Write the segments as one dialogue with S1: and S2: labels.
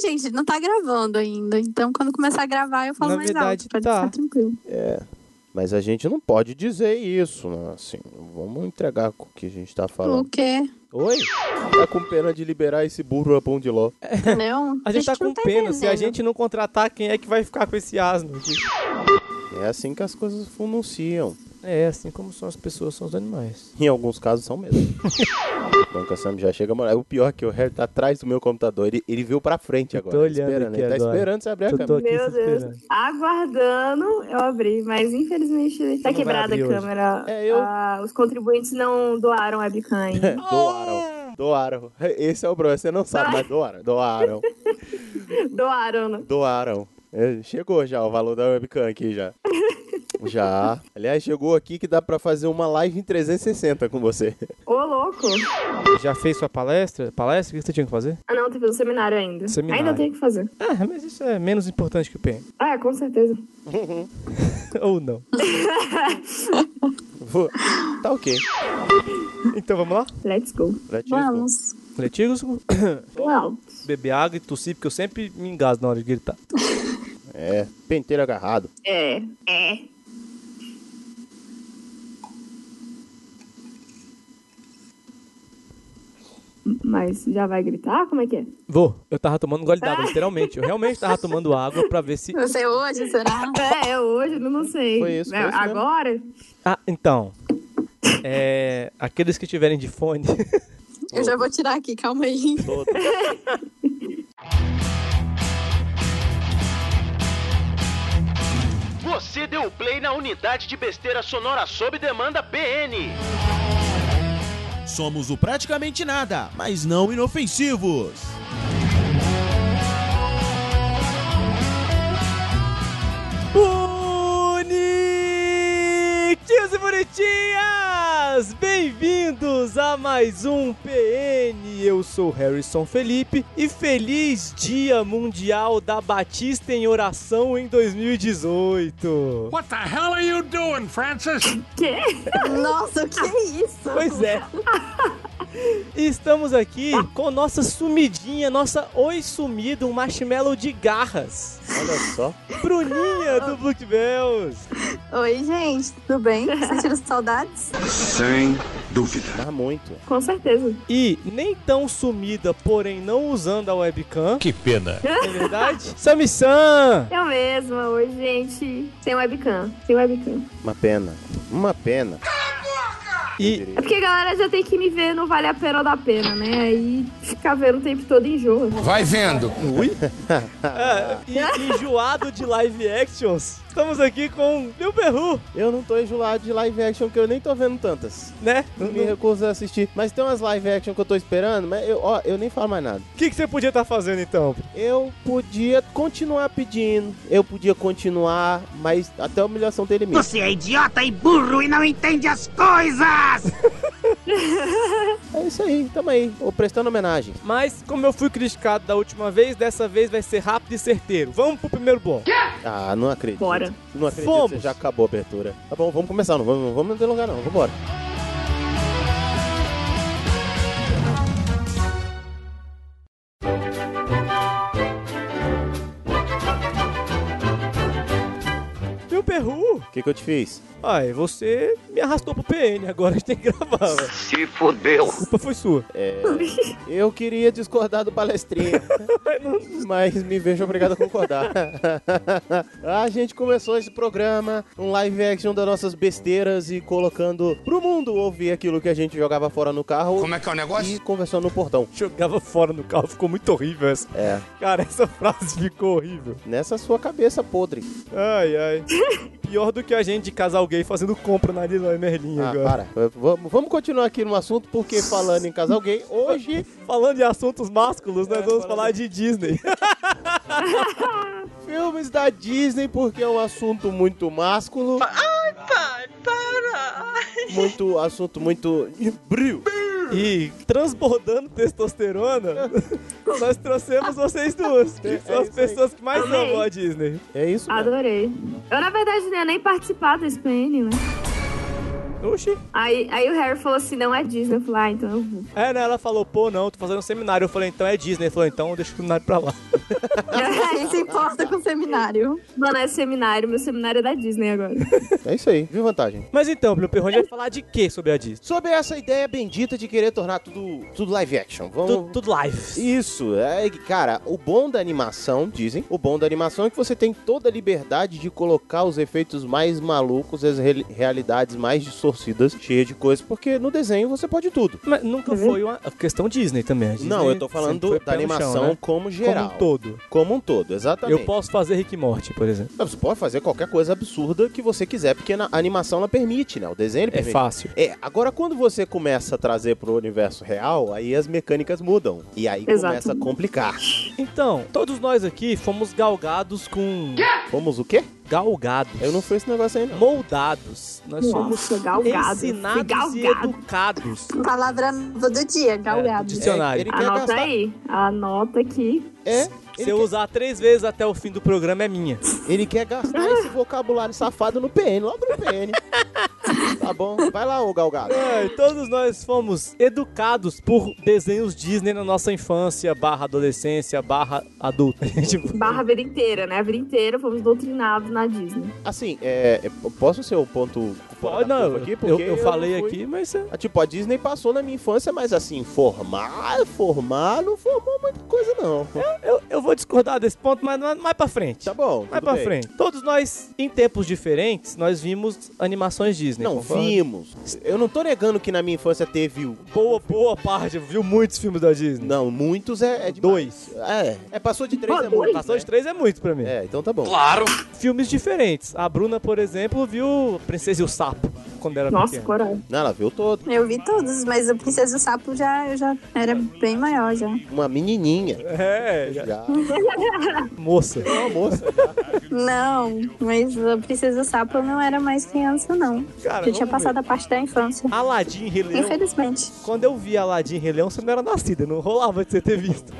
S1: gente, não tá gravando ainda. Então, quando começar a gravar, eu falo
S2: Na
S1: mais
S2: verdade,
S1: alto, pra
S2: tá.
S1: deixar tranquilo.
S3: Mas a gente não pode dizer isso, né? Assim, vamos entregar o que a gente tá
S2: Hum.
S3: falando.
S1: O quê?
S3: Oi? Tá com pena de liberar esse burro a pão de ló.
S1: Não,
S2: A gente tá
S1: não
S2: com pena. Se a
S1: entendendo.
S2: gente não contratar, quem é que vai ficar com esse asno? aqui?
S3: É assim que as coisas funcionam.
S2: É, assim como são as pessoas, são os animais.
S3: Em alguns casos são mesmo. Bom, que a Sam já chega, mano. O pior é que o Harry tá atrás do meu computador. Ele, ele veio pra frente
S2: Eu tô
S3: agora. ele
S2: olhando
S3: esperando.
S2: aqui
S3: ele tá
S2: agora.
S3: esperando você abrir a
S2: Eu tô
S3: câmera.
S2: aqui
S4: Meu
S2: se
S4: Deus.
S2: esperando.
S4: Aguardando, eu abri, mas infelizmente tá
S2: Não vai
S4: quebrada a
S2: abrir hoje.
S4: câmera.
S3: É, eu-
S4: Ah, os contribuintes não doaram a webcam ainda.
S3: Doaram. Doaram. Esse é o problema. Você não sabe, mas doaram. Doaram.
S4: doaram, né?
S3: Doaram. É, Chegou já o valor da webcam aqui já. Já. Aliás, chegou aqui que dá pra fazer uma live em 360 com você.
S4: Ô, louco!
S2: Já fez sua palestra? Palestra? O que você tinha que fazer?
S4: Ah, não, teve um seminário ainda.
S2: Seminário.
S4: Ainda tem que fazer.
S2: Ah, mas isso é menos importante que o PM.
S4: Ah, com certeza.
S2: Ou não.
S3: Vou- Tá ok.
S2: Então vamos lá?
S4: Let's go.
S3: Let's
S2: tipo,
S3: go.
S1: Vamos.
S2: Letigos,
S4: Uau.
S2: beber água e tossir, porque eu sempre me engasgo na hora de gritar.
S3: É, penteiro agarrado.
S4: É, é. Mas já vai gritar? Como é que é?
S2: Vou. Eu tava tomando um gole d'água, literalmente. Eu realmente tava tomando água pra ver se.
S1: Não sei hoje, será?
S4: É, é hoje, eu não sei.
S3: Foi isso, foi
S4: É,
S3: isso mesmo.
S4: agora?
S2: Ah, então. É. Aqueles que tiverem de fone.
S1: Eu já vou tirar aqui, calma aí.
S3: Todo.
S5: Você deu play na unidade de besteira sonora sob demanda BN.
S6: Somos o praticamente
S3: Ah,
S6: nada, mas não inofensivos.
S2: Bonitinhos e bonitinhas! Bem-vindos a mais um PN. Eu sou Harrison Felipe e feliz Dia Mundial da Batista em Oração em 2018.
S7: What the hell are you doing, Francis?
S1: Nossa, o que é isso?
S2: Pois é. E Estamos aqui com nossa sumidinha, nossa oi sumida, um marshmallow de garras.
S3: Olha só.
S2: Bruninha do Blood Bells.
S1: Oi, gente, tudo bem? Sentiram saudades?
S8: Sem dúvida.
S3: Dá muito.
S4: Com certeza.
S2: E nem tão sumida, porém não usando a webcam. Que pena. É verdade? Sami-san!
S4: Eu mesma, hoje, gente. Sem webcam. Sem webcam.
S3: Uma pena. Uma pena.
S2: E
S4: É porque a galera já tem que me ver, não vale a pena ou dá pena, né? Aí ficar vendo o tempo todo enjoa.
S7: Vai vendo.
S2: ah, e enjoado de live actions, estamos aqui com o Bill Berru,
S3: Eu não tô enjoado de live action, que eu nem tô vendo tantas.
S2: né?
S3: Não me recuso a assistir. Mas tem umas live action que eu tô esperando, mas eu, ó, eu nem falo mais nada.
S2: O que, que você podia estar fazendo então?
S3: Eu podia continuar pedindo, eu podia continuar, mas até a humilhação dele mesmo.
S9: Você é idiota e burro e não entende as coisas!
S3: É isso aí, tamo aí, ô, prestando homenagem.
S2: Mas, como eu fui criticado da última vez, dessa vez vai ser rápido e certeiro. Vamos pro primeiro bloco.
S3: Ah, não acredito.
S4: Bora.
S3: Não acredito,
S2: Fomos.
S3: você já acabou a abertura. Tá bom, vamos começar, não vamos, vamos ter lugar não, vambora.
S2: Meu Perru!
S3: O que que eu te fiz?
S2: Ai, você me arrastou pro PN, agora a gente tem que gravar. velho.
S8: Se fudeu.
S2: A culpa foi sua.
S3: Eu queria discordar do palestrinha, mas me vejo obrigado a concordar. a gente começou esse programa, um live action das nossas besteiras e colocando pro mundo ouvir aquilo que a gente jogava fora no carro
S7: Como é que é o
S3: e
S7: negócio?
S3: conversando no portão.
S2: Jogava fora no carro, ficou muito horrível essa.
S3: É,
S2: Cara, essa frase ficou horrível.
S3: nessa sua cabeça podre.
S2: Ai, ai. Pior do que a gente de casal gay fazendo compra na Lila Merlin
S3: Ah,
S2: agora.
S3: para. V- Vamos, vamos continuar aqui no assunto, porque falando em casal gay, hoje
S2: Falando de assuntos másculos, nós vamos falar de Disney.
S3: filmes da Disney, porque é um assunto muito másculo. Ai, pai, para! Muito assunto muito. Brilho.
S2: E transbordando testosterona, nós trouxemos vocês duas. que são as
S3: É, isso aí.
S2: pessoas que mais
S4: Amei.
S2: amam a Disney.
S3: É isso? mesmo.
S4: Adorei. Eu, na verdade, não ia nem participar desse PN, né?
S2: Oxi.
S4: Aí, aí o Harry falou assim: não é Disney. Eu falei: ah, então eu vou.
S2: É, né? Ela falou, pô, não, tô fazendo um seminário. Eu falei, então é Disney. Ele falou, então deixa o seminário pra lá.
S1: Ele se importa com o seminário.
S4: Mano, é seminário. Meu seminário é da Disney agora.
S3: É isso aí, viu vantagem?
S2: Mas então, Pio Perrone vai falar de quê sobre a Disney?
S3: Sobre essa ideia bendita de querer tornar tudo, tudo live action. Vamos,
S2: Tudo, tudo live.
S3: Isso, é, que, cara, o bom da animação, dizem, o bom da animação é que você tem toda a liberdade de colocar os efeitos mais malucos, as re- realidades mais distorcidas, cheia de coisas, porque no desenho você pode tudo.
S2: Mas nunca foi uma questão Disney também. A Disney
S3: Uhum. Não, eu tô
S2: sempre
S3: falando
S2: foi
S3: da
S2: pé no chão,
S3: animação
S2: né?
S3: como
S2: como
S3: geral.
S2: um todo.
S3: Como um todo, exatamente.
S2: Eu posso fazer Rick e Morty, por exemplo.
S3: Não, Você pode fazer qualquer coisa absurda que você quiser, porque na- a animação ela permite, né? O desenho ele
S2: É
S3: permite.
S2: fácil.
S3: É, agora quando você começa a trazer pro universo real, aí as mecânicas mudam. E aí
S4: Exato.
S3: começa a complicar.
S2: Então, todos nós aqui fomos galgados com.
S3: Vamos o quê?
S2: Galgados.
S3: Eu não fui esse negócio aí, não.
S2: Moldados. Nós somos
S4: Nossa, galgado. Fui
S2: ensinados e
S4: galgado. É,
S2: educados.
S1: Palavra nova do dia,
S2: É, do
S1: galgado.
S2: dicionário.
S3: É, ele- quer
S4: Anota
S3: gastar.
S4: aí. Anota aqui.
S3: É,
S2: Se eu usar três vezes até o fim do programa, é minha.
S3: ele quer gastar esse vocabulário safado no PN, logo no PN. tá bom? Vai lá, ô Galgado.
S2: É, todos nós fomos educados por desenhos Disney na nossa infância, barra adolescência, barra adulta. tipo,
S4: Barra a vida inteira, né? A vida inteira fomos doutrinados na Disney.
S3: Assim, é, é, posso ser o ponto... fora
S2: pode,
S3: da
S2: não,
S3: curva aqui?
S2: eu,
S3: Porque
S2: eu falei
S3: não fui-
S2: aqui, mas é,
S3: Ah, Tipo, a Disney passou na minha infância, mas assim, formar, formar, não formou muita coisa, não.
S2: eu, eu vou discordar desse ponto, mas mas- mais pra frente.
S3: Tá bom.
S2: mais
S3: tudo
S2: pra
S3: bem.
S2: frente. Todos nós, em tempos diferentes, nós vimos animações Disney.
S3: Não,
S2: concorda?
S3: vimos. Eu não tô negando que na minha infância teve o.
S2: Boa, boa parte. Viu muitos filmes da Disney.
S3: Não, muitos é, é
S2: Dois.
S3: demais. É, é, passou de três
S4: Pô,
S3: é muito.
S2: Passou
S3: né?
S2: de três é muito pra mim.
S3: É, então tá bom.
S2: Filmes diferentes. A Bruna, por exemplo, viu Princesa e o Sapo quando era
S4: Nossa,
S2: pequena.
S4: coragem.
S3: Não, ela viu todo.
S1: Eu vi todos, mas o Princesa do Sapo já, eu já era bem maior já.
S3: Uma menininha.
S2: É, já-
S3: Já.
S2: moça.
S3: Uma moça.
S1: Não, mas o Princesa do Sapo eu não era mais criança, não.
S2: Cara,
S1: Eu tinha
S2: vamos
S1: passado a parte da infância.
S2: ver. Aladdin e Rei Leão.
S1: Infelizmente.
S2: Quando eu vi Aladdin e Rei Leão, você não era nascida, não rolava de você ter visto.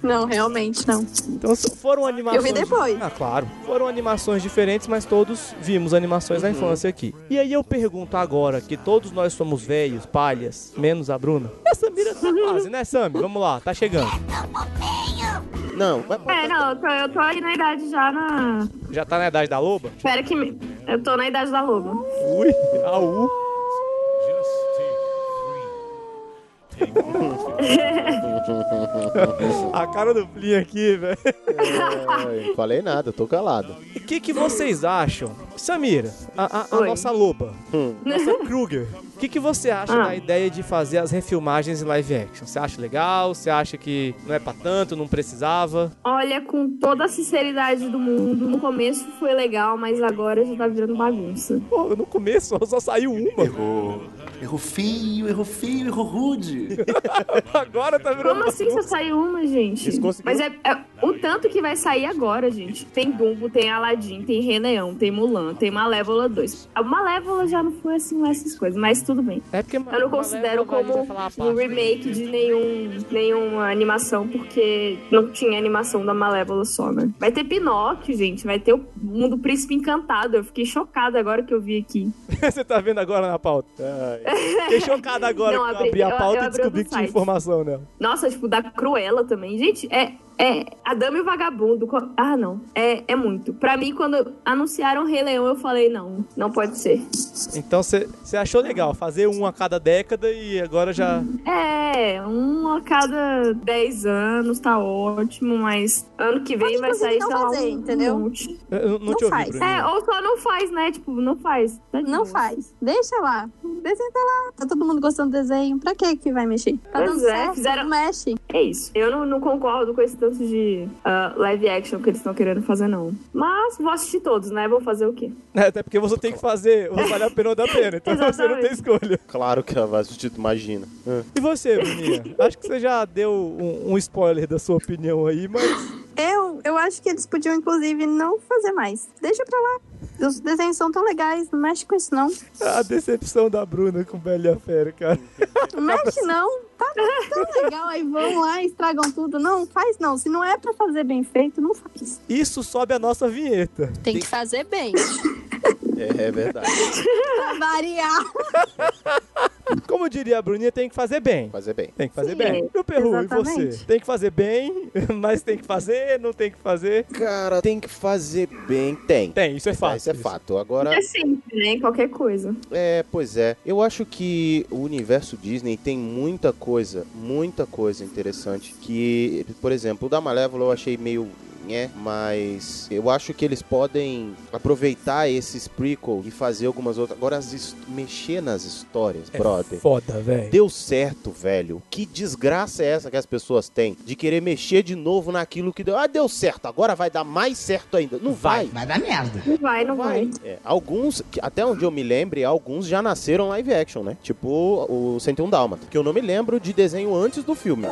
S1: Não, realmente não.
S2: Então so- foram animações.
S1: Eu vi depois.
S2: Ah, claro. Foram animações diferentes, mas todos vimos animações da infância aqui. E aí eu pergunto agora que todos nós somos velhos, palhas, menos a Bruna. E a Samira tá quase, né, Sami? Vamos lá, tá chegando.
S3: Não, vai pra...
S4: É, não, eu tô, eu tô aí na idade já na.
S2: Já tá na idade da loba?
S4: Espera que. me- Eu tô na idade da loba.
S2: Ui, au. A cara do Plin aqui, velho.
S3: Ai, falei nada, tô calado.
S2: O que, que vocês acham? Samira, a, a- a
S4: Oi.
S2: nossa loba, nossa Kruger, o que, que você acha
S4: Ah.
S2: da ideia de fazer as refilmagens em live action? Você acha legal? Você acha que não é pra tanto, não precisava?
S4: Olha, com toda a sinceridade do mundo, no começo foi legal, mas agora já tá virando bagunça.
S2: Pô, no começo só saiu uma.
S8: Errou feio, errou feio, errou rude.
S2: Agora tá virando.
S4: Como assim só saiu uma, gente?
S3: Eles conseguiram-
S4: Mas é, é o tanto que vai sair agora, gente. Tem Dumbo, tem Aladdin, tem Reneão, tem Mulan, tem Malévola 2. A Malévola já não foi assim lá essas coisas, mas tudo bem.
S2: É porque
S4: Eu não considero como um remake de nenhum, nenhuma animação, porque não tinha animação da Malévola só, né? Vai ter Pinóquio, gente. Vai ter o Mundo Príncipe Encantado. Eu fiquei chocada agora que eu vi aqui.
S2: Você tá vendo agora na pauta. Fiquei chocado agora
S4: Não,
S2: que eu
S4: abri-
S2: abri a
S4: eu-
S2: pauta
S4: eu
S2: e
S4: abri
S2: descobri
S4: no
S2: que tinha
S4: site.
S2: informação nela.
S4: Nossa, tipo, da Cruella também. Gente, é. É, a Dama e o Vagabundo. co- Ah, não. É, é muito. Pra mim, quando anunciaram Rei Leão, eu falei, não, não pode ser.
S2: Então você você achou legal fazer um a cada década e agora já.
S4: É, um a cada 10 anos tá ótimo, mas ano que vem
S1: Pode,
S4: vai
S1: inclusive,
S4: sair,
S1: não
S4: sei lá,
S1: fazer,
S4: um
S1: entendeu?
S4: monte.
S2: Eu não, não
S1: Não
S2: te ouvi,
S1: faz.
S2: Bruno.
S4: É, ou só não faz, né? Tipo, não faz. Tá de
S1: Não
S4: boa.
S1: faz. Deixa lá. O desenho tá lá. Tá todo mundo gostando do desenho. Pra que que vai mexer? Tá
S4: Pois
S1: dando
S4: é,
S1: certo,
S4: fizeram-
S1: não mexe.
S4: É isso. Eu não, não concordo com esse tanto de ah, live action que eles estão querendo fazer, não. Mas vou assistir todos, né? Vou fazer o quê?
S2: É, até porque você tem que fazer, você vale a pena ou da pena, então você não tem
S4: Exatamente.
S2: escolha.
S3: Claro que ela vai assistir, imagina. Ah.
S2: E você, Bruninha? Acho que você já deu um, um spoiler da sua opinião aí, mas
S1: Eu, eu acho que eles podiam, inclusive, não fazer mais. Deixa pra lá. Os desenhos são tão legais. Não mexe com isso, não.
S2: a decepção da Bruna com Bela e a Fera, cara.
S1: Não mexe, não. Tá tão legal. Aí vão lá, estragam tudo. Não, faz não. Se não é pra fazer bem feito, não faz.
S2: Isso sobe a nossa vinheta.
S1: Tem que fazer bem.
S3: É, é verdade.
S1: Pra variar.
S2: Como diria a Bruninha, tem que fazer bem.
S3: Fazer bem.
S2: Tem que fazer
S1: Sim,
S2: bem. E o Peru, e
S1: exatamente.
S2: você? Tem que fazer bem, mas tem que fazer, não tem que fazer.
S3: Cara, tem que fazer bem. Tem.
S2: Tem, isso é fato.
S3: Isso é fato. Agora,
S4: É sempre, né? Em qualquer coisa.
S3: é, pois é. Eu acho que o universo Disney tem muita coisa, muita coisa interessante. Que, por exemplo, o da Malévola eu achei meio. É, mas eu acho que eles podem aproveitar esses prequels e fazer algumas outras. Agora, as his- mexer nas histórias,
S2: É
S3: brother.
S2: Foda, velho.
S3: Deu certo, velho. Que desgraça é essa que as pessoas têm de querer mexer de novo naquilo que deu? Ah, deu certo, agora vai dar mais certo ainda. Não vai.
S9: Vai dar merda.
S4: Não vai, não vai.
S3: É, alguns, que- até onde eu me lembre, alguns já nasceram live action, né? Tipo o 101 Dálmata, que eu não me lembro de desenho antes do filme.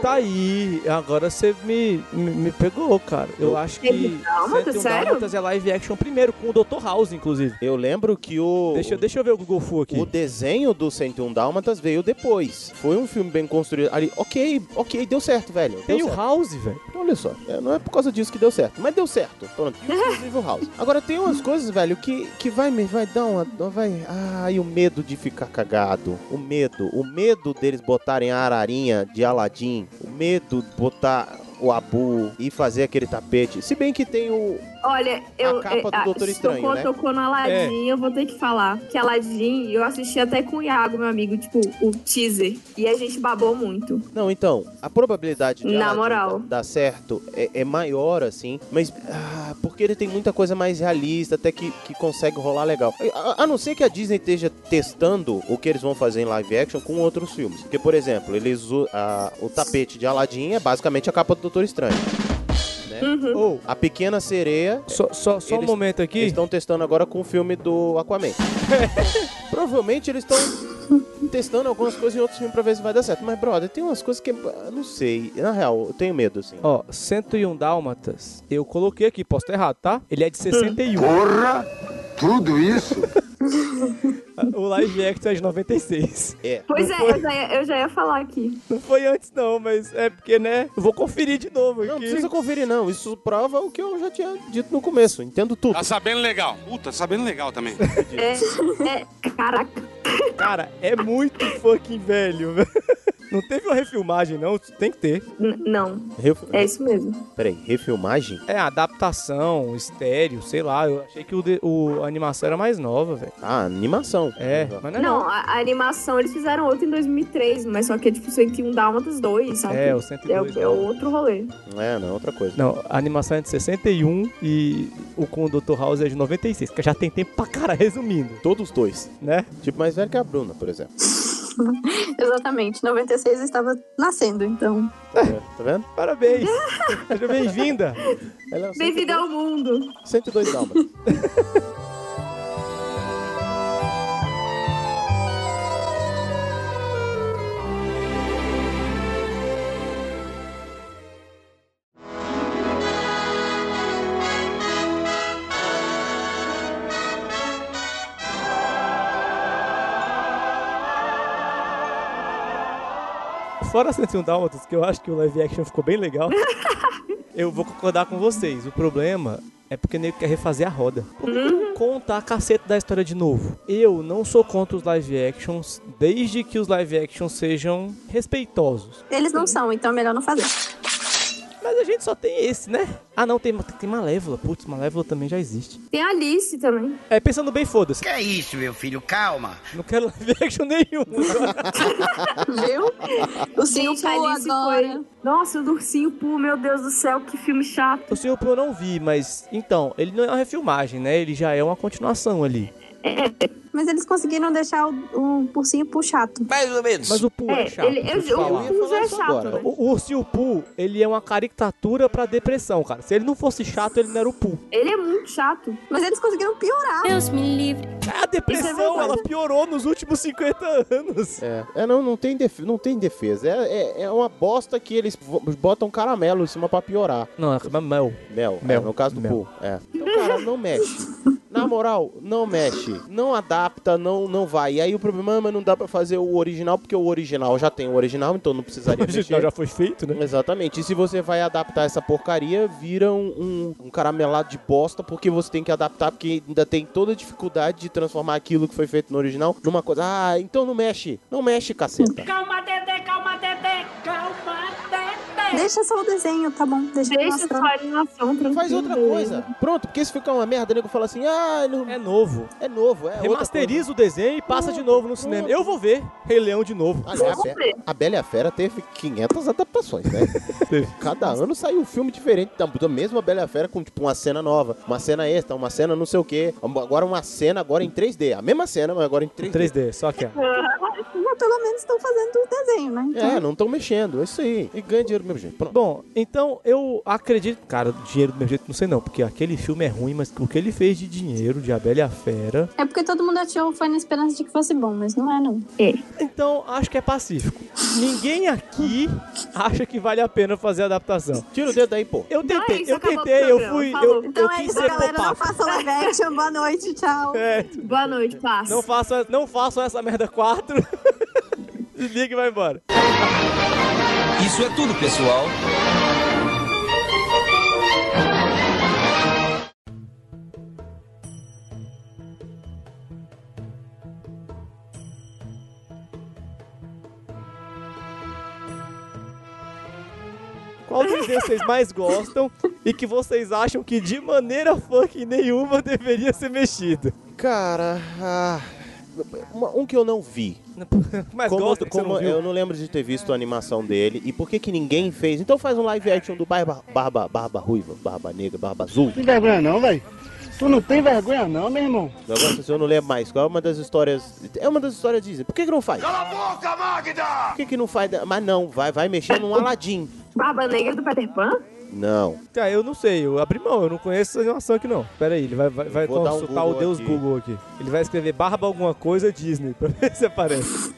S2: Tá aí, agora você me, me, me pegou, cara. Eu acho que.
S4: Teve
S3: tá,
S4: Dálmatas,
S2: 101
S4: sério?
S2: Dálmatas é live action primeiro, com o Dr. House, inclusive.
S3: Eu lembro que o
S2: Deixa, eu- deixa eu ver o Google Fu aqui.
S3: o desenho do 101 Dálmatas veio depois. Foi um filme bem construído ali. OK, OK, deu certo, velho. Deu
S2: Tem
S3: certo.
S2: o House, velho.
S3: Olha só, é, não é por causa disso que deu certo, mas deu certo. Pronto, inclusive o House. Agora tem umas coisas, velho, que, que vai me vai dar uma. Vai. Ai, o medo de ficar cagado. O medo. O medo deles botarem a ararinha de Aladdin. O medo de botar o Abu e fazer aquele tapete. Se bem que tem o.
S4: Olha, eu.
S3: capa do
S4: ah,
S3: Doutor
S4: se
S3: Estranho,
S4: tocou,
S3: né?
S4: tocou no Aladdin, eu vou ter que falar. Que Aladdin, eu assisti até com o Iago, meu amigo, tipo, o teaser. E a gente babou muito.
S3: Não, então, a probabilidade de
S4: Na
S3: Aladdin
S4: moral.
S3: dar dar certo é, é maior, assim, mas. ah, porque ele tem muita coisa mais realista, até que, que consegue rolar legal. A- A, a não ser que a Disney esteja testando o que eles vão fazer em live action com outros filmes. Porque, por exemplo, eles u- a- o tapete de Aladdin é basicamente a capa do Doutor Estranho. né?
S4: Uhum.
S2: Ô,
S3: A pequena sereia.
S2: só, só, só um
S3: Uhum. Eles-
S2: momento aqui.
S3: Eles estão testando agora com o filme do Aquaman. Provavelmente eles estão testando algumas coisas em outros filmes pra ver se vai dar certo. Mas, brother, tem umas coisas que. ah, Não sei. Na real, eu tenho medo, assim.
S2: Ó, 101 Dálmatas. Eu coloquei aqui, posso estar errado, tá? Ele é
S3: Hum.
S2: de 61.
S9: Porra! Tudo isso?
S2: o live action é de 96.
S3: É.
S4: Pois é, eu já, ia, eu já ia falar aqui.
S2: Não foi antes, não, mas é porque, né? Eu vou conferir de novo
S3: Não, não
S2: aqui.
S3: precisa conferir, não. Isso prova o que eu já tinha dito no começo. Entendo tudo.
S7: sabendo legal. Puta, sabendo legal também.
S4: É, é, caraca.
S2: Cara, é muito fucking velho. velho. Não teve uma refilmagem, não? Tem que ter.
S4: N- não,
S3: Ref-
S4: é isso mesmo.
S3: Peraí, refilmagem?
S2: É, adaptação, estéreo, sei lá. Eu achei que o, de- o- a animação era mais nova, velho.
S3: Ah, animação. Uhum.
S2: É, mas não é
S4: Não, a, a animação eles fizeram outra em 2003, mas só que é tipo 101 Dálmatas 2, sabe?
S2: É, o
S4: É,
S2: 102.
S4: o- é outro rolê.
S3: É, não, outra coisa.
S2: Não, a animação é de 61 e o com o Dr. House é de 96, que já tem tempo pra cara, resumindo,
S3: Todos dois.
S2: né?
S3: Tipo, mais velho que a Bruna, por exemplo.
S1: Exatamente. 96 eu estava nascendo, então.
S3: É, Tá vendo?
S2: Parabéns! Seja bem-vinda!
S3: Ela é o
S4: Bem-vindo ao mundo!
S3: 102 dálmatas.
S2: Fora 101 Dálmatas, que eu acho que o live action ficou bem legal, eu vou concordar com vocês. O problema é porque o nego quer refazer a roda. Por que que
S4: Uhum.
S2: não conta a caceta da história de novo? Eu não sou contra os live actions, desde que os live actions sejam respeitosos.
S1: Eles não são, então é melhor não fazer.
S2: Mas a gente só tem esse, né? Ah, não, tem, tem Malévola. Putz, Malévola também já existe.
S4: Tem a Alice também.
S2: É, pensando bem, foda-se.
S9: Que é isso, meu filho? Calma.
S2: Não quero live action nenhum.
S1: Viu? O Sim
S4: Gente, a
S1: Poo
S4: Alice
S1: agora.
S4: foi. Nossa, o do ursinho Poo, meu Deus do céu, que filme chato.
S2: o Senhor Poo eu não vi, mas. Então, ele não é uma refilmagem, né? Ele já é uma continuação ali.
S1: Mas eles conseguiram deixar o, o ursinho pro chato.
S2: Mas o Poo é,
S4: É,
S2: chato.
S4: ele- eu-
S2: deixa eu
S4: eu-
S2: falar.
S4: eu- Mas é
S3: isso
S4: chato, né?
S2: O, o ursinho Poo, ele é uma caricatura pra depressão, cara. Se ele não fosse chato, ele não era o Poo.
S4: Ele é muito chato.
S1: Mas eles conseguiram piorar.
S10: Deus me livre.
S2: É A depressão,
S4: verdade.
S2: ela piorou nos últimos 50 anos.
S3: É, é não, não tem, def- não tem defesa. É, é, é uma bosta que eles vo- botam caramelo em cima pra piorar.
S2: Não, é mel.
S3: Mel.
S2: Mel.
S3: É, no caso do
S2: Mel.
S3: Poo. É. Então, cara, não mexe. Na na moral, não mexe. Não adapta, não, não vai. E aí o problema é, mas não dá pra fazer o original, porque o original já tem o original, então não
S2: O
S3: precisaria
S2: original
S3: mexer.
S2: já foi feito, né?
S3: Exatamente. E se você vai adaptar essa porcaria, vira um, um, um caramelado de bosta, porque você tem que adaptar, porque ainda tem toda a dificuldade de transformar aquilo que foi feito no original numa coisa. Ah, então não mexe. Não mexe, caceta.
S9: Calma, Dedé, calma, Dedé, calma, Dedé.
S1: Deixa só o desenho, tá bom? É. Deixa, eu
S4: Deixa
S1: mostrar.
S4: sua animação tranquila.
S3: Faz outra coisa. Pronto, porque se ficar uma merda, o nego fala assim, ah, não-
S2: É novo.
S3: é novo, é outra
S2: Remasteriza o desenho e passa de novo no cinema. Eu vou ver Rei Leão de novo.
S3: coisa. Aliás,
S4: Vamos
S3: Ah, a,
S4: ver.
S3: Be a Bela e a Fera teve 500 adaptações, né? Cada ano saiu um filme diferente da, da mesma Bela e a Fera com, tipo, uma cena nova, uma cena extra, uma cena não sei o quê. Agora uma cena agora em 3D. A mesma cena, mas agora em 3D.
S2: 3D, só que é.
S1: Mas pelo menos estão fazendo o desenho, né? Então,
S3: É, não estão mexendo, é isso aí. E ganha dinheiro do mesmo jeito. Pronto.
S2: Bom, então eu acredito. Cara, dinheiro do meu jeito, não sei não, porque aquele filme é ruim, mas o que ele fez de dinheiro, de A Bela e a Fera.
S10: É porque todo mundo achou, foi na esperança de que fosse bom, mas não é, não.
S2: Então acho que é pacífico. Ninguém aqui acha que vale a pena fazer a adaptação.
S3: Tira o dedo daí, pô.
S2: Eu tentei,
S4: é isso,
S2: eu
S4: acabou o
S2: tentei, eu
S4: programa,
S2: fui. Eu,
S4: falou.
S2: eu
S1: então é
S2: quis
S1: isso,
S2: ser
S1: galera. Não
S2: popáfico.
S1: faça live action. Boa noite, tchau.
S2: É,
S4: Boa noite, paz.
S2: não façam não façam essa merda 4. Desliga e vai embora.
S9: Isso é tudo, pessoal.
S2: Qual dos dois vocês mais gostam e que vocês acham que de maneira fucking nenhuma deveria ser mexido?
S3: Cara, ah, uma- um que eu não vi.
S2: Mas
S3: Como-
S2: gosta que você
S3: como
S2: não viu?
S3: eu não lembro de ter visto a animação dele. E por que que ninguém fez? Então faz um live action do Barba, Barba, Barba Ruiva, Barba Negra, Barba Azul.
S9: Não tem vergonha não, velho. Tu não tem vergonha não, meu irmão.
S3: Um Negócio assim, eu não lembro mais. Qual é uma das histórias? É uma das histórias Disney. Por que que não faz?
S8: Cala a boca, Magda!
S3: Por que que não faz? da- Mas não, vai, vai mexer num Aladdin.
S4: Barba Negra do Peter Pan?
S3: Não.
S2: Ah, eu não sei, eu abri mão, eu não conheço essa animação aqui não. Pera aí, ele vai, vai, vai
S3: Vou dar um
S2: consultar o
S3: Google
S2: Deus
S3: aqui.
S2: Google aqui. Ele vai escrever barba alguma coisa Disney, pra ver se aparece.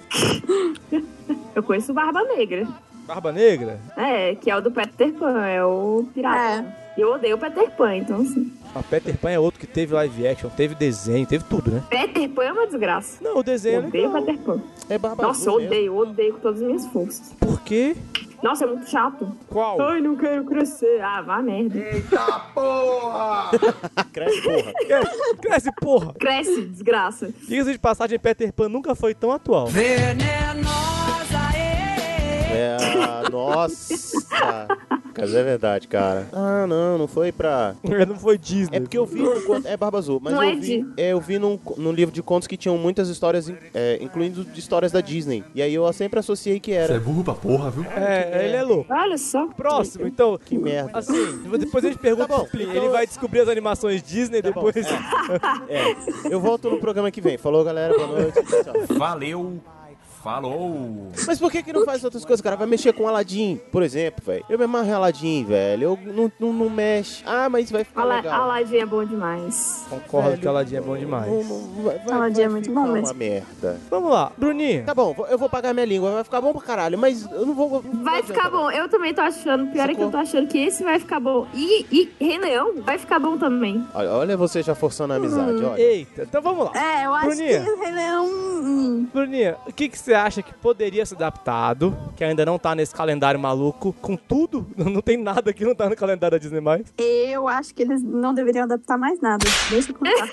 S4: Eu conheço Barba Negra.
S2: Barba Negra?
S4: É, que é o do Peter Pan, é o pirata. E Eu odeio o Peter Pan, então assim.
S2: A Peter Pan é outro que teve live action, teve desenho, teve tudo, né?
S4: Peter Pan é uma desgraça.
S2: Não, o desenho é
S4: Eu odeio
S2: legal.
S4: Peter Pan.
S3: É Barba
S4: Nossa, eu
S3: Azul. mesmo.
S4: odeio, eu odeio com todas as minhas forças.
S2: Por quê?
S4: Nossa, é muito chato.
S2: Qual?
S4: Ai, não quero crescer. Ah, vá merda.
S8: Eita porra!
S3: Ah, credo, porra.
S2: Cresce, cresce, porra!
S4: Cresce, desgraça.
S2: Diga-se de passagem, Peter Pan nunca foi tão atual.
S3: É, ah, nossa. Mas é verdade, cara. Ah, não, não foi pra.
S2: não foi Disney.
S3: É porque eu vi num conto- É Barba Azul, mas
S4: Não
S3: eu,
S4: é
S3: vi,
S4: de-
S3: é, eu vi num, num livro de contos que tinham muitas histórias, in- é, incluindo de histórias da Disney. E aí eu sempre associei que era.
S2: É, ele é louco.
S4: Olha só.
S2: Próximo, então.
S3: Que merda.
S2: Assim, depois a gente pergunta
S3: Tá bom,
S2: pro Plin.
S3: então-
S2: Ele vai descobrir as animações Disney
S3: Tá bom,
S2: depois.
S3: É. Eu volto no programa que vem. Falou, galera. Boa noite. Tchau.
S9: Valeu, falou.
S3: Mas por que que não faz outras coisas, cara? Vai mexer com Aladdin, por exemplo, velho. Eu me amarro em Aladdin, velho. Eu não, não, não mexe. Ah, mas vai ficar
S4: Ala
S3: legal.
S4: Aladdin é bom demais.
S2: Concordo que a Aladdin é bom demais.
S3: Não- não- vai- vai-
S1: Aladdin
S3: vai
S1: é muito
S3: ficar
S1: bom
S3: uma
S1: mesmo.
S3: merda.
S2: Vamos lá, Bruninho.
S3: Tá bom, vou- eu vou pagar minha língua. Vai ficar bom pra caralho, mas eu não vou... não
S4: Vai
S3: adianta,
S2: tá
S4: ficar bom. Eu também tô achando. Pior é que eu tô achando que esse vai ficar bom. E, e Rei Leão vai ficar bom também.
S3: Olha, olha você já forçando a amizade, olha.
S2: Eita, então vamos lá.
S1: É, eu acho
S2: Bruninha.
S1: que Rei Leão. hum,
S2: Bruninha, o que, que você acha que poderia ser adaptado, que ainda não tá nesse calendário maluco, com tudo? Não tem nada que não tá no calendário da Disney mais.
S1: Eu acho que eles não deveriam adaptar mais nada. Deixa eu contar.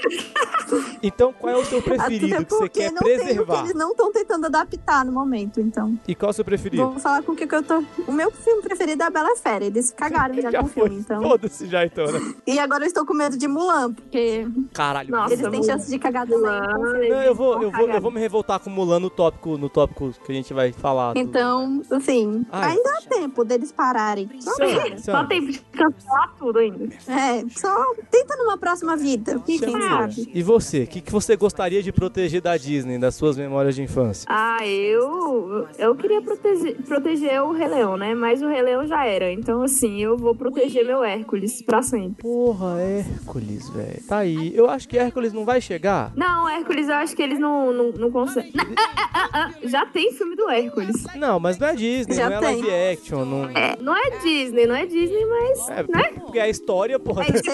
S2: Então, qual é o seu
S1: Até
S2: preferido que você
S1: Ah, tá porque
S2: quer
S1: não tem o que
S2: preservar?
S1: eles não estão tentando adaptar no momento, então.
S2: E qual é o seu preferido?
S1: Vou falar com o que que eu tô. O meu filme preferido é a Bela Fera. Eles cagaram já, com o filme, então.
S2: Foda-se já, então, né?
S1: E agora eu estou com medo de Mulan, porque
S2: Caralho.
S4: Nossa,
S1: eles têm
S4: Mulan.
S1: chance de cagar também. então.
S2: Não, eu vou, eu vou, eu
S4: cagar.
S2: vou me revoltar com o Mulan no tópico, no tópico que a gente vai falar. do-
S1: Então, assim,
S2: Ai.
S1: ainda há tempo deles pararem. Só,
S2: Sandra,
S4: Só
S2: Sandra,
S4: tem de cancelar tudo ainda.
S1: é, só tenta numa próxima vida. Quem, quem
S2: Sandra,
S1: sabe?
S2: E você? O que, que você gostaria de proteger da Disney, das suas memórias de infância?
S4: Ah, eu. Eu queria proteger, proteger o Rei Leão, né? Mas o Rei Leão já era. Então, assim, eu vou proteger meu Hércules pra sempre.
S2: Porra, Hércules, velho. Tá aí. Eu acho que Hércules não vai chegar.
S4: Não, Hércules, eu acho que eles não, não, não conseguem. Não, ah, ah, ah, ah, já tem filme do Hércules.
S2: Não, mas não é Disney,
S1: Já
S2: não é
S1: tem.
S2: live action, não.
S4: É, não é Disney, não é Disney, mas. é tipo
S2: É,
S4: né?
S2: porque a história, porra.
S1: Aí você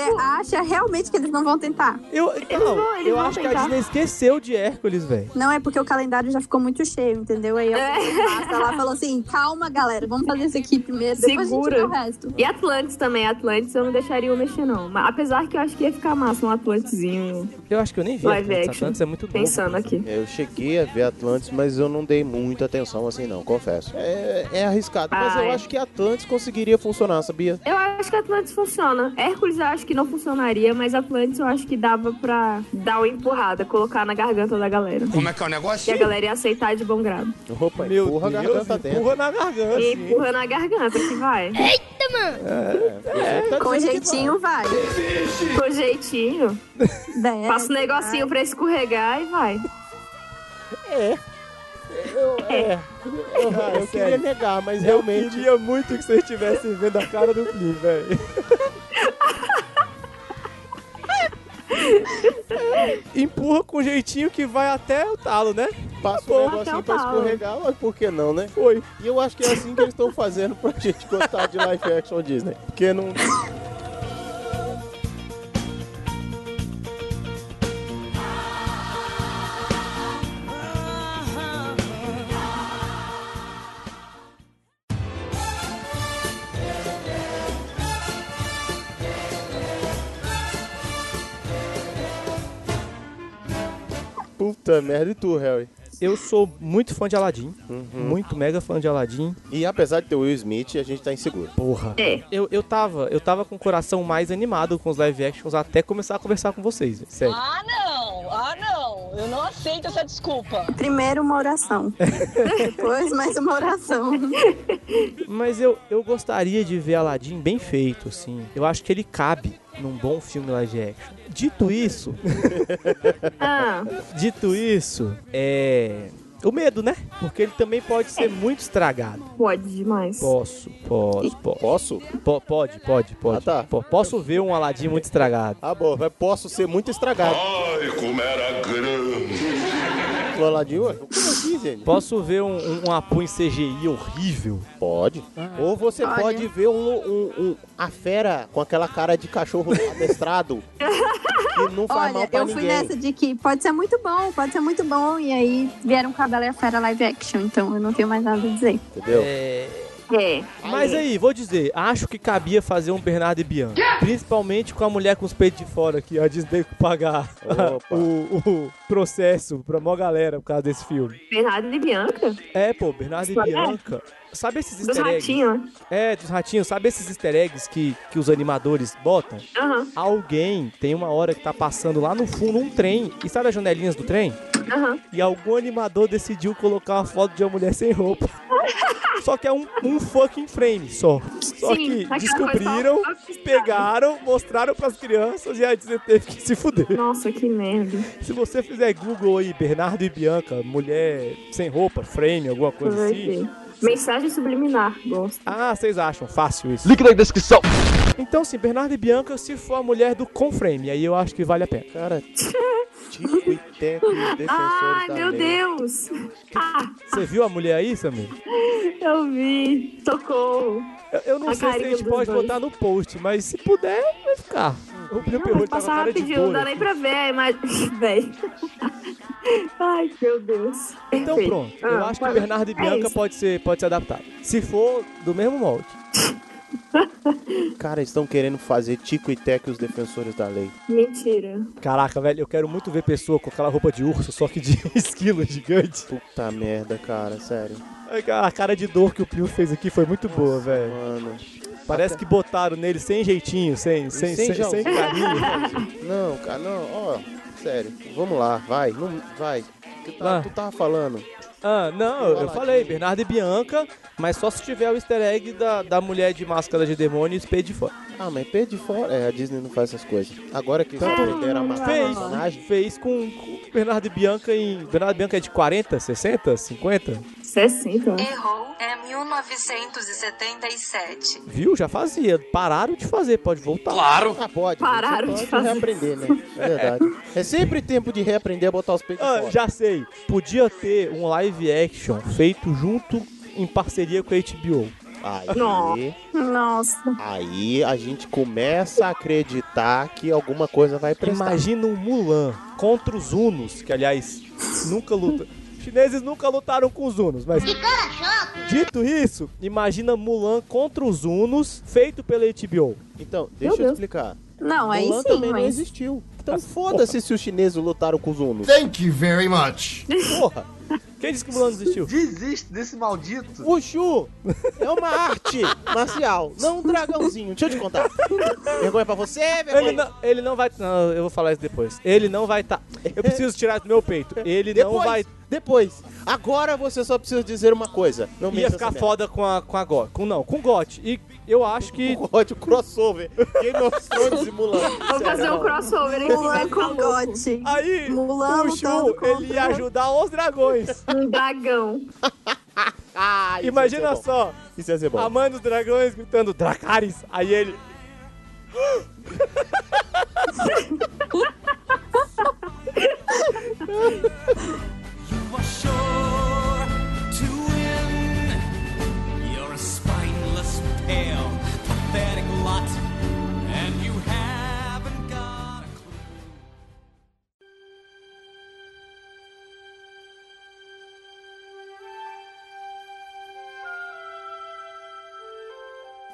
S1: acha realmente que eles não vão tentar?
S2: Eu, não,
S4: vão- eles
S2: eu
S4: vão
S2: acho que a
S4: tentar.
S2: Disney esqueceu de Hércules, velho.
S1: Não é porque o calendário já ficou muito cheio, entendeu? Aí
S4: É.
S1: eu passa lá e falou assim: calma, galera, vamos fazer isso aqui primeiro, depois a
S4: Segura.
S1: gente vê o resto.
S4: E Atlantis também, Atlantis eu não deixaria eu mexer, não. Mas, apesar que eu acho que ia ficar massa um Atlantizinho
S2: Eu acho que eu nem vi.
S4: Live
S2: Atlantis.
S4: action.
S2: Atlantis é muito bom.
S4: pensando aqui.
S3: Eu cheguei a ver Atlantis, mas eu não dei muita atenção assim, não, confesso. É, é arriscado, mas
S4: Ah,
S3: eu
S4: é.
S3: acho que Atlantis conseguiria funcionar, sabia?
S4: Eu acho que Atlantis funciona. Hércules eu acho que não funcionaria, mas Atlantis eu acho que dava pra dar uma empurrada, colocar na garganta da galera.
S7: Como é que é o
S4: E
S7: negócio?
S4: a galera ia aceitar de bom grado.
S3: Opa,
S2: Meu
S3: empurra a
S2: Deus,
S3: garganta dentro.
S2: empurra na garganta.
S4: E empurra na garganta que vai.
S3: Você tá
S1: É, Com
S3: dizendo que
S1: jeitinho vai.
S4: Com jeitinho.
S1: Né?
S4: Passa um negocinho pra escorregar e vai.
S3: vai. Ah, eu queria
S2: Sério.
S3: negar, mas
S2: Eu
S3: realmente.
S2: queria muito que vocês estivessem vendo a cara do Plim, velho. Empurra com jeitinho que vai até o talo, né?
S3: Passa
S4: Bom,
S3: um
S4: até
S3: negocinho
S4: o
S3: pra
S4: Paulo.
S3: escorregar, mas por que não, né?
S2: Foi.
S3: E eu acho que é assim que eles estão fazendo pra gente gostar de live action Disney. Porque não. Puta merda, e tu, Harry?
S2: Eu sou muito fã de Aladdin. Muito mega fã de Aladdin.
S3: E apesar de ter o Will Smith, a gente tá inseguro.
S2: Porra.
S4: É.
S2: Eu, eu tava, eu tava com o coração mais animado com os live actions até começar a conversar com vocês, velho. sério.
S11: Ah, não! Ah, não! Eu não aceito essa desculpa.
S1: Primeiro uma oração. Depois mais uma oração.
S2: Mas eu, eu gostaria de ver Aladdin bem feito, assim. Eu acho que ele cabe num bom filme live action. Dito isso,
S4: Ah,
S2: Dito isso, é. O medo, né? Porque ele também pode ser muito estragado.
S4: pode demais.
S2: Posso, posso, posso.
S3: Posso?
S2: Po- pode, pode, pode.
S3: Ah, tá.
S2: Po- posso ver um Aladim muito estragado.
S3: Ah, bom, mas posso ser muito estragado.
S7: Ai, como era grande.
S3: O Aladdin, ué, como assim, gente?
S2: Posso ver um, um, um Apu em CGI horrível.
S3: Pode. Ou você
S1: Ah, Olha.
S3: pode ver um, um- um- a fera com aquela cara de cachorro adestrado. que não faz mal
S1: Olha,
S3: pra
S1: eu fui
S3: ninguém.
S1: nessa de que pode ser muito bom, pode ser muito bom. E aí vieram com a Bela e a Fera live action, então eu não tenho mais nada a dizer.
S3: Entendeu?
S4: É.
S2: Mas aí, vou dizer, acho que cabia fazer um Bernardo e Bianca. Principalmente com a mulher com os peitos de fora, que a Disney tem que pagar
S3: Opa.
S2: o, o processo pra mó galera por causa desse filme.
S4: Bernardo e Bianca?
S2: É, pô, Bernardo e
S4: Isso é?
S2: Bianca. Sabe esses
S4: Dos
S2: easter eggs?
S4: ratinhos, né?
S2: É, dos ratinhos, sabe esses easter eggs que, que os animadores botam?
S4: Aham,
S2: Alguém tem uma hora que tá passando lá no fundo um trem, e sabe as janelinhas do trem?
S4: aham.
S2: E algum animador decidiu colocar uma foto de uma mulher sem roupa. só que é um, um fucking frame só. Só
S4: Sim, aquela
S2: que
S4: coisa
S2: descobriram,
S4: só- só-
S2: pegaram, mostraram pras crianças e a Disney teve que se fuder.
S4: Nossa, que merda.
S2: Se você fizer Google aí, Bernardo e Bianca, mulher sem roupa, frame, alguma coisa
S4: Vai
S2: assim.
S4: ver. Mensagem subliminar, gosto.
S2: Ah, vocês acham fácil isso?
S5: Link na descrição.
S2: Então, sim, Bernardo e Bianca, se for a mulher do Conframe, aí eu acho que vale a pena.
S3: Cara, tipo e teco e defensores
S4: Ai,
S3: da
S4: meu
S3: lei.
S4: Deus! Ah,
S2: Você viu a mulher aí, Samir?
S4: eu vi. Tocou.
S2: Eu, eu não sei
S4: A
S2: se a
S4: carinha
S2: gente
S4: dos
S2: pode
S4: dois.
S2: botar no post, mas se puder, vai ficar. O Pio
S4: Não,
S2: Perrolho
S4: mas
S2: tá com a
S4: passar
S2: cara de
S4: rapidinho, não
S2: dor
S4: dá nem
S2: aqui.
S4: pra ver a imagem. Véi. Ai, meu Deus.
S2: Então
S4: Perfeito.
S2: pronto, eu
S4: Ah,
S2: acho que
S4: pode-
S2: Bernardo e
S4: é
S2: Bianca
S4: isso.
S2: pode, ser, pode ser adaptado. Se for do mesmo molde.
S3: Cara, eles estão querendo fazer Tico e Teco e os defensores da lei.
S4: Mentira.
S2: Caraca, velho, eu quero muito ver pessoa com aquela roupa de urso, só que de esquilo gigante.
S3: Puta merda, cara, sério.
S2: A cara de dor que o Pio fez aqui foi muito boa, velho.
S3: Mano.
S2: Parece que botaram nele sem jeitinho, sem, sem, sem, sem,
S3: gelzinho.
S2: carinho.
S3: Não, cara, não, ó, sério. Vamos lá, vai, não, vai. Tu, tá-
S2: Vai.
S3: tu tava falando.
S2: Ah, não, eu falei, Bernardo e Bianca, mas só se tiver o easter egg da, da mulher de máscara de demônio e espelho de fora.
S3: Ah, mas espelho de fora? É, a Disney não faz essas coisas. Agora que eles aprenderam a matar a personagem.
S2: Então, Fez, fez com, com Bernardo e Bianca em... Bernardo e Bianca é de 40, 60, 50?
S4: 60.
S12: Errou, é 1977.
S2: Viu? Já fazia. Pararam de fazer, pode voltar.
S3: Ah, pode.
S4: Pararam
S3: Você pode
S4: de fazer
S3: reaprender, né?
S4: isso.
S3: É verdade. É sempre tempo de reaprender a botar os peitos
S2: Ah,
S3: fora.
S2: já sei. Podia ter um live action feito junto em parceria com a HBO.
S3: Aí,
S1: Nossa.
S3: aí a gente começa a acreditar que alguma coisa vai prestar.
S2: Imagina um Mulan contra os Hunos, que aliás nunca luta. Os chineses nunca lutaram com os Hunos, mas. Dito isso, imagina Mulan contra os Hunos, feito pela HBO.
S3: Então, deixa eu
S1: Deus.
S3: explicar.
S1: Não, é aí
S3: Mulan
S1: sim,
S3: também não
S1: mas.
S3: existiu. Então foda-se se os chineses lutaram com os hunos.
S9: Thank you very much.
S2: Porra! Quem disse que Mulan não existiu?
S13: Desiste desse maldito.
S3: Wushu é uma arte marcial, não um dragãozinho. Deixa eu te contar. Vergonha pra você,
S2: Ele
S3: vergonha.
S2: não, ele não vai. Não, eu vou falar isso depois. Ele não vai estar. Eu preciso tirar isso do meu peito. Ele não
S3: Depois,
S2: vai.
S3: depois. Agora você só precisa dizer uma coisa. Não
S2: Ia ficar foda com a, com a Got. Com, não, com Got. E eu acho que.
S3: Ótimo crossover. Game of Thrones e Mulan.
S4: Vamos fazer um crossover hein?
S1: Mulan com Gotti.
S2: Aí,
S1: Mulan
S2: o
S1: lutando
S2: Shu, ele ia ajudar os dragões.
S4: Um dragão.
S3: Ah, isso ia
S2: Imagina
S3: ser bom.
S2: só,
S3: Isso ia ser bom.
S2: a mãe dos dragões gritando Dracarys. Aí ele.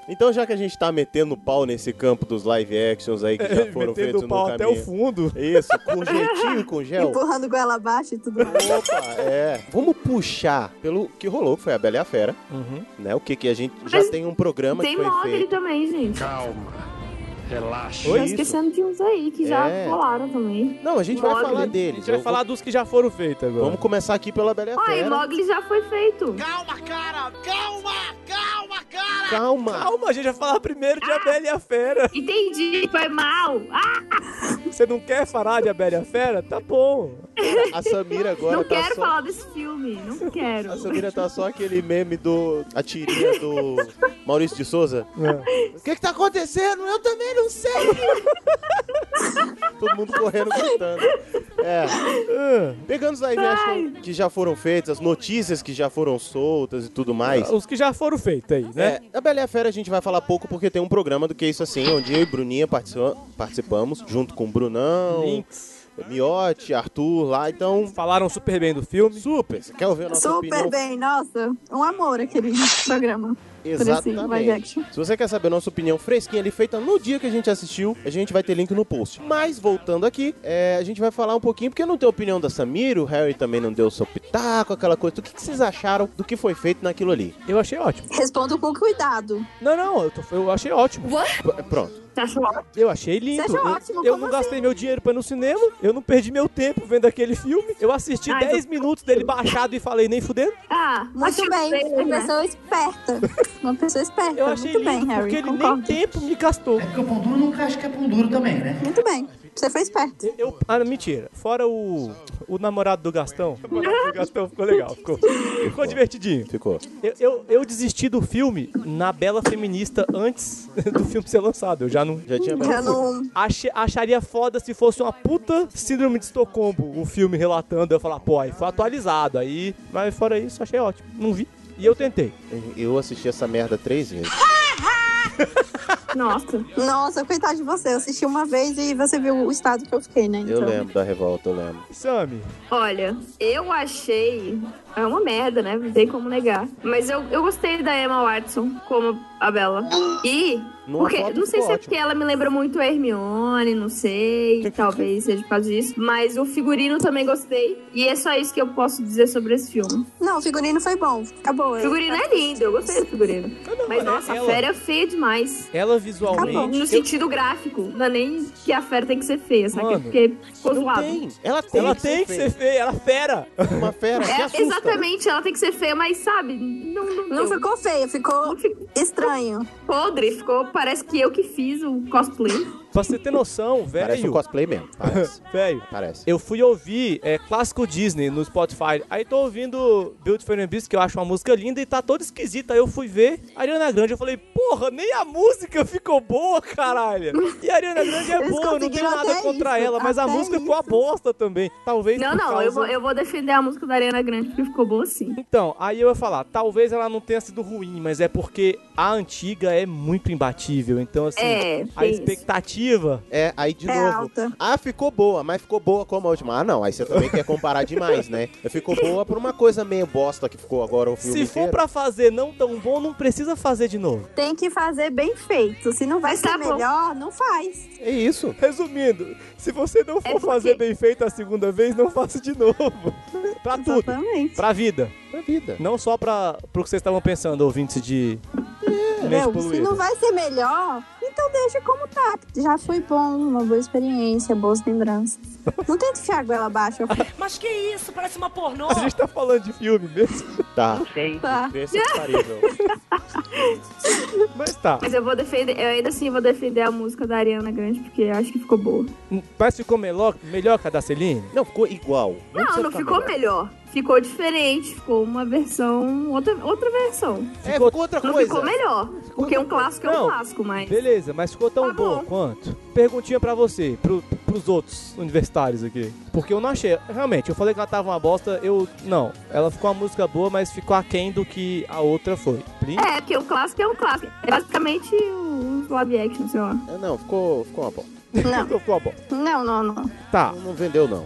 S3: Então, já que a gente tá metendo pau nesse campo dos live actions aí que já foram feitos
S2: É, metendo o
S3: no
S2: pau
S3: caminho.
S2: até o fundo. Então,
S3: Isso, com jeitinho e com gel.
S1: Empurrando goela abaixo e tudo mais.
S3: Opa, é. Vamos puxar pelo que rolou, que foi a Bela e a Fera,
S2: Uhum.
S3: né? O que que a gente já
S4: Mas
S3: tem um programa
S4: Tem
S3: que foi
S4: mogli
S3: feito.
S4: também, gente.
S2: Relaxa.
S4: Tá esquecendo de uns aí que já
S3: É.
S4: rolaram também.
S3: Não, a gente vai
S4: Mogli.
S3: falar
S2: A
S3: deles.
S2: gente vai
S3: Eu
S2: falar dos que já foram feitos
S3: vou-
S2: agora.
S3: Vamos começar aqui pela Bela e a
S4: Ah, e
S3: Fera.
S4: Mogli já foi feito.
S3: Calma.
S2: Calma, a gente vai falar primeiro de A Bela e a Fera.
S4: Entendi, foi mal. Ah,
S2: Você não quer falar de A Bela e a Fera? Tá bom.
S3: A Samira agora
S4: não
S3: tá
S4: quero
S3: só...
S4: falar desse filme, não quero.
S3: A Samira tá só aquele meme do... A tirinha do Maurício de Souza. O que que tá acontecendo? Eu também não sei. Todo mundo correndo, gritando. É. Pegando os live action que já foram feitos, as notícias que já foram soltas e tudo mais.
S2: Os que já foram feitos aí, né?
S3: É, a Bela e a Fera a gente vai falar pouco porque tem um programa do Que Isso Assim, onde eu e Bruninha participa- participamos, junto com o Brunão,
S2: Links.
S3: Miotti, Arthur lá, então...
S2: Falaram super bem do filme.
S3: Super! Você quer ouvir a nossa
S1: Super
S3: opinião?
S1: bem, nossa. Um amor aquele programa. por esse live
S4: assim,
S3: Exatamente.
S1: action.
S3: Se você quer saber a nossa opinião fresquinha ali, feita no dia que a gente assistiu, a gente vai ter link no post. Mas, voltando aqui, é, a gente vai falar um pouquinho, porque não tem opinião da Samira, o Harry também não deu seu pitaco, aquela coisa. O que, que vocês acharam do que foi feito naquilo ali?
S2: Eu achei ótimo.
S1: Respondo com cuidado.
S2: Não, não, eu, tô- eu achei ótimo.
S3: P- é, pronto.
S4: Você achou ótimo?
S2: Eu achei lindo.
S1: Seja
S2: eu
S1: ótimo,
S2: eu
S1: como assim?
S2: não gastei meu dinheiro pra ir no cinema, eu não perdi meu tempo vendo aquele filme. Eu assisti
S4: Ah,
S2: 10 minutos dele baixado e falei, nem fudendo.
S4: Ah,
S1: Muito
S4: achei
S1: bem,
S4: feio,
S1: uma
S4: né?
S1: pessoa esperta. Uma pessoa esperta.
S2: Eu achei
S1: Muito
S2: lindo
S1: bem, Harry.
S2: porque ele
S1: concordo.
S2: nem tempo me gastou.
S9: É porque o pão duro não acha que é pão duro também, né?
S1: Muito bem. Você foi esperto.
S2: Eu, eu- ah, não, mentira. Fora o, o namorado do Gastão. O namorado do Gastão ficou legal, ficou, ficou divertidinho.
S3: Ficou.
S2: Eu, eu, eu desisti do filme na Bela Feminista antes do filme ser lançado. Eu já não.
S3: Já tinha
S1: Já não.
S2: Ache- acharia foda se fosse uma puta síndrome de Estocolmo o filme relatando. Eu falar, pô, aí foi atualizado. Aí, mas fora isso, achei ótimo. Não vi. E eu tentei.
S3: Eu assisti essa merda três vezes.
S4: né? Nossa.
S1: Nossa, coitado de você. Eu assisti uma vez e você viu o estado que eu fiquei, né?
S3: Eu
S1: Então.
S3: lembro da revolta, eu lembro.
S2: Sammy,
S4: Olha, eu achei. É uma merda, né? Não tem como negar. Mas eu, eu gostei da Emma Watson como a Bela. E
S3: Numa
S4: Porque,
S3: foto ficou
S4: não sei se é
S3: ótimo.
S4: porque ela me lembra muito a Hermione, não sei, talvez seja por causa disso. Mas o figurino também gostei. E é só isso que eu posso dizer sobre esse filme.
S1: Não, o figurino foi bom. Acabou.
S4: O figurino é lindo, eu gostei do figurino. Mas
S2: é
S4: nossa, a
S2: ela. Tá
S4: fera é feia demais.
S2: Ela
S4: Acabou.
S2: visualmente.
S4: No sentido gráfico, não é nem que a fera tem que ser feia, sabe?
S2: Mano,
S4: porque ficou zoado.
S3: Ela
S2: tem, ela tem que ser feia, ela é fera.
S3: Uma fera.
S4: É, exatamente, ela tem que ser feia, mas sabe, não Não,
S1: Não ficou feia, ficou estranho.
S4: Podre, ficou. Parece que eu que fiz o cosplay.
S2: Pra você ter noção, velho.
S3: Parece um cosplay mesmo. Parece.
S2: Velho,
S3: Parece.
S2: eu fui ouvir é, clássico Disney no Spotify. Aí tô ouvindo Beautiful and the Beast, que eu acho uma música linda e tá toda esquisita. Aí eu fui ver Ariana Grande. Eu falei, porra, nem a música ficou boa, caralho. E a Ariana Grande é
S4: Eles
S2: boa, eu não tenho
S4: conseguiram
S2: nada
S4: até
S2: contra
S4: isso,
S2: ela, mas a
S4: até
S2: música ficou a bosta também. Talvez
S4: Não,
S2: por
S4: não,
S2: causa...
S4: eu, vou, eu vou defender a música da Ariana Grande, porque ficou boa sim.
S2: Então, aí eu ia falar, talvez ela não tenha sido ruim, mas é porque a antiga é muito imbatível. Então, assim,
S4: É,
S2: a
S4: tem isso.
S2: expectativa.
S3: É, aí de novo. Ah, ficou boa, mas ficou boa como a última. Ah, não. Aí você também quer comparar demais, né? Ficou boa por uma coisa meio bosta que ficou agora o filme
S2: Se for
S3: inteiro.
S2: pra fazer não tão bom, não precisa fazer de novo.
S1: Tem que fazer bem feito. Se não vai
S4: Mas
S1: ser
S4: tá bom.
S1: melhor, não faz.
S3: É isso.
S2: Resumindo, se você não for fazer bem feito a segunda vez, não faça de novo. pra tudo.
S1: Exatamente.
S2: Pra vida.
S3: Pra É vida.
S2: Não só pra, pro que vocês estavam pensando, ouvintes de. Mente
S1: Não, se
S2: poluída.
S1: É, não vai ser melhor, então deixa como tá. Já foi bom, uma boa experiência, boas lembranças. Não tenta enfiar a goela abaixo.
S12: Mas que isso? Parece uma pornô.
S2: A gente tá falando de filme mesmo.
S3: Tá.
S12: Sei.
S1: Tá.
S3: Esse é parível.
S2: Mas tá.
S4: Mas eu vou defender, eu ainda assim vou defender a música da Ariana Grande, porque eu acho que ficou boa.
S2: Mas ficou melhor, melhor que a da Celine?
S3: Não, ficou igual.
S4: Não,
S2: tá
S4: não ficou melhor. Ficou diferente, ficou uma versão, outra, outra versão.
S3: É, ficou outra
S4: Não
S3: coisa.
S4: ficou melhor, porque um clássico é um
S2: Não.
S4: clássico, mas...
S2: Beleza, mas ficou tão boa quanto? Perguntinha pra você, pro, pros outros universitários aqui. Porque eu não achei. Realmente, eu falei que ela tava uma bosta, eu. Não. Ela ficou uma música boa, mas ficou aquém do que a outra foi. Plin?
S4: É, porque um clássico é um clássico. É basicamente um live action, sei lá.
S3: É, Não, ficou, ficou uma bom.
S1: Não.
S2: ficou bom.
S1: Não, não, não.
S2: Tá.
S3: Não vendeu, não.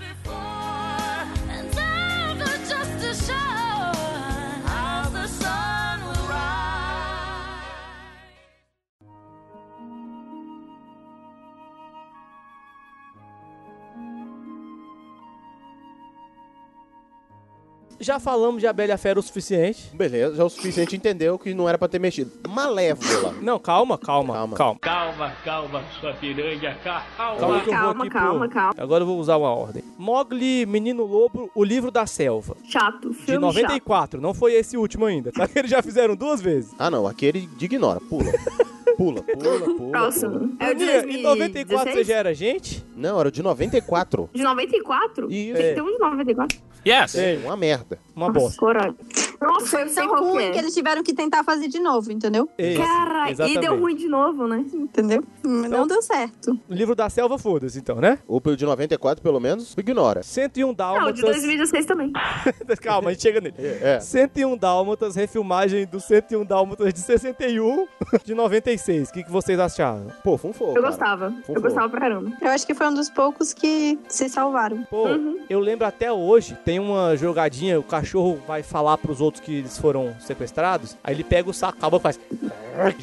S2: Já falamos de A Bela e a Fera o suficiente.
S3: Beleza, já é o suficiente entendeu que não era pra ter mexido. Malévola.
S2: Não, calma, calma, calma. Calma,
S14: Calma, calma, sua piranha, calma.
S2: que eu vou
S4: Calma,
S2: aqui
S4: calma,
S2: pro...
S4: calma.
S2: Agora eu vou usar uma ordem. Mogli, Menino Lobo, O Livro da Selva.
S4: Chato,
S2: De
S4: filme chato.
S2: 94, não foi esse último ainda. Tá que eles já fizeram duas vezes.
S3: Ah, não, aquele de ignora, pula. Pula, pula, pula.
S4: Próximo. É o de
S2: Aninha, em 94 você
S4: 2016?
S2: já era gente?
S3: Não, era o de 94.
S4: De 94?
S3: Isso.
S4: Tem que ter um de 94.
S2: Yes.
S3: É uma merda.
S2: Uma
S4: Nossa,
S2: bosta.
S4: coragem. Nossa,
S1: Foi
S4: eu sei
S1: tão
S4: qual
S1: ruim
S4: é.
S1: que eles tiveram que tentar fazer de novo, entendeu?
S2: Esse,
S4: Cara, e deu
S2: É exatamente.
S4: ruim de novo, né?
S1: Entendeu? Hum,
S4: Então
S1: Não deu certo.
S2: O Livro da Selva, foda-se então, né?
S3: O de 94, pelo menos, ignora.
S2: 101
S4: Não, de
S2: Dálmatas...
S4: 2016 também.
S2: Calma, a gente chega nele.
S3: É.
S2: 101 Dálmatas, refilmagem do 101 Dálmatas de 61 de 96. O que, que vocês acharam?
S3: Pô, foi um fogo.
S4: Eu
S3: cara.
S4: gostava.
S3: Fofo.
S4: Eu gostava pra caramba.
S1: Eu acho que foi um dos poucos que se salvaram.
S2: Pô,
S9: Uhum.
S2: eu lembro até hoje, tem uma jogadinha, o cachorro vai falar pros outros que eles foram sequestrados, aí ele pega o saco, acaba e faz... e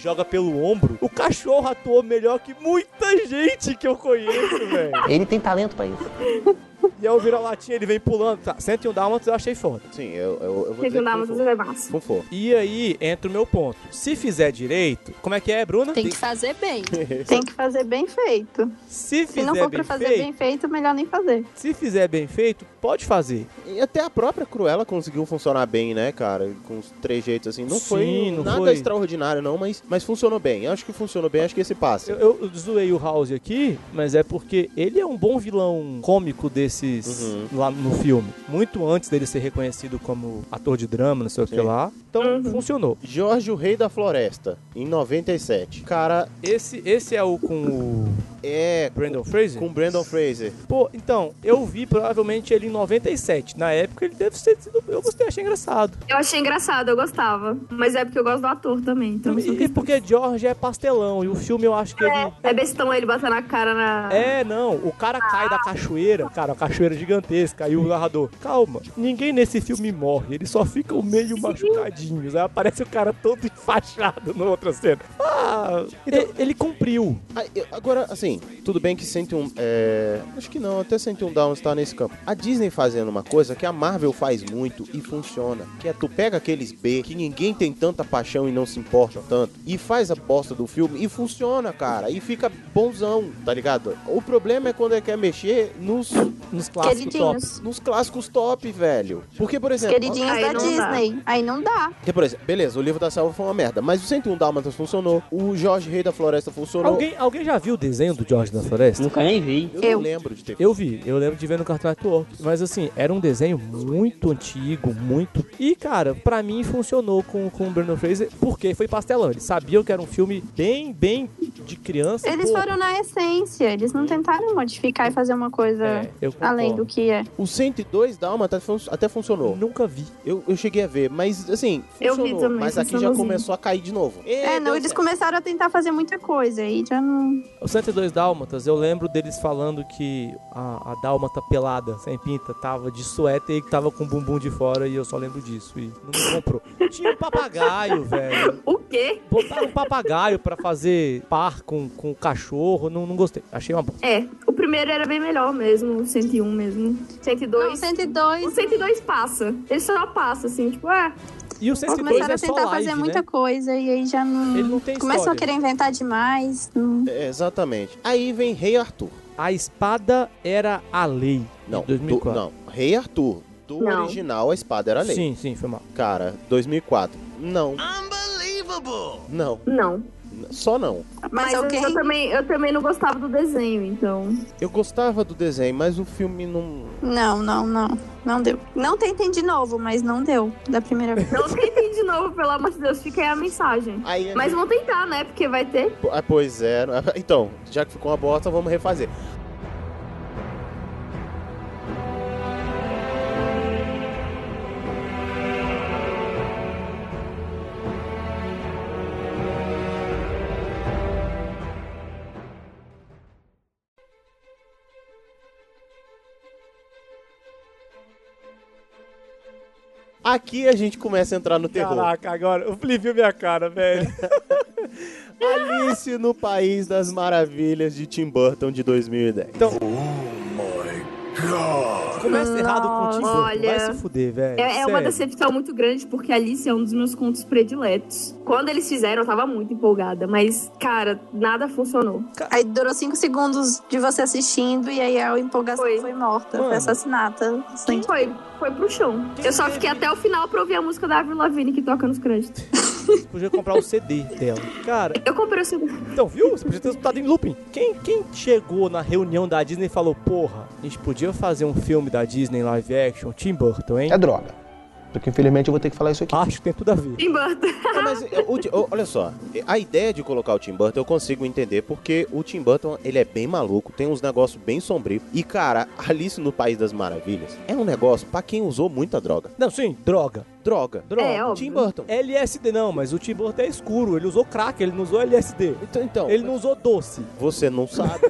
S2: Joga pelo ombro. O cachorro atuou melhor que muita gente que eu conheço, velho.
S9: Ele tem talento pra isso.
S2: E aí eu viro a latinha, ele vem pulando, tá? 101 Dálmatas eu achei foda.
S3: Sim, eu, eu, eu vou
S4: Teve
S3: dizer
S4: um
S3: que foi
S4: da
S3: um
S4: Amazon
S3: fogo.
S4: é massa.
S3: Foi um fogo.
S2: E aí entra o meu ponto. Se fizer direito, como é que é, Bruna?
S1: Tem que fazer bem. Tem que fazer bem feito.
S2: Se fizer
S1: Se não for
S2: bem
S1: pra fazer
S2: feito,
S1: bem feito, melhor nem fazer.
S2: se fizer bem feito, pode fazer.
S3: E até a própria Cruella conseguiu funcionar bem, né, cara? Com os trejeitos assim. Não foi
S2: Sim, não
S3: nada
S2: foi.
S3: extraordinário, não, mas, mas funcionou bem. Eu Acho que funcionou bem, acho que esse passa.
S2: Eu, eu zoei o House aqui, mas é porque ele é um bom vilão cômico desses
S3: Uhum.
S2: lá no filme. Muito antes dele ser reconhecido como ator de drama, não sei o que lá. Então
S3: Uhum.
S2: funcionou.
S3: Jorge, o Rei da Floresta, em 97. Cara,
S2: Esse, esse é o com o
S3: é.
S2: Brandon Fraser?
S3: Com Brandon Fraser.
S2: Pô, então, eu vi provavelmente ele em 97. Na época ele deve ter sido. Eu gostei, achei engraçado.
S4: Eu achei engraçado, eu gostava. Mas é porque eu gosto do ator também. Então isso
S2: E porque George é pastelão e o filme eu acho que ele. Ah.
S4: é bestão ele bater na cara na.
S2: É, não, o cara cai da cachoeira. Cara, a cachoeira cachoeira gigantesca. Aí o narrador, calma, ninguém nesse filme morre, eles só ficam meio machucadinhos. Aí aparece o cara todo enfaixado na outra cena. Ah, ele, ele cumpriu.
S3: Ah, eu- Agora, assim, tudo bem que 101. É... Acho que não, até 101 Downs tá nesse campo. A Disney fazendo uma coisa que a Marvel faz muito e funciona: que é tu pega aqueles B que ninguém tem tanta paixão e não se importa tanto, e faz a bosta do filme e funciona, cara. E fica bonzão, tá ligado? O problema é quando ele quer mexer nos,
S2: nos
S1: clássicos Queridinhos. top.
S3: Nos clássicos top, velho. Porque, por exemplo.
S1: Queridinhos da Disney. Aí não dá.
S2: Tipo,
S3: Porque, por exemplo, beleza, o livro da selva foi uma merda, mas o 101 Dálmatas funcionou, o Jorge Rei da Floresta funcionou.
S2: Alguém, alguém já viu o desenho do George da Floresta?
S3: Nunca nem vi. Eu não Eu. lembro de ter
S2: Eu vi, eu lembro de ver no Cartoon Network. Mas assim, era um desenho muito antigo, muito. E, cara, pra mim funcionou com, com o Brandon Fraser, porque foi pastelão. Eles sabiam que era um filme bem, bem de criança.
S1: Eles
S2: Pô,
S1: foram na essência, eles
S2: Hum.
S1: não tentaram modificar e fazer uma coisa
S3: É, eu concordo.
S1: né? além do que é.
S3: O 102 Dálmatas fun- até funcionou.
S2: Nunca vi.
S3: Eu, eu cheguei a ver, mas assim,
S1: Eu vi
S3: funcionou.
S1: também,
S3: mas aqui já
S1: funcionouzinho.
S3: começou a cair de novo.
S1: é, não, eles começaram a tentar fazer muita coisa aí já não.
S2: O 102 Dálmatas, eu lembro deles falando que a, a Dálmata pelada, sem pinta, tava de suéter e que tava com o bumbum de fora e eu só lembro disso. E não me comprou. Tinha um papagaio, velho.
S4: O quê?
S2: Botaram um papagaio pra fazer par com, com o cachorro, não, não gostei. Achei uma bosta.
S4: É, o primeiro era bem melhor mesmo, o 101 mesmo. 102. Não,
S1: 102.
S4: O 102 passa. Ele só passa, assim, tipo, é.
S2: E o
S1: Eles
S2: 102
S1: começaram
S2: é
S1: a
S2: só
S1: tentar
S2: live,
S1: fazer
S2: né?
S1: muita coisa e aí já não.
S2: Ele não tem
S1: Começam
S2: história.
S1: a querer inventar demais.
S3: É, exatamente. Aí vem Rei Arthur.
S2: A espada era a lei.
S3: Não,
S2: de 2004.
S3: do- não. Rei Arthur. Do
S2: Não.
S3: original, a espada era a lei.
S2: Sim, sim, foi mal.
S3: Cara, 2004. Não. Não.
S4: Não.
S3: Só não.
S4: Mas, eu, também, eu também não gostava do desenho, então.
S3: Eu gostava do desenho, mas o filme não.
S1: Não, não, não. Não deu. Não tentem de novo, mas não deu da primeira vez.
S4: Não tentem Então, de novo, pelo amor de Deus, fica aí a mensagem.
S3: Aí,
S4: Mas vão tentar, né? Porque vai ter.
S3: Po- Ah, pois é. Então, já que ficou uma bosta, vamos refazer. Aqui a gente começa a entrar no terror.
S2: Caraca, agora o Felipe viu minha cara, velho.
S3: Alice no País das Maravilhas de Tim Burton de 2010. Então,
S2: Começa errado com o Tim Burton,
S4: Olha,
S2: vai se fuder, velho.
S4: É, é uma
S2: sério.
S4: decepção muito grande, porque Alice é um dos meus contos prediletos. Quando eles fizeram, eu tava muito empolgada, mas, cara, nada funcionou.
S1: Aí durou cinco segundos de você assistindo e aí a empolgação foi, morta.
S4: Mano.
S1: Foi assassinata. Sim.
S4: Foi, foi pro chão. eu só fiquei até o final pra ouvir a música da Avril Lavigne que toca nos créditos.
S2: Podia comprar o CD dela. Cara.
S4: Eu comprei o CD.
S2: Então, viu? Você podia ter escutado em looping. Quem, quem chegou na reunião da Disney e falou: Porra, a gente podia fazer um filme da Disney live action, Tim Burton, hein?
S3: É droga. Porque infelizmente eu vou ter que falar isso aqui.
S2: Acho que tem tudo a ver.
S4: Tim Burton.
S3: mas é, o Ti- o- olha só, a ideia de colocar o Tim Burton eu consigo entender, porque o Tim Burton ele é bem maluco, tem uns negócios bem sombrios. E cara, Alice no País das Maravilhas é um negócio pra quem usou muita droga.
S2: Não, sim, droga.
S3: Droga.
S2: Droga.
S3: É, óbvio. Tim Burton.
S2: LSD não, mas o Tim Burton é escuro. Ele usou crack, ele não usou LSD.
S3: Então, então.
S2: Ele não usou doce.
S3: Você não sabe.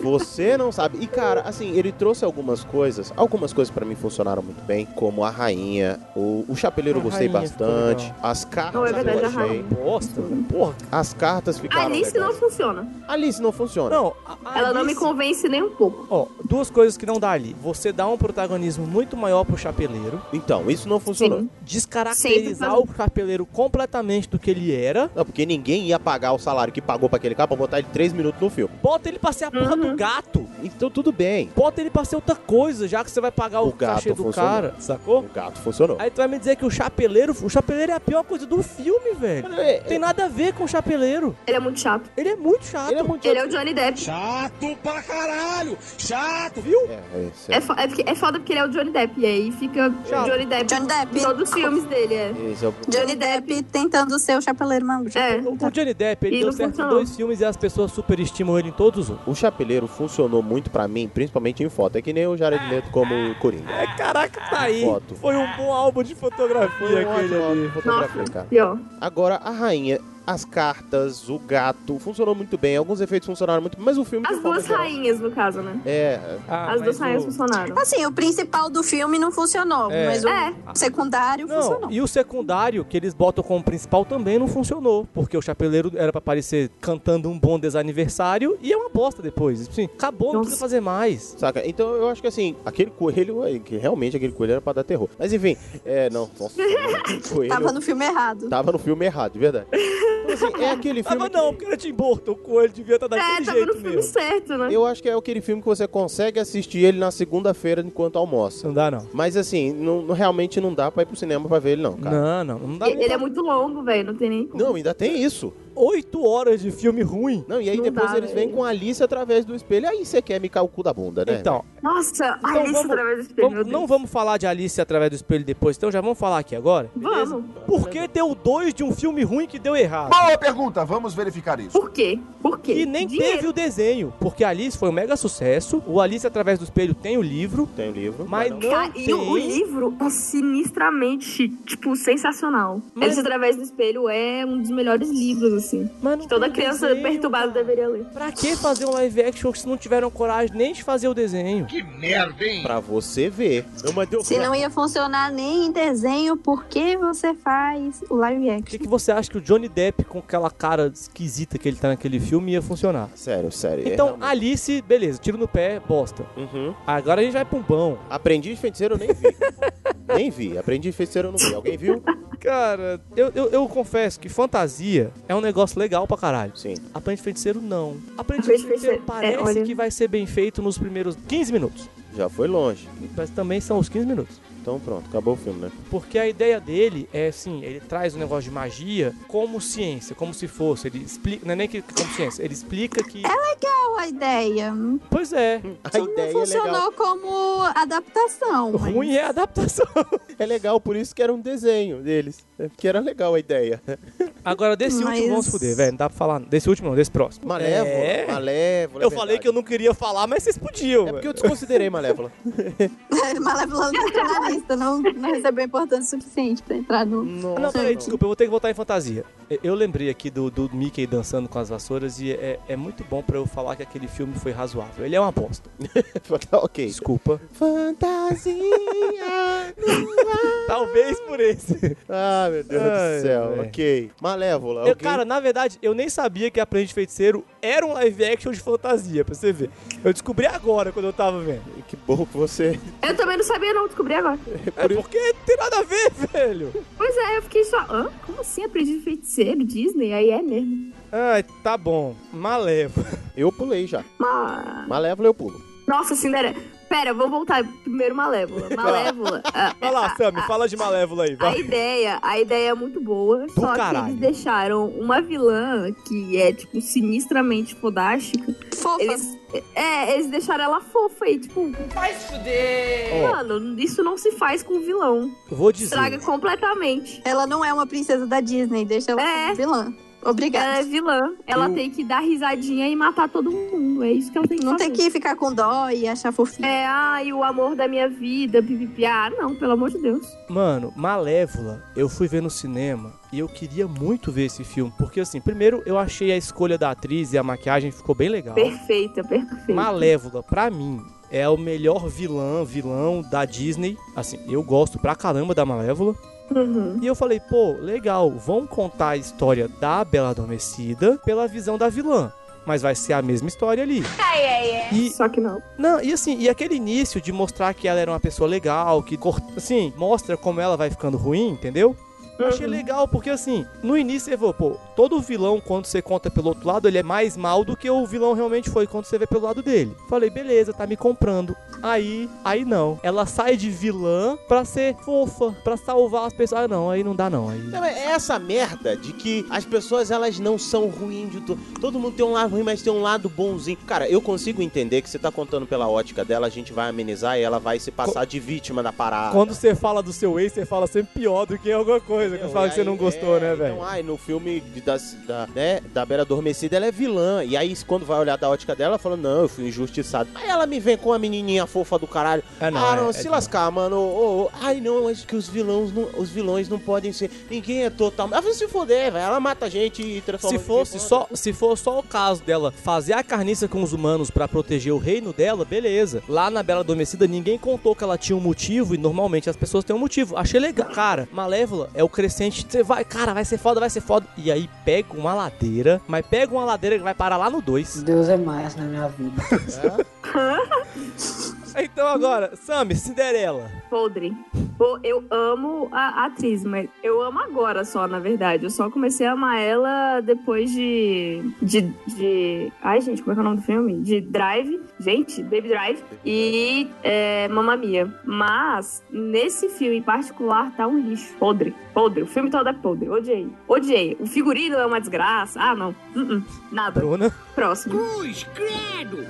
S3: Você não sabe. E cara, assim, ele trouxe algumas coisas. Algumas coisas pra mim funcionaram muito bem, como a rainha, o, o chapeleiro eu
S2: A
S3: gostei
S2: rainha ficou
S3: bastante,
S2: legal.
S3: as cartas
S4: Não, é verdade,
S3: eu
S4: a
S3: achei.
S4: rainha.
S2: Bosta. Porra.
S3: As cartas ficaram
S4: Alice não
S3: legais.
S4: funciona.
S3: Alice não funciona.
S2: Não,
S4: Ela não me convence nem um pouco.
S2: Ó, duas coisas que não dá ali. Você dá um protagonismo muito maior pro chapeleiro.
S3: Então, isso não funcionou.
S4: Sim. Sempre um-
S2: Descaracterizar
S4: foi.
S2: o chapeleiro completamente do que ele era.
S3: Não, porque ninguém ia pagar o salário que pagou pra aquele cara pra botar ele três minutos no filme.
S2: Bota ele pra ser a porra do gato.
S3: Então tudo bem.
S2: Bota ele pra ser outra coisa, já que você vai pagar o,
S3: O gato
S2: cachê do
S3: funcionou.
S2: cara, sacou?
S3: O gato funcionou.
S2: Aí tu vai me dizer que o chapeleiro. O chapeleiro é a pior coisa do filme, velho.
S3: É,
S2: Tem nada a ver com o chapeleiro.
S4: Ele é muito chato.
S2: Ele é muito chato.
S3: Ele é muito
S4: Ele é o Johnny Depp.
S9: Chato pra caralho! Chato!
S2: Viu?
S3: É, isso é,
S4: É, fo- é porque- é foda porque ele é o Johnny Depp. E aí fica
S1: Chato.
S4: Johnny Depp
S1: Johnny Depp.
S4: em todos os filmes dele. É.
S3: esse é o-
S1: Johnny Depp tentando ser o chapeleiro maluco.
S4: É.
S2: O Johnny Depp, ele
S4: E
S2: deu
S4: não
S2: certo em
S4: funcionou.
S2: dois filmes e as pessoas superestimam ele em todos os outros.
S3: O chapeleiro funcionou muito pra mim, principalmente em foto. É que nem o Jared Leto como o Coringa.
S2: É, caraca, tá aí.
S3: Foto.
S2: Foi um bom álbum de fotografia
S3: Foi um
S2: aquele
S3: ótimo
S2: ali.
S3: álbum de fotografia, cara.
S4: Pior.
S3: Agora, a rainha as cartas, o gato, funcionou muito bem. Alguns efeitos funcionaram muito bem, mas o filme... de
S4: As
S3: forma
S4: duas
S3: geral-
S4: rainhas, no caso, né?
S3: É.
S2: Ah,
S4: As duas rainhas funcionaram.
S1: Assim, o principal do filme não funcionou,
S2: É.
S1: mas o
S2: É.
S1: secundário funcionou.
S2: E o secundário, que eles botam como principal, também não funcionou. Porque o chapeleiro era pra aparecer cantando um bom desaniversário e é uma bosta depois. Assim, acabou, não precisa fazer mais.
S3: Saca? Então eu acho que assim, aquele coelho, aí, que realmente aquele coelho era pra dar terror. Mas enfim, é, não. Nossa, coelho.
S1: Tava no filme errado.
S3: Tava no filme errado, de verdade. é
S2: filme.
S3: aquele
S2: Tava Ah, não, porque era Tim Burton, o coelho devia estar daquele
S4: É, tava
S2: jeito
S4: no tá filme
S2: mesmo.
S4: certo, né?
S3: Eu acho que é aquele filme que você consegue assistir ele na segunda-feira enquanto almoça.
S2: Não dá, não.
S3: Mas assim, não, não- realmente não dá pra ir pro cinema pra ver ele, não, cara.
S2: Não, não, não
S4: Ele é muito longo, velho, não tem nem.
S3: Não, ainda tem isso.
S2: Oito horas de filme ruim.
S3: Não, e aí
S4: Não
S3: depois
S4: dá,
S3: eles
S2: né?
S4: velho.
S3: vêm com a Alice através do espelho. Aí você quer micar o cu da bunda, né?
S2: Então,
S4: Nossa,
S2: Então
S4: Alice
S2: vamos-
S4: através do espelho,
S2: vamos-
S4: meu Deus.
S2: não vamos falar de Alice através do espelho depois, então já vamos falar aqui agora.
S4: Vamos.
S2: Por que deu dois de um filme ruim que deu errado?
S15: Boa pergunta, vamos verificar isso.
S4: Por quê? Por quê?
S2: E nem teve o desenho, porque Alice foi um mega sucesso. O Alice velho do Espelho tem o livro.
S3: Tem o livro.
S2: Mas não
S4: Cara,
S2: tem...
S4: e o, o livro é sinistramente, tipo, sensacional.
S2: Mas-
S4: Alice através do espelho é um dos melhores livros, assim. que toda
S2: tem
S4: criança
S2: desenho,
S4: perturbada deveria ler.
S2: Pra que fazer um live action se não tiveram coragem nem de fazer o desenho?
S15: Que merda, hein?
S3: Pra você ver. Não, mas deu
S10: Se não ia funcionar nem em desenho, por que você faz o live action?
S2: O que, que você acha que o Johnny Depp, com aquela cara esquisita que ele tá naquele filme, ia funcionar?
S3: Sério, sério. é
S2: Então, Alice, beleza, tiro no pé, bosta. Agora a gente vai pra um bom.
S3: Aprendiz de feiticeiro eu nem vi. nem vi. Aprendiz de feiticeiro eu não vi. Alguém viu?
S2: Cara, eu, eu, eu confesso que fantasia é um negócio legal pra caralho.
S3: Sim.
S2: Aprende feiticeiro, não. Aprende
S4: Aprendiz de
S2: feiticeiro
S4: Feiticeiro, é,
S2: parece
S4: olha.
S2: que vai ser bem feito nos primeiros 15 minutos.
S3: Já foi longe.
S2: Mas também são os 15 minutos.
S3: Então pronto, acabou o filme, né?
S2: Porque a ideia dele é assim, ele traz o negócio de magia como ciência, como se fosse. Ele explica. Não é nem que como ciência, ele explica que.
S1: É legal a ideia.
S2: Pois é.
S3: A ideia é legal.
S1: Funcionou como adaptação.
S2: O
S1: mas-
S2: Ruim é a adaptação.
S3: É legal, por isso que era um desenho deles. É Porque era legal a ideia.
S2: É. Agora, desse
S3: Mas-
S2: último, vamos fuder, velho. Não dá pra falar. Desse último, não, desse próximo.
S3: Malévola,
S2: É.
S3: Malévola.
S2: Eu falei que eu não queria falar, mas vocês podiam. É
S3: porque eu desconsiderei Malévola.
S1: Malévola não entrou na lista, não, não recebeu importância suficiente pra entrar no.
S2: Não, peraí, desculpa, eu vou ter que voltar em fantasia. Eu- Eu lembrei aqui do, do Mickey dançando com as vassouras e é, é muito bom pra eu falar que aquele filme foi razoável. Ele é uma aposta.
S3: ok.
S2: Desculpa.
S3: Fantasia
S2: Talvez por esse.
S3: Ah, meu Deus
S2: Ai,
S3: do céu.
S2: velho.
S3: Ok. Malévola,
S2: Eu,
S3: ok.
S2: Cara, na verdade, eu nem sabia que Aprende Feiticeiro era um live action de fantasia, pra você ver. Eu descobri agora quando eu tava vendo.
S3: Que bom que você.
S4: Eu também não sabia, não, descobri agora.
S2: É porque tem nada a ver, velho.
S4: Pois é, eu fiquei só. Hã? Como assim? Aprendi feiticeiro, Disney? Aí é mesmo.
S2: Ai, tá bom. Malévola.
S3: Eu pulei já.
S4: Mas-
S3: Malévola eu pulo.
S4: Nossa, Cinderela. Pera, eu vou voltar primeiro Malévola. Malévola. a-
S2: Vai lá, Sammy, fala de Malévola aí,
S4: A
S2: vai.
S4: ideia, a ideia é muito boa, só
S2: caralho.
S4: que eles deixaram uma vilã que é, tipo, sinistramente fodástica.
S1: Fofa.
S4: Eles, é, eles deixaram ela fofa e, tipo... Vai se fuder!
S2: Ó.
S4: Mano, isso não se faz com vilão.
S2: Vou dizer.
S4: Estraga completamente.
S1: Ela não é uma princesa da Disney, deixa ela como vilã. Obrigada. Hum.
S4: Ela é vilã. Ela
S1: Eu-
S4: tem que dar risadinha e matar todo mundo. É isso que ela tem que
S1: Não
S4: fazer.
S1: tem que ficar com dó e achar fofinha.
S4: É, ai, o amor da minha vida, pipipi. Ah, não, pelo amor de Deus.
S2: Mano, Malévola, eu fui ver no cinema e eu queria muito ver esse filme. Porque, assim, primeiro eu achei a escolha da atriz e a maquiagem ficou bem legal.
S4: Perfeita, perfeita.
S2: Malévola, pra mim, é o melhor vilã, vilão da Disney. Assim, eu gosto pra caramba da Malévola. E eu falei, pô, legal, vão contar a história da Bela Adormecida pela visão da vilã. Mas vai ser a mesma história ali.
S4: Só que não.
S2: Não, e assim, e aquele início de mostrar que ela era uma pessoa legal, que cor- assim, mostra como ela vai ficando ruim, entendeu? Eu achei legal, porque assim, no início você falou, pô, todo vilão, quando você conta pelo outro lado, ele é mais mal do que o vilão realmente foi quando você vê pelo lado dele. Falei, beleza, tá me comprando. Aí, aí não. Ela sai de vilã pra ser fofa, pra salvar as pessoas. Ah, não, aí não dá não. Aí...
S3: Não, mas é essa merda de que as pessoas elas não são ruins de to... todo mundo tem um lado ruim, mas tem um lado bonzinho. Cara, eu consigo entender que você tá contando pela ótica dela, a gente vai amenizar e ela vai se passar de vítima da parada.
S2: Quando você fala do seu ex, você fala sempre pior do que alguma coisa que eu falo que você não gostou, né, velho?
S3: Então, ai, no filme de- da, da, né, da Bela Adormecida, ela é vilã. E aí, quando vai olhar da ótica dela, ela fala, não, eu fui injustiçado. Aí ela me vem com uma menininha fofa do caralho.
S2: É, não,
S3: ah,
S2: é-
S3: não,
S2: é
S3: se
S2: demais.
S3: lascar, mano. Ô, ô, ai, não, acho que os vilões não, os vilões não podem ser. Ninguém é total. Ela se foder, velho. Ela mata a gente e transforma
S2: Se
S3: em
S2: fosse
S3: gente.
S2: só, se for só o caso dela fazer a carniça com os humanos pra proteger o reino dela, beleza. Lá na Bela Adormecida ninguém contou que ela tinha um motivo e normalmente as pessoas têm um motivo. Achei legal. Cara, Malévola é o crescente. Você vai, cara, vai ser foda, vai ser foda. E aí pega uma ladeira, mas pega uma ladeira que vai parar lá no 2.
S16: Deus é mais na minha vida.
S2: Então agora, Sammy, Cinderela.
S4: Podre. Pô, eu amo a atriz, mas eu amo agora só, na verdade. Eu só comecei a amar ela depois de. de. de- Ai, gente, como é que é o nome do filme? De Drive. Gente, Baby Drive. E é, Mamma Mia. Mas, nesse filme em particular, tá um lixo. Podre. Podre. O filme todo é podre. Odiei. Odiei. O figurino é uma desgraça. Ah, não. Uh-uh. Nada.
S2: Bruna.
S4: Próximo.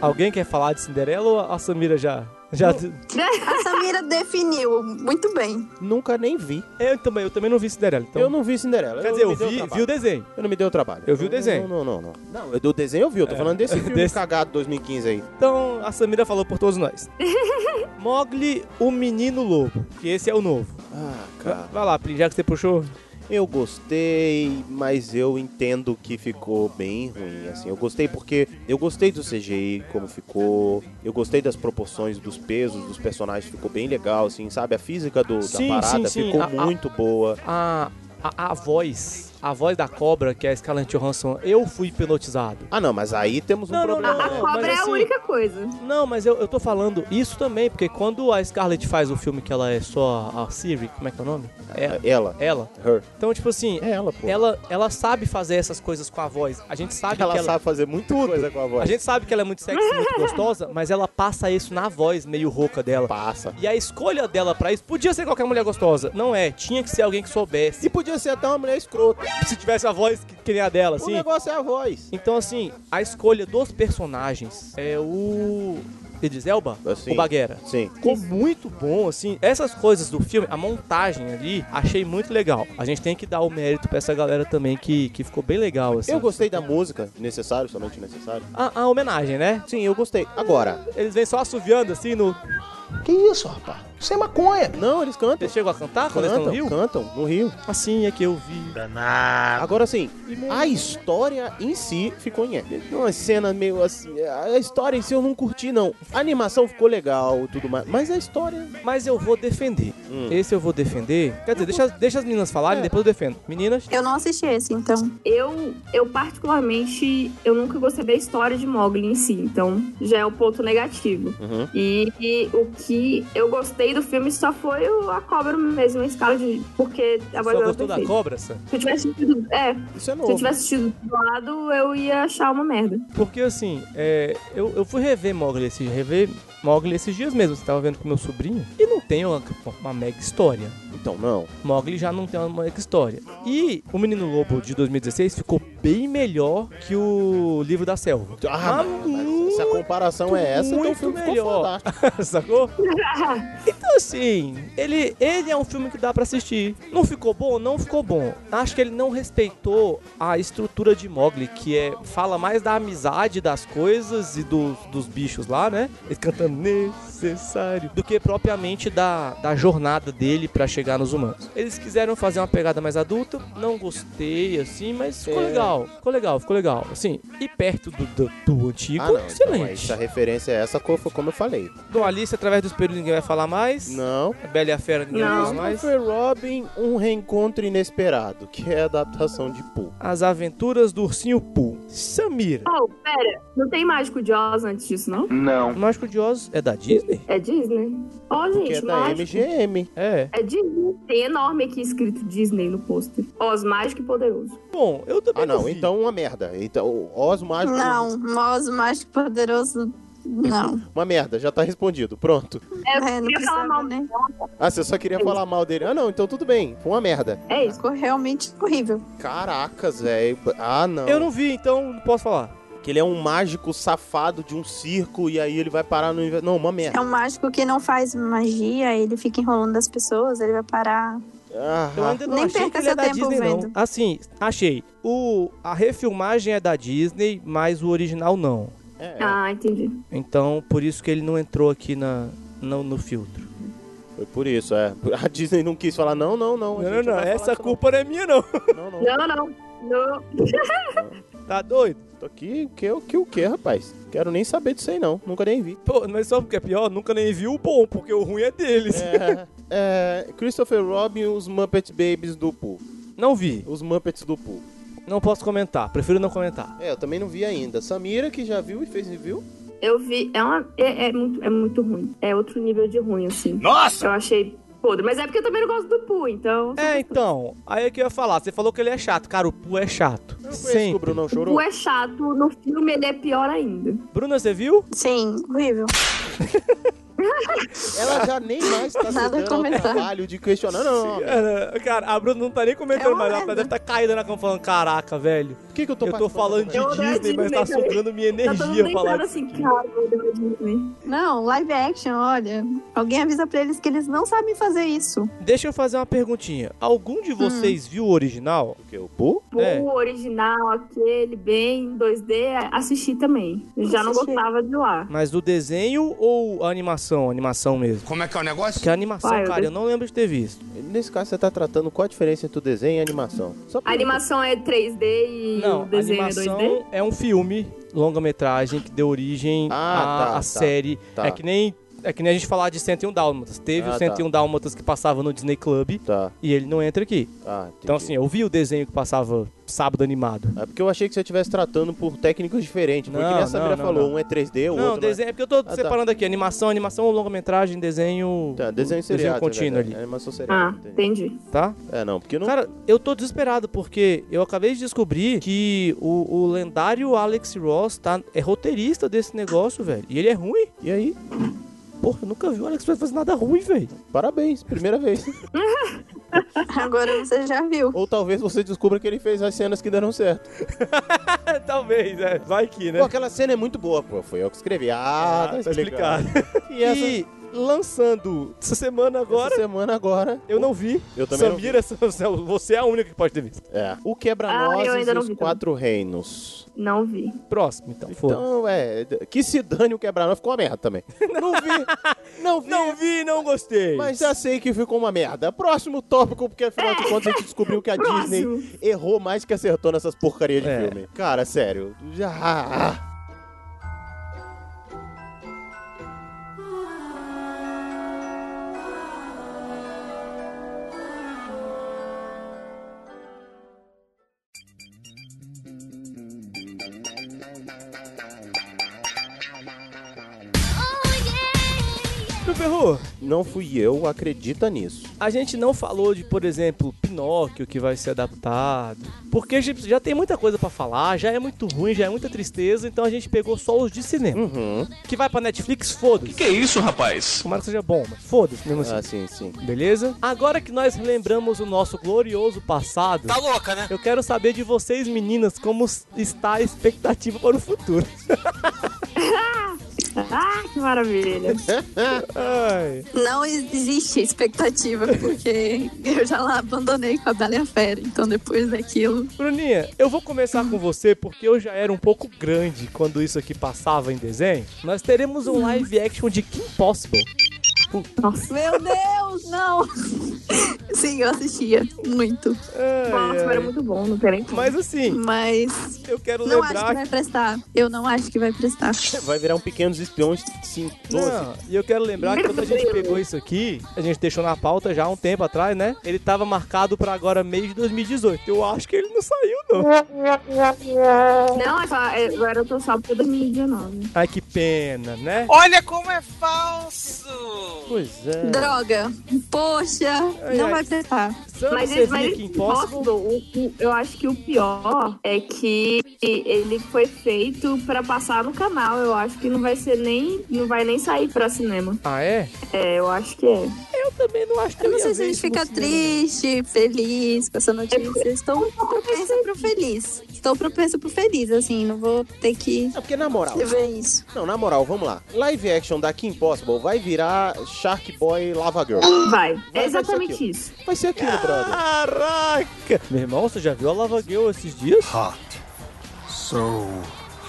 S2: Alguém quer falar de Cinderela ou a Samira já? Já.
S4: É.
S1: A Samira definiu muito bem.
S3: Nunca nem vi.
S2: Eu também, eu também não vi Cinderela. Então...
S3: Eu não vi Cinderela.
S2: Quer dizer, eu
S3: me dei
S2: vi-
S3: trabalho.
S2: vi o desenho.
S3: Eu não me dei o trabalho.
S2: Eu vi o desenho.
S3: Não, não, não. Não, não eu, o desenho eu vi. Eu tô
S2: É.
S3: falando desse filme
S2: Desse-
S3: cagado 2015 aí.
S2: Então a Samira falou por todos nós. Mogli, o menino lobo. Que esse é o novo.
S3: Ah, cara.
S2: Vai lá, Plin, já que você puxou.
S3: Eu gostei, mas eu entendo que ficou bem ruim, assim. Eu gostei porque eu gostei do CGI, como ficou. Eu gostei das proporções, dos pesos dos personagens, ficou bem legal, assim, sabe? A física do,
S2: Sim,
S3: da
S2: sim,
S3: parada
S2: sim.
S3: ficou
S2: A- a-
S3: muito boa.
S2: A, a, a voz, a voz da cobra, que é a Scarlett Johansson, eu fui hipnotizado.
S3: Ah, não, mas aí temos um problema.
S4: A cobra é a única coisa.
S2: Não, mas eu, eu tô falando isso também, porque quando a Scarlett faz o filme que ela é só a Siri, como é que é o nome? É,
S3: Ela.
S2: Ela.
S3: Her. É
S2: Então, tipo assim,
S3: ela, pô.
S2: ela, ela sabe fazer essas coisas com a voz. A gente sabe
S3: Ela
S2: que ela
S3: sabe fazer muita coisa com a voz.
S2: A gente sabe que ela é muito sexy, muito gostosa, mas ela passa isso na voz meio rouca dela.
S3: Passa.
S2: E a escolha dela pra isso podia ser qualquer mulher gostosa. Não é, tinha que ser alguém que soubesse.
S3: E podia ser até uma mulher escrota.
S2: Se tivesse a voz que, que nem a dela,
S3: O
S2: assim.
S3: negócio é a voz.
S2: Então, assim, a escolha dos personagens é o. Idris Elba?
S3: Assim,
S2: o Baguera.
S3: Sim.
S2: Ficou muito bom, assim. Essas coisas do filme, a montagem ali, achei muito legal. A gente tem que dar o mérito pra essa galera também que, que ficou bem legal, assim.
S3: Eu gostei da música, necessário, somente necessário.
S2: A, a homenagem, né?
S3: Sim, eu gostei. Agora,
S2: Eles vêm só assoviando, assim, no.
S3: que isso, rapaz? Isso é maconha. Não, eles cantam.
S2: Eles chegam a cantar quando eles estão no
S3: Cantam,
S2: Rio? Ah.
S3: cantam no Rio.
S2: Assim é que eu vi.
S3: Agora sim, a história em si ficou em é Uma cena meio assim. A história em si eu não curti, não. A animação ficou legal tudo mais. Mas a história.
S2: Mas eu vou defender.
S3: Hum.
S2: Esse eu vou defender. Quer dizer, deixa, deixa as meninas falarem, depois eu defendo. Meninas,
S1: Eu não assisti esse, então.
S4: Eu, eu particularmente, eu nunca gostei da história de Mogli em si, então já é o ponto negativo.
S2: Uhum.
S4: E, e o que eu gostei do filme só foi o- a cobra mesmo, a escala de... Porque a voz
S2: só
S4: dela é
S2: gostou da
S4: perfeita.
S2: cobra, Sam?
S4: Se eu tivesse assistido... É,
S3: Isso é
S4: se eu
S3: novo.
S4: tivesse assistido do lado, eu ia achar uma merda.
S2: Porque assim, é, eu, eu fui rever Mogli esses, rever Mogli esses dias mesmo. Você tava vendo com meu sobrinho. E não tem uma, uma mega história.
S3: Então, não.
S2: Mogli já não tem uma mega história. E o Menino Lobo de 2016 ficou bem melhor que o Livro da Selva.
S3: Ah,
S2: Mas
S3: mas se a comparação é essa, então o
S2: muito
S3: filme ficou
S2: melhor.
S3: fantástico.
S2: Sacou? Então, assim, ele, ele é um filme que dá pra assistir. Não ficou bom? Não ficou bom. Acho que ele não respeitou a estrutura de Mogli, que é fala mais da amizade das coisas e do, dos bichos lá, né? Ele canta necessário. Do que propriamente da, da jornada dele pra chegar nos humanos. Eles quiseram fazer uma pegada mais adulta, não gostei, assim, mas ficou
S3: É.
S2: legal. Ficou legal, ficou legal. Assim, e perto do, do, do antigo,
S3: Ah, não. Então, é
S2: excelente.
S3: isso, a referência é essa, co- foi como eu falei.
S2: Do Alice, através do espelho, ninguém vai falar mais.
S3: Não.
S2: A Bela e a Fera, ninguém
S4: Não.
S2: diz mais.
S3: Foi Robin, um reencontro inesperado, que é a adaptação de Pooh.
S2: As Aventuras do Ursinho Pooh. Samira.
S4: Oh, pera, não tem Mágico de Oz antes disso, não?
S2: O
S15: Não.
S2: Mágico de Oz é da Disney?
S4: É Disney?
S3: Que
S4: Ó,
S3: é
S4: gente,
S2: tá
S3: da
S4: Mágico...
S3: MGM.
S2: É.
S4: É Disney. Tem enorme aqui escrito Disney no pôster. Oz Mágico e Poderoso.
S2: Bom, eu também
S3: Ah, não,
S2: vi.
S3: então uma merda. Então, o Oz Mágico.
S1: Não, Moz Mágico Poderoso, não.
S3: Uma merda, já tá respondido. Pronto.
S4: É,
S1: É, não
S4: eu queria falar
S1: precisava,
S4: mal
S1: né?
S3: Ah, você só
S2: É
S3: queria falar mal dele. Ah, não, então tudo bem. Foi uma merda.
S4: É isso.
S1: Ficou realmente horrível.
S3: Caracas, velho. Ah, não.
S2: Eu não vi, então não posso falar.
S3: Que ele é um mágico safado de um circo e aí ele vai parar no universo. Não, uma
S1: É
S3: merda.
S1: um mágico que não faz magia, ele fica enrolando as pessoas, ele vai parar.
S2: Eu
S3: Ah,
S2: ainda não
S1: Nem
S2: achei que
S1: perca
S2: ele é
S1: seu
S2: da
S1: tempo
S2: Disney, não.
S1: vendo.
S2: Assim, achei. O, a refilmagem é da Disney, mas o original não.
S3: É.
S4: Ah, entendi.
S2: Então, por isso que ele não entrou aqui na, no, no filtro.
S3: Foi por isso, é. A Disney não quis falar, não, não, não. a
S2: Não, não,
S3: gente
S2: não.
S3: vai
S2: Essa culpa não é minha, não.
S3: Não, não.
S4: Não, não. não.
S2: Tá doido?
S3: Tô aqui, que o que, o que, rapaz? Quero nem saber disso aí, não. Nunca nem vi.
S2: Pô, mas só porque é pior, nunca nem viu o bom, porque o ruim é deles.
S3: É, é, Christopher Robin e os Muppet Babies do Pooh.
S2: Não vi.
S3: Os Muppets do Pooh.
S2: Não posso comentar, prefiro não comentar.
S3: É, eu também não vi ainda. Samira, que já viu e fez review.
S4: Eu vi. É, uma, é, é muito, é muito ruim. É outro nível de ruim, assim.
S3: Nossa!
S4: Eu achei podre. Mas é porque eu também não gosto do Poo, então.
S2: É, então, aí é que eu ia falar. Você falou que ele é chato. Cara, o Poo é chato.
S3: Esse que o
S2: Sempre.
S3: Bruno
S4: O
S3: chorou.
S4: Poo é chato, no filme ele é pior ainda.
S2: Bruna, você viu?
S10: Sim, horrível.
S3: Ela já nem mais tá se
S10: Nada a
S3: dando ao
S10: comentar.
S3: trabalho de questionar. Não, não, não.
S2: Cara, cara, a Bruna não tá nem
S10: É
S2: comentando
S10: uma
S2: mais. Ela
S10: merda.
S2: deve estar caída na cama falando, caraca, velho.
S3: O que, que eu tô
S2: Eu tô falando de
S4: Eu odeio
S2: Disney, mas tá
S4: Disney,
S2: sugando minha
S4: Tá todo mundo
S2: energia falar
S4: entrando
S2: disso.
S4: assim, cara, eu odeio Disney.
S10: Não, live action, olha. Alguém avisa pra eles que eles não sabem fazer isso.
S2: Deixa eu fazer uma perguntinha. Algum
S4: Hum.
S2: de vocês viu o original?
S3: O que? O Pooh?
S4: Poo,
S2: É.
S4: original, aquele, bem, 2D, assisti também. Eu já não
S10: Assisti.
S4: gostava de lá.
S2: Mas do desenho ou a animação? A animação mesmo.
S15: Como é que é o negócio?
S2: Porque a animação,
S4: Pai, eu
S2: cara,
S4: dei-
S2: eu não lembro de ter visto.
S3: Nesse caso, você tá tratando qual a diferença entre o desenho e a animação. Só
S4: A
S3: pra-
S4: animação é 3D e
S2: Não,
S4: o
S2: a
S4: desenho é 2D?
S2: animação é um filme, longa-metragem, que deu origem
S3: Ah,
S2: à,
S3: tá,
S2: à
S3: tá,
S2: série.
S3: tá.
S2: É que nem. É que nem a gente falar de 101 Dálmatas. Teve
S3: Ah,
S2: o
S3: tá.
S2: 101 Dálmatas que passava no Disney Club
S3: Tá.
S2: e ele não entra aqui.
S3: Ah,
S2: Então,
S3: entendi.
S2: assim, eu vi o desenho que passava sábado animado.
S3: É porque eu achei que você estivesse tratando por técnicos diferentes. Porque
S2: Não,
S3: nem a Samira
S2: não, não,
S3: falou,
S2: não.
S3: um é 3D, o
S2: não,
S3: outro não é-
S2: desenho. É porque eu tô
S3: tá.
S2: separando aqui: animação, animação, longa-metragem, desenho.
S3: Tá, desenho seriado.
S2: Desenho contínuo
S3: verdade. é
S2: ali,
S3: Animação seriada.
S4: Ah,
S3: entendi.
S4: entendi.
S2: tá?
S3: É, não, porque não...
S2: Cara, eu tô desesperado porque eu acabei de descobrir que o, o lendário Alex Ross tá, é roteirista desse negócio, velho. E ele é ruim.
S3: E aí?
S2: Porra, eu nunca vi o Alex Ross fazer nada ruim, velho.
S3: Parabéns, primeira vez.
S10: Agora você já viu.
S3: Ou talvez você descubra que ele fez as cenas que deram certo.
S2: Talvez, é. Vai que, né?
S3: Pô, aquela cena é muito boa. Pô, foi eu que escrevi. Ah, tá, explicado.
S2: e, lançando essa semana agora,
S3: Essa semana agora...
S2: eu não vi.
S3: Eu também não
S2: Samira, você é a única que pode ter visto.
S3: É. O
S4: Ah, eu
S3: Quebra-Nozes
S4: ainda
S3: e
S4: não
S3: os
S4: vi também.
S3: Quatro Reinos.
S4: Não vi.
S2: Próximo, então. foda.
S3: Então, é... Que se dane o Quebra-Nozes. Ficou uma merda também. não vi. Não vi.
S2: Não vi, não gostei.
S3: Mas já sei que ficou uma merda. Próximo tópico, porque afinal de contas a gente descobriu que a
S4: É. Próximo.
S3: Disney errou mais que acertou nessas porcarias de
S2: É.
S3: filme. Cara, sério. Já.
S2: Meu ferro,
S3: Não fui eu, acredita nisso.
S2: a gente não falou de, por exemplo, Pinóquio que vai ser adaptado. Porque a gente já tem muita coisa pra falar, já é muito ruim, já é muita tristeza, então a gente pegou só os de cinema.
S3: Uhum.
S2: Que vai pra Netflix, foda-se. é
S5: Que isso, rapaz?
S2: Tomara que seja bom, mas foda-se mesmo assim.
S3: Ah, sim, sim.
S2: Beleza? Agora que nós relembramos o nosso glorioso passado,
S5: Tá louca, né?
S2: eu quero saber de vocês, meninas, como s- está a expectativa para o futuro.
S4: Ah, que maravilha.
S2: Ai.
S10: Não existe expectativa, porque eu já lá abandonei com a Bela Fera. Então depois daquilo.
S2: Bruninha, eu vou começar com você porque eu já era um pouco grande quando isso aqui passava em desenho. Nós teremos um live action de Kim Possible.
S10: Meu Deus, não! Sim, eu assistia muito.
S2: Ai,
S4: Nossa,
S2: ai.
S4: era muito bom, não tem nem como.
S2: Mas assim,
S10: Mas
S2: eu quero
S10: não acho que
S2: lembrar
S10: vai prestar. Eu não acho que vai prestar.
S3: Vai virar um Pequenos Espiões 5, 12.
S2: Não, e eu quero lembrar que quando a gente pegou isso aqui, a gente deixou na pauta já há um tempo atrás, né? Ele tava marcado pra agora mês de 2018. Eu acho que ele não saiu, não.
S4: Não, é só- é- agora eu tô só pra 2019.
S2: Ai, que pena, né?
S16: Olha como é falso!
S3: Pois é.
S10: Droga! Poxa,
S2: Ai,
S10: não
S2: ai.
S10: vai prestar.
S2: Sam,
S4: Mas,
S2: você
S4: esse-
S2: via
S4: mas
S2: que
S4: esse
S2: Impossible?
S4: Impossible, o- o- eu acho que o pior é que ele foi feito pra passar no canal. Eu acho que não vai ser nem. Não vai nem sair pra cinema.
S2: Ah, é?
S4: É, eu acho que é.
S2: Eu também não acho que
S10: Eu não
S2: ia
S10: sei se
S2: ver
S10: a gente
S2: isso no
S10: fica
S2: cinema,
S10: triste, feliz com essa notícia. Eu estou propensa pro feliz. Estou propensa pro feliz, assim, não vou ter que
S3: É porque, na moral...
S10: ver isso.
S3: Não, na moral, vamos lá. Live action da Kim Possible vai virar Shark Boy Lava Girl.
S4: Vai.
S3: vai
S4: É
S3: ser
S4: exatamente
S3: aquilo.
S4: isso.
S3: Vai ser aquilo,
S2: não.
S3: brother.
S2: Caraca! Meu irmão, você já viu a Lava Girl esses dias?
S7: Hot. So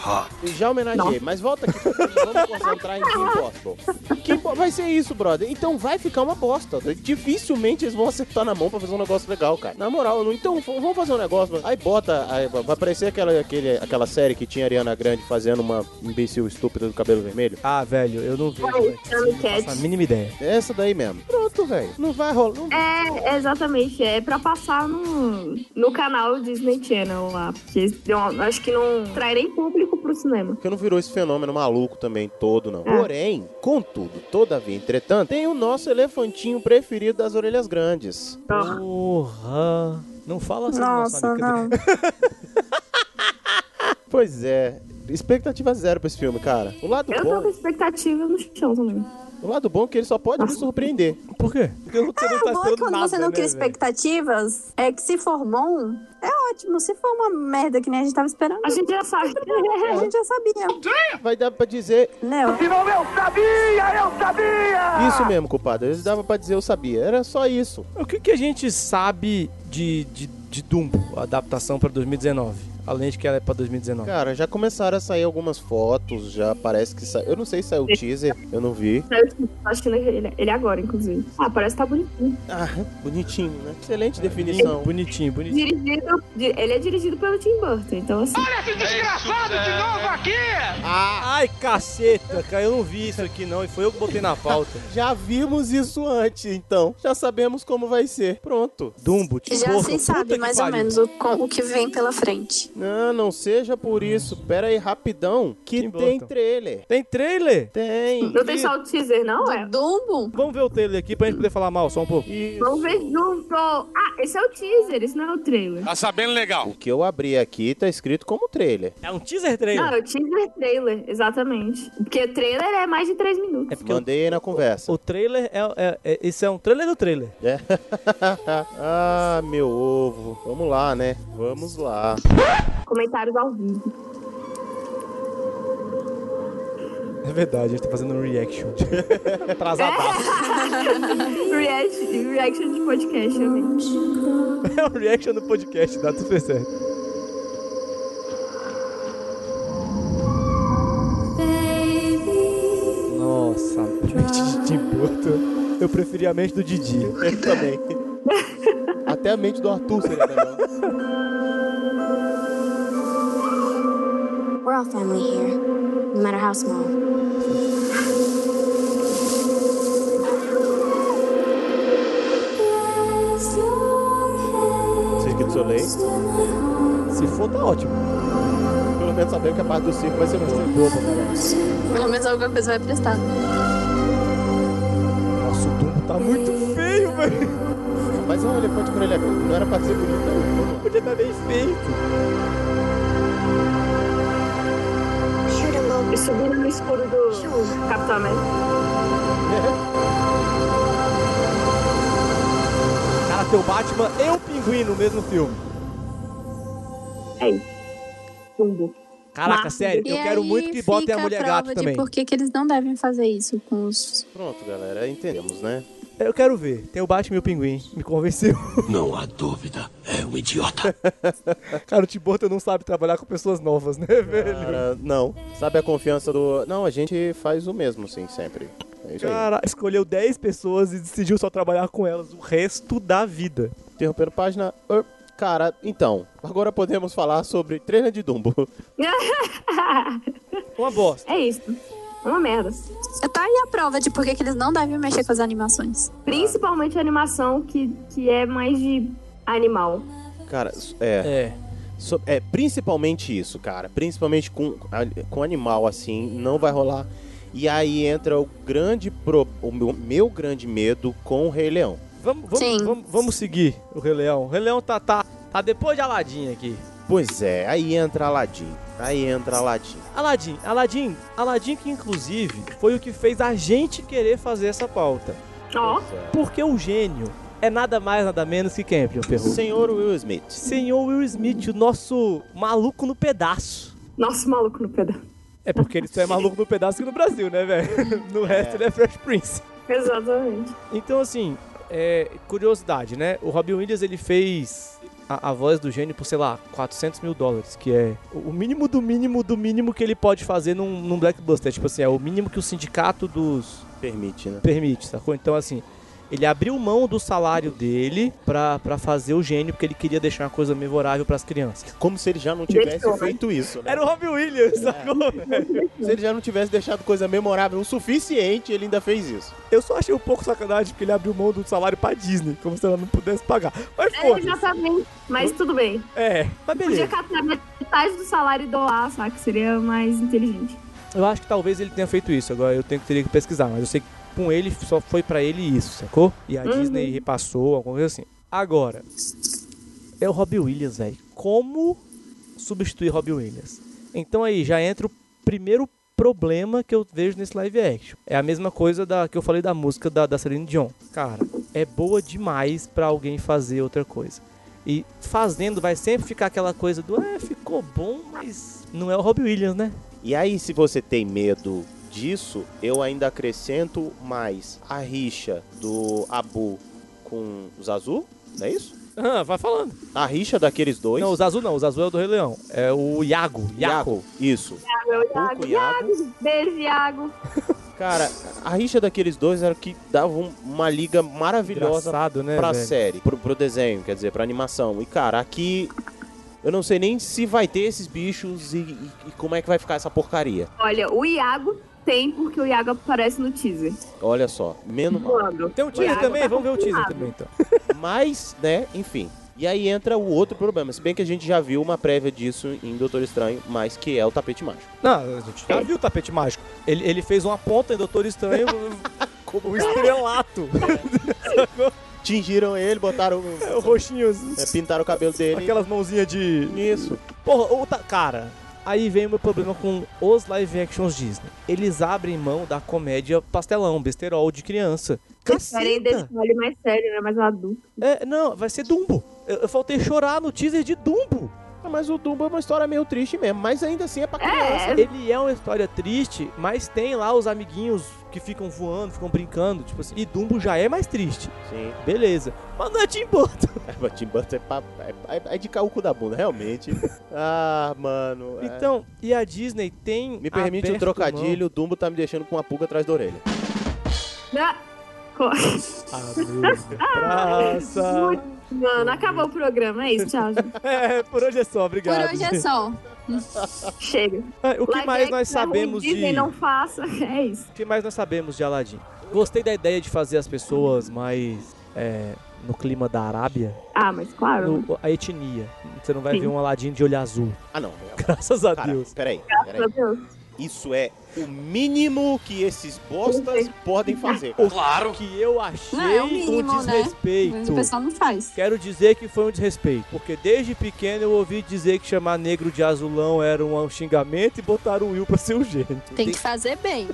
S3: hot. Já homenageei, mas volta aqui. Vamos concentrar em Kim Possible. Kim Po- vai ser isso, brother. Então vai ficar uma bosta. tá? Dificilmente eles vão acertar na mão pra fazer um negócio legal, cara. Na moral, não- então v- vamos fazer um negócio. mano. Aí bota. Aí, vai aparecer aquela, aquele, aquela série que tinha a Ariana Grande fazendo uma imbecil estúpida do cabelo vermelho. É
S2: Ah, velho, eu não vejo. velho. Faço a mínima ideia.
S3: Essa daí mesmo. Pronto, velho. Não vai rolar. não-
S4: É, exatamente. É pra passar no, no canal Disney Channel lá. Porque eu acho que não trai nem público pro cinema.
S3: Porque não virou esse fenômeno maluco também todo, não.
S4: É.
S3: Porém, contudo, todavia, entretanto, tem o nosso elefantinho preferido das orelhas grandes.
S2: Ah. Porra. Não fala assim, nossa
S3: Nossa,
S2: amiga.
S3: Pois é. Expectativa zero pra esse filme, cara. O lado
S4: Eu tô
S3: bom.
S4: com expectativa no chão também.
S3: O lado bom é que ele só pode me surpreender.
S2: Por quê?
S10: Ah,
S2: Porque você tá
S3: não
S1: O bom é quando você não
S2: né,
S1: cria expectativas, é que se for bom, é ótimo. Se for uma merda que nem a gente tava esperando. A gente
S4: já sabe.
S1: A gente já sabia. né?
S3: Vai dar pra dizer.
S1: Não.
S9: eu sabia, eu sabia!
S3: Isso mesmo, culpado. Eles dava pra dizer eu sabia. Era só isso.
S2: O que, que a gente sabe de, de, de Dumbo, a adaptação pra 2019? Além de que ela é pra 2019.
S3: Cara, já começaram a sair algumas fotos, já parece que saiu. Eu não sei se saiu o teaser, eu não vi.
S4: Eu tô assistindo ele, ele é agora, inclusive. Ah, parece que tá bonitinho.
S3: Ah, bonitinho, né? Excelente definição.
S2: Bonitinho, bonitinho.
S4: Dirigido, di- ele é dirigido pelo Tim Burton, então assim. Olha esse desgraçado de novo aqui!
S2: Ai, caceta, cara, eu não vi isso aqui não, e foi eu que botei na pauta.
S3: Já vimos isso antes, então. Já sabemos como vai ser. Pronto.
S2: Dumbo,
S10: Já se sabe mais ou menos o, com- o que vem pela frente.
S3: Não, não seja por isso. Pera aí, rapidão. Que tem
S2: Burton.
S3: trailer.
S2: Tem trailer?
S3: Tem.
S4: Não tem só o teaser, não, é?
S10: Dumbo?
S2: Vamos ver o trailer aqui pra gente poder falar mal só um pouco.
S4: Vamos ver junto! Ah, esse é o teaser, esse não é o trailer.
S3: Tá
S9: Ah,
S3: sabendo legal. O que eu abri aqui tá escrito como trailer.
S2: É um teaser trailer?
S4: Não, é o teaser trailer, exatamente. Porque trailer é mais de 3 minutos.
S2: É porque
S3: Mandei aí na conversa.
S2: o trailer é, é, é- Esse é um trailer do trailer.
S3: É. ah, meu ovo. Vamos lá, né? Vamos lá.
S4: Comentários ao vivo.
S2: É verdade, a gente tá fazendo um reaction. Atrasadaço.
S4: React- reaction de podcast, realmente.
S2: É o reaction do podcast, dá tudo certo. Nossa, mente de Tim Burton. Eu preferi a mente do Didi.
S3: Eu também. Até a mente do Arthur seria melhor.
S17: We're all family here, no matter how small.
S3: Cirque du Soleil.
S2: Se for, tá ótimo.
S3: Pelo menos sabemos que a parte do circo vai ser muito boa.
S10: Pelo menos alguma coisa vai prestar.
S2: Nossa, o Dumbo tá muito feio, velho.
S3: Mas é um elefante com orelha grande. Não era pra ser bonito, não.
S2: Podia estar bem feito.
S4: E subindo no escuro do Capitão América.
S2: Cara, teu Batman e o Pinguim no mesmo filme.
S4: É isso. Dumbo.
S2: Caraca,
S10: Mas-
S2: sério,
S10: E
S2: eu quero
S10: aí
S2: muito que botem a
S10: fica
S2: mulher
S10: prova
S2: gato
S10: de
S2: também.
S10: Por que que eles não devem fazer isso com os.
S3: Pronto, galera, entendemos, né?
S2: Eu quero ver. Tem o Batman e o Pinguim. Me convenceu.
S3: Não há dúvida, é um idiota.
S2: Cara, o Tim Burton não sabe trabalhar com pessoas novas,
S3: Ah,
S2: né, velho?
S3: Cara, não. Sabe a confiança do. Não, a gente faz o mesmo, sim, sempre. É isso aí.
S2: Cara, escolheu 10 pessoas e decidiu só trabalhar com elas o resto da vida.
S3: Interrompendo página. Ur- Cara, então, agora podemos falar sobre treina de Dumbo.
S2: Uma bosta.
S4: É isso. É Uma merda.
S10: Tá aí a prova de por que que eles não devem mexer com as animações.
S4: Principalmente a animação que, que é mais de animal.
S3: Cara, s- é.
S2: É.
S3: So- é principalmente isso, cara. Principalmente com, a- com animal, assim, não vai rolar. E aí entra o grande. Pro, o meu, meu grande medo com o Rei Leão.
S2: Vamos, vamos, vamos, vamos seguir o Rei Leão. O Rei Leão tá, tá, tá depois de Aladdin aqui.
S3: Pois é, aí entra Aladdin. Aí entra Aladdin.
S2: Aladdin, Aladdin, Aladdin que inclusive foi o que fez a gente querer fazer essa pauta.
S4: Ó.
S2: Porque o gênio é nada mais, nada menos que quem, Pio Ferro?
S3: Senhor Will Smith.
S2: Senhor Will Smith, o nosso maluco no pedaço.
S4: Nosso maluco no pedaço.
S2: É porque ele só é maluco no pedaço aqui no Brasil, né, velho? No resto ele é Fresh Prince.
S4: Exatamente.
S2: Então, assim, é, curiosidade, né? O Robin Williams, ele fez a, a voz do gênio por, sei lá, 400 mil dólares, que é o mínimo do mínimo do mínimo que ele pode fazer num, num Blackbuster. Tipo assim, é o mínimo que o sindicato dos.
S3: Permite, né?
S2: Permite, sacou? Então, assim, ele abriu mão do salário dele pra, pra fazer o gênio, porque ele queria deixar uma coisa memorável pras crianças. É.
S3: Como se ele já não tivesse
S2: Deixou, né?
S3: feito isso, né?
S2: Era o Robin Williams, sacou? velho?
S3: Se ele já não tivesse deixado coisa memorável o suficiente, ele ainda fez isso.
S2: Eu só achei um pouco sacanagem porque ele abriu mão do salário pra Disney, como se ela não pudesse pagar. Mas
S4: É,
S2: foda
S4: exatamente. Mas tudo bem.
S2: É, mas
S4: Podia
S2: beleza.
S4: catar metade do salário e doar, saca? Seria mais inteligente.
S2: Eu acho que talvez ele tenha feito isso, agora eu tenho, teria que pesquisar, mas eu sei que com ele só foi pra ele isso, sacou? E a
S4: Uhum.
S2: Disney repassou, alguma coisa assim. Agora, é o Robbie Williams, velho. Como substituir Robbie Williams? Então aí, já entra o primeiro problema que eu vejo nesse live action. É a mesma coisa da que eu falei da música da, da Celine Dion. Cara, é boa demais pra alguém fazer outra coisa. E fazendo vai sempre ficar aquela coisa do, é, ficou bom, mas não é o Robbie Williams, né?
S3: E aí, se você tem medo disso, eu ainda acrescento mais a rixa do Abu com os Azul, não é isso?
S2: Ah, vai falando.
S3: A rixa daqueles dois.
S2: Não, os azul não, os azul é o do Rei Leão. É o Iago. Iago.
S3: Isso.
S4: Iago, é o Iago.
S3: Iago.
S4: Iago. Beijo, Iago.
S3: Cara, a rixa daqueles dois era o que dava um- uma liga maravilhosa
S2: Engraçado, né,
S3: pra
S2: velho?
S3: série, pro, pro desenho, quer dizer, pra animação. E, cara, aqui eu não sei nem se vai ter esses bichos e, e- e como é que vai ficar essa porcaria.
S4: Olha, o Iago tem porque o Iago aparece no teaser.
S3: Olha só, menos mal.
S4: Quando?
S2: Tem um teaser
S4: Iago
S2: também?
S4: tá
S2: Vamos ver o teaser
S4: confirmado.
S2: também, então.
S3: Mas, né, enfim. E aí entra o outro problema, se bem que a gente já viu uma prévia disso em Doutor Estranho, mas que é o tapete mágico.
S2: Não, a gente já viu o tapete mágico. Ele, ele fez uma ponta em Doutor Estranho, o um estrelato.
S3: Tingiram ele, botaram.
S2: o roxinho. assim.
S3: é, pintaram o cabelo dele.
S2: Aquelas mãozinhas de.
S3: Isso.
S2: Porra, ou tá- cara, aí vem o meu problema com os live actions Disney. Eles abrem mão da comédia pastelão, besterol de criança.
S4: Eles querem
S2: Caceta!
S4: deixar ele mais sério, né? Mais adulto.
S2: É, não, vai ser Dumbo. Eu, eu faltei chorar no teaser de Dumbo.
S3: Ah, Mas o Dumbo é uma história meio triste mesmo, mas ainda assim é pra criança.
S4: É,
S2: Ele é uma história triste, mas tem lá os amiguinhos que ficam voando, ficam brincando, tipo assim. E Dumbo já é mais triste.
S3: Sim.
S2: Beleza. Mas não é Tim Burton.
S3: É, mas Tim Burton é, pa- é- é- é de cair o cu da bunda, realmente. ah, mano. é.
S2: Então, e a Disney tem.
S3: Me permite um
S2: aberto
S3: trocadilho, o Dumbo tá me deixando com uma pulga atrás da orelha.
S4: Ah, co-
S2: mão. A mesma praça.
S4: Mano, acabou o programa. É isso, tchau. gente.
S2: É, por hoje é só,
S10: Por
S2: obrigado.
S10: hoje é só.
S4: Chega.
S2: É, O que
S4: Live
S2: mais
S4: action
S2: nós
S4: é ruim,
S2: sabemos
S4: Disney
S2: de.
S4: não faça. É isso.
S2: O que mais nós sabemos de Aladdin? Gostei da ideia de fazer as pessoas mais. é, no clima da Arábia,
S4: Ah, mas claro.
S2: No- a etnia. Você não vai
S4: Sim.
S2: ver um Aladdin de olho azul.
S3: Ah, não.
S2: Graças a
S3: Cara,
S2: Deus.
S3: peraí,
S4: Meu
S3: peraí.
S4: Deus.
S3: Isso é o mínimo que esses bostas podem fazer. cara.
S2: Claro que eu achei
S10: Não, é o
S2: um
S10: mínimo, né? Mas
S2: desrespeito.
S10: o pessoal não faz.
S2: Quero dizer que foi um desrespeito, porque desde pequeno eu ouvi dizer que chamar negro de azulão era um xingamento e botaram o Will pra ser o gênio.
S10: Tem que fazer bem.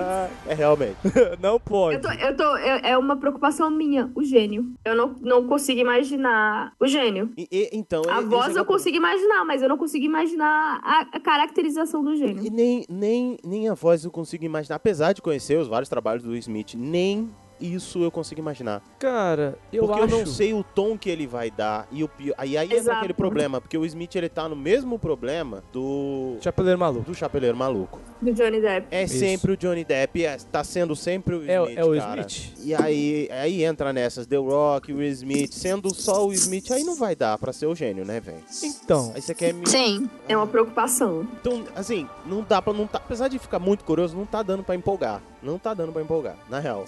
S3: Ah, é realmente.
S2: Não
S4: Eu
S2: pode.
S4: tô, eu tô, eu- é uma preocupação minha, o gênio. Eu não, não consigo imaginar o gênio.
S3: E- e- então,
S4: A
S3: esse
S4: voz
S3: é
S4: eu
S3: o-
S4: consigo imaginar, mas eu não consigo imaginar a, a caracterização do
S3: E
S4: gênio.
S3: nem, nem, nem a voz eu consigo imaginar, apesar de conhecer os vários trabalhos do Smith, nem isso eu consigo imaginar.
S2: Cara, eu
S3: porque
S2: acho.
S3: eu não sei o tom que ele vai dar. E o pior, aí, aí entra
S4: Exato.
S3: aquele problema, porque o Smith ele tá no mesmo problema do
S2: Chapeleiro maluco.
S3: do Chapeleiro Maluco.
S4: Do Johnny Depp.
S3: É
S2: Isso.
S3: sempre o Johnny Depp, é, tá sendo sempre o
S2: É o-
S3: Smith,
S2: é o
S3: cara.
S2: Smith?
S3: E aí, aí entra nessas, The Rock, o Smith, sendo só o Smith, aí não vai dar pra ser o gênio, né, velho?
S2: Então,
S3: Aí você quer me...
S10: Sim.
S4: É uma preocupação.
S3: Então, assim, não dá pra... Não tá, apesar de ficar muito curioso, não tá dando pra empolgar. Não tá dando pra empolgar, na real.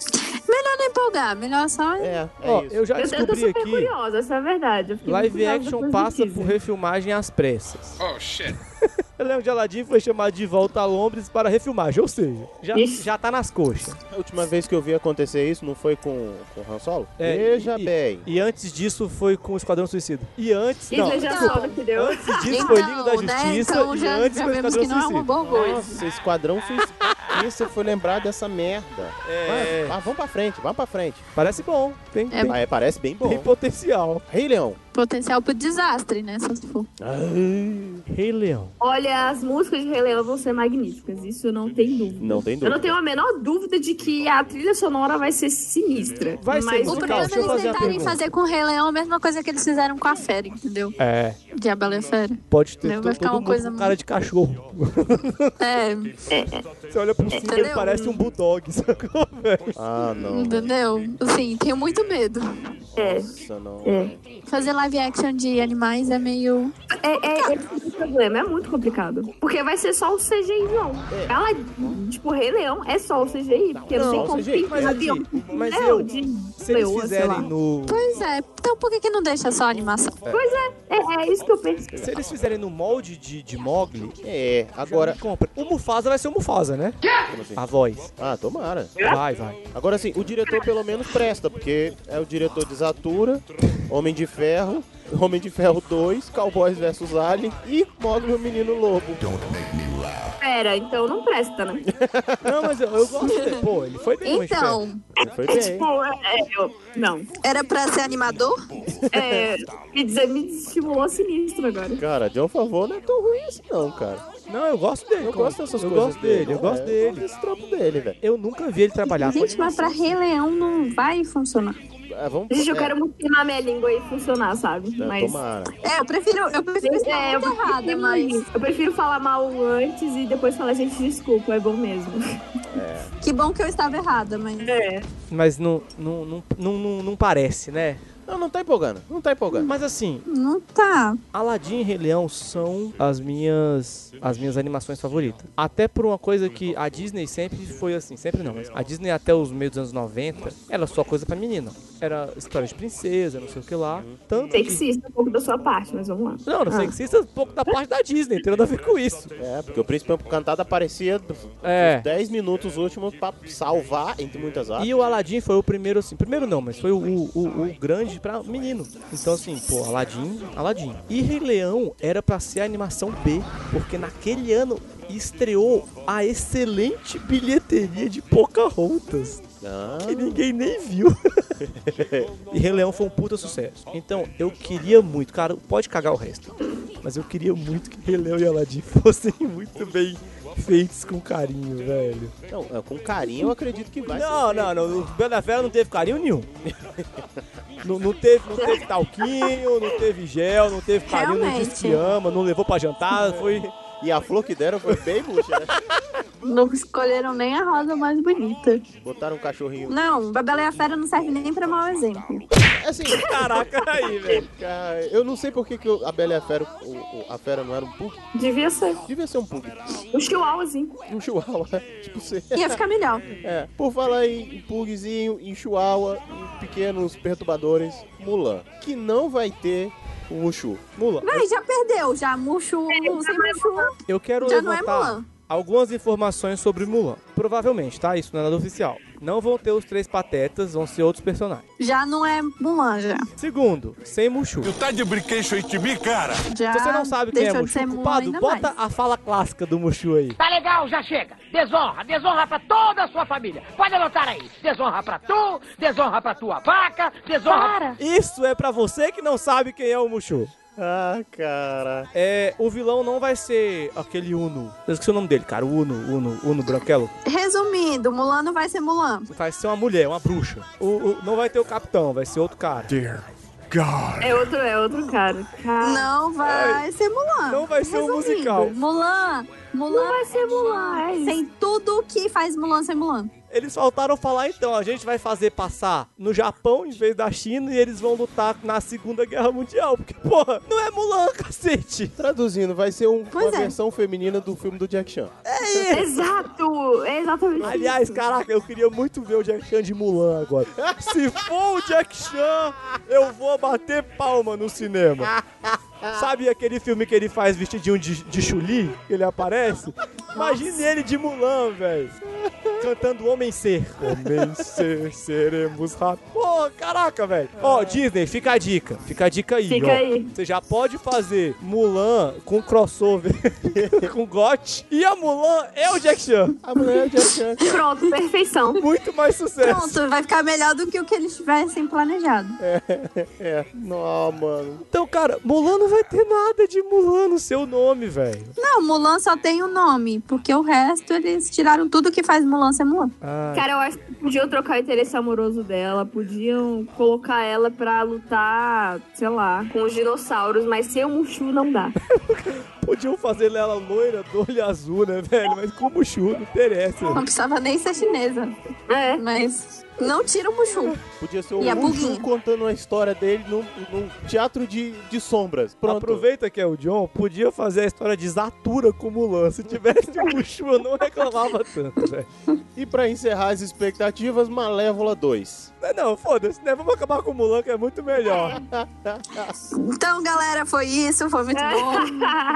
S10: Melhor não empolgar, melhor só.
S3: É, é
S2: ó,
S3: isso.
S2: eu já
S4: Eu, eu tô
S2: descobri
S4: super
S2: aqui.
S4: curiosa, essa é a verdade. Eu fiquei muito
S2: Live
S4: curiosa
S2: action
S4: depois do
S2: passa
S4: teaser.
S2: por refilmagem às pressas.
S16: Oh, shit.
S2: Eu lembro de Aladdin foi chamado de volta a Londres para refilmagem, ou seja, já,
S4: Ixi.
S2: já tá nas coxas.
S3: A última vez que eu vi acontecer isso não foi com, com o Han Solo?
S2: É,
S3: Veja
S2: e-
S3: bem.
S2: E antes disso foi com o Esquadrão Suicida. E antes, não,
S4: Isso é já
S10: desculpa.
S4: soube que deu.
S2: antes disso foi Liga da
S10: né,
S2: Justiça
S10: então
S2: e
S10: já,
S2: antes
S10: já
S2: foi
S10: vemos que
S2: Esquadrão
S10: não é uma
S2: Suicida.
S10: boa coisa.
S3: Nossa, Esquadrão fez... Isso foi lembrar dessa merda.
S2: É.
S3: Vai, ah, vamos pra frente, vamos pra frente.
S2: Parece bom, tem,
S10: É
S2: tem-
S3: Ah, é, parece bem bom.
S2: tem potencial.
S3: Rei Leão.
S10: potencial pro desastre, né? Só se for.
S2: Ai, Rei Leão.
S4: Olha, as músicas de Rei Leão vão ser magníficas, isso não tem dúvida.
S3: Não tem
S4: Eu
S3: dúvida.
S4: não tenho a menor dúvida de que a trilha sonora vai ser sinistra.
S2: Vai ser
S4: mas
S2: musical,
S10: O problema é
S2: deixa eu
S10: eles
S2: fazer a
S10: tentarem
S2: pergunta.
S10: fazer com o Rei Leão a mesma coisa que eles fizeram com a Fera, entendeu?
S2: É.
S10: Diabo ela é fera.
S2: Pode ter
S10: Não,
S2: to-
S10: vai
S2: todo
S10: ficar uma
S2: mundo
S10: coisa
S2: com cara de cachorro.
S10: É.
S2: Você olha por cima, ele
S10: Entendeu?
S2: parece um bulldog, sacou, velho?
S3: Ah,
S4: Hum.
S3: não.
S10: Entendeu? Assim, tenho muito medo.
S4: É.
S3: Nossa, não.
S10: Fazer live action de animais é meio.
S4: É, é, esse é o problema, é muito complicado. Porque vai ser só o CGIzão. Ela, tipo, Rei Leão é só o CGI, porque não,
S2: É.
S4: tem
S2: Não,
S4: como
S2: CGI, mas
S4: pintar
S2: é
S4: avião.
S2: de- mas
S4: Não,
S2: eu-
S4: de
S2: Se eles
S4: leoa, sei lá.
S2: fizerem no.
S10: Pois é. Então por que, que não deixa só a animação?
S4: Pois é, é, é isso que eu pensei.
S2: Se eles fizerem no molde de, de Mogli,
S3: É, agora.
S2: compra. O Mufasa vai ser o Mufasa, né?
S3: Como assim?
S2: A voz.
S3: Ah, tomara.
S2: Vai, vai.
S3: Agora sim, o diretor pelo menos presta, porque é o diretor de Zatura, Homem de Ferro, Homem de Ferro 2, Cowboys vs Alien e Mogli e o Menino Lobo.
S4: Pera, então não presta, né?
S2: Não, mas eu, eu gosto dele. Pô, ele foi bem. mas
S10: Então,
S3: Ele foi
S4: É,
S3: bem.
S4: tipo, é, é, eu- não.
S10: era pra ser animador?
S4: É, me, des- me desestimulou sinistro agora.
S3: Cara, John Favreau não é tão ruim assim não, cara.
S2: Não, eu gosto dele.
S3: Eu
S2: cara.
S3: gosto dessas
S2: eu
S3: coisas
S2: gosto dele,
S3: dele,
S2: eu gosto
S3: é.
S2: dele.
S3: Esse trampo dele, velho.
S2: Eu nunca vi ele trabalhar.
S10: Gente, mas pra Rei Leão não vai funcionar.
S3: Ah, vamos...
S4: Gente, eu
S3: é,
S4: quero muito queimar minha língua e funcionar, sabe?
S3: tá,
S4: Mas.
S3: Tomara.
S10: É, eu prefiro. Eu prefiro
S4: É,
S10: estar
S4: eu
S10: muito
S4: prefiro,
S10: errada, mas.
S4: eu prefiro falar mal antes e depois falar, gente, desculpa, é bom mesmo.
S10: Que bom que eu estava errada, mas.
S4: É.
S2: Mas não, não, não, não, não, não parece, né?
S3: Não, não tá empolgando, não tá empolgando.
S2: Mas assim,
S10: Não tá.
S2: Aladdin e Rei Leão são as minhas as minhas animações favoritas. Até por uma coisa que a Disney sempre foi assim, sempre não, mas a Disney até os meios dos anos 90 era só coisa pra menina. Era história de princesa, não sei o que lá. Tanto que-
S4: Sexista um pouco da sua parte, mas vamos lá.
S2: Não, não
S4: Ah.
S2: sexista é um pouco da parte da Disney, não tem nada a ver com isso.
S3: É, porque o Príncipe Encantado aparecia dos
S2: É.
S3: 10 minutos últimos pra salvar, entre muitas aspas.
S2: E o Aladdin foi o primeiro, assim, primeiro não, mas foi o, o, o- o grande pra menino. Então, assim, pô, Aladdin, Aladdin. E Rei Leão era pra ser a animação B, porque naquele ano estreou a excelente bilheteria de Pocahontas,
S3: Ah,
S2: que ninguém nem viu. e Rei Leão foi um puta sucesso. Então, eu queria muito, cara, pode cagar o resto, mas eu queria muito que Rei Leão e Aladdin fossem muito bem feitos com carinho, velho.
S3: não, é, com carinho eu acredito que vai.
S2: Não, não, não. O Bela Fera não teve carinho nenhum. não, não teve, não teve talquinho, não teve gel, não teve carinho, não disse que
S10: Realmente.
S2: ama, não levou pra jantar, foi.
S3: E a flor que deram foi bem bucha, né?
S10: Não escolheram nem a rosa mais bonita.
S3: Botaram um cachorrinho.
S10: Não, Babela e a Fera não serve nem pra mau exemplo.
S3: Assim,
S2: Caraca, aí, velho.
S3: cara, eu não sei por que, que o- a Bela e a Fera, o- o- a Fera não era um pug.
S4: Devia ser.
S3: Devia ser um pug.
S4: Um chihuahuazinho.
S3: Um chihuahua, tipo você.
S10: Ia ficar melhor.
S3: É, por falar em, em pugzinho, em chihuahua, em pequenos perturbadores, Mulan. Que não vai ter o Mushu. Mulan.
S10: Vai, já perdeu, já murcho, sem murcho.
S2: Eu quero
S10: Já não é
S2: levantar
S10: Mulan.
S2: algumas informações sobre Mulan. Provavelmente, tá? Isso não é nada oficial. Não vão ter os três patetas, vão ser outros personagens.
S10: Já não é Mulan, já.
S2: Segundo, sem Mushu.
S15: Tá de brinquedo aí de mim, cara?
S10: já
S2: Se você não sabe quem é
S10: deixou Ah, de
S2: Mushu,
S10: ser Mulan
S2: culpado,
S10: ainda
S2: bota
S10: mais.
S2: a fala clássica do Mushu aí.
S9: Tá legal, já chega. Desonra, desonra pra toda a sua família. Pode anotar aí. Desonra pra tu, desonra pra tua vaca, desonra...
S10: Para!
S2: Isso é pra você que não sabe quem é o Mushu.
S3: Ah, cara.
S2: É, o vilão não vai ser aquele Uno. Eu esqueci o nome dele, cara. O Uno, Uno, Uno Branquelo.
S10: Resumindo, Mulan não vai ser Mulan.
S2: Vai ser uma mulher, uma bruxa. O, o- não vai ter o capitão, vai ser outro cara.
S4: É outro, é outro cara. Cara,
S10: Não vai ser Mulan.
S2: Não vai ser um musical.
S10: Mulan, Mulan vai ser Mulan. é Sem tudo que faz Mulan ser Mulan.
S2: Eles faltaram falar então, a gente vai fazer passar no Japão em vez da China e eles vão lutar na Segunda Guerra Mundial. Porque, porra, não é Mulan, cacete.
S3: Traduzindo, vai ser um-
S10: Pois
S3: uma
S10: é.
S3: versão feminina do filme do Jack Chan.
S4: Exato! É exatamente isso.
S2: Aliás, caraca, eu queria muito ver o Jack Chan de Mulan agora. Se for o Jack Chan, eu vou bater palma no cinema. Sabe aquele filme que ele faz vestidinho de, de chuli? Ele aparece? Imagine ele de Mulan, velho. Cantando Homem Ser. Homem Ser, seremos É. rápidos. Pô, caraca, velho. Ó, Disney, fica a dica. Fica a dica aí,
S4: Fica
S2: ó.
S4: aí.
S2: Você já pode fazer Mulan com crossover com GOT. E a Mulan é o Jack Chan.
S3: A Mulan é o Jack Chan.
S4: Pronto, perfeição.
S2: Muito mais sucesso.
S10: Pronto, vai ficar melhor do que o que eles tivessem planejado.
S3: É, é. Não, mano.
S2: Então, cara, Mulan não vai ter nada de Mulan no seu nome, velho.
S10: Não, Mulan só tem o nome, porque o resto eles tiraram tudo que faz Mulan ser Mulan.
S2: Ah,
S4: Cara, eu acho que podiam trocar o interesse amoroso dela, podiam colocar ela pra lutar, sei lá, com os dinossauros, mas sem o Mushu não dá.
S2: Podiam fazer ela loira do olho azul, né, velho? Mas com Mushu, não interessa.
S10: Não precisava nem ser chinesa.
S4: É.
S10: Mas não tira o Mushu.
S3: Podia ser
S10: E a
S3: o Mushu
S10: pulguinha?
S3: contando a história dele num, num teatro de, de sombras. Pronto.
S2: Aproveita que é o John, podia fazer a história de Zatura com Mulan. Se tivesse tipo o Mushu, eu não reclamava tanto, velho.
S3: E pra encerrar as expectativas, Malévola 2.
S2: Mas não, foda-se, né? Vamos acabar com o Mulan, que é muito melhor.
S10: Então, galera, foi isso. Foi muito bom.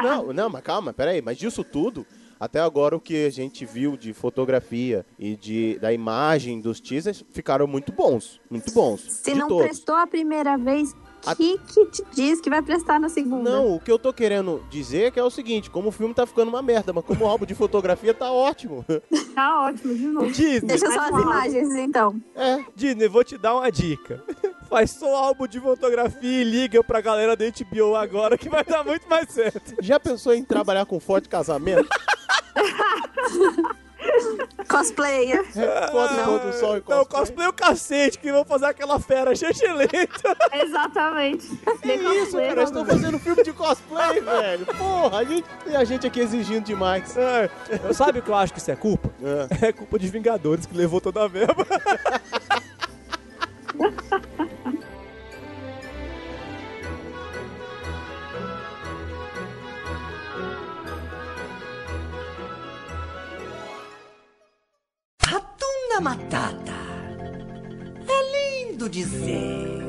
S3: Não, não, mas calma, peraí, mas disso tudo. Até agora o que a gente viu de fotografia e de, da imagem dos teasers ficaram muito bons. Muito bons.
S10: Se
S3: de
S10: não
S3: todos.
S10: prestou a primeira vez,
S3: A-
S10: que que te diz que vai prestar na segunda?
S3: Não, o que eu tô querendo dizer é que é o seguinte, como o filme tá ficando uma merda, mas como o álbum de fotografia tá ótimo.
S4: Tá ótimo, de novo.
S2: Disney,
S10: Deixa só as imagens, então.
S3: É,
S2: Disney, vou te dar uma dica. Faz só álbum de fotografia e liga pra galera da HBO agora, que vai dar muito mais certo.
S3: já pensou em trabalhar com foto de casamento?
S10: Cosplayer.
S3: Foto do pôr do sol e
S2: Não,
S3: cosplay?
S2: cosplay o cacete, que vão fazer aquela fera excelente.
S4: Exatamente.
S3: Que isso, cara? Eu estou fazendo filme de cosplay, velho. Porra, a gente, e a gente aqui exigindo demais.
S2: Eu- Sabe o que eu acho que isso é culpa?
S3: É.
S2: É culpa de Vingadores que levou toda a verba.
S12: Ratunda Matata. É lindo dizer.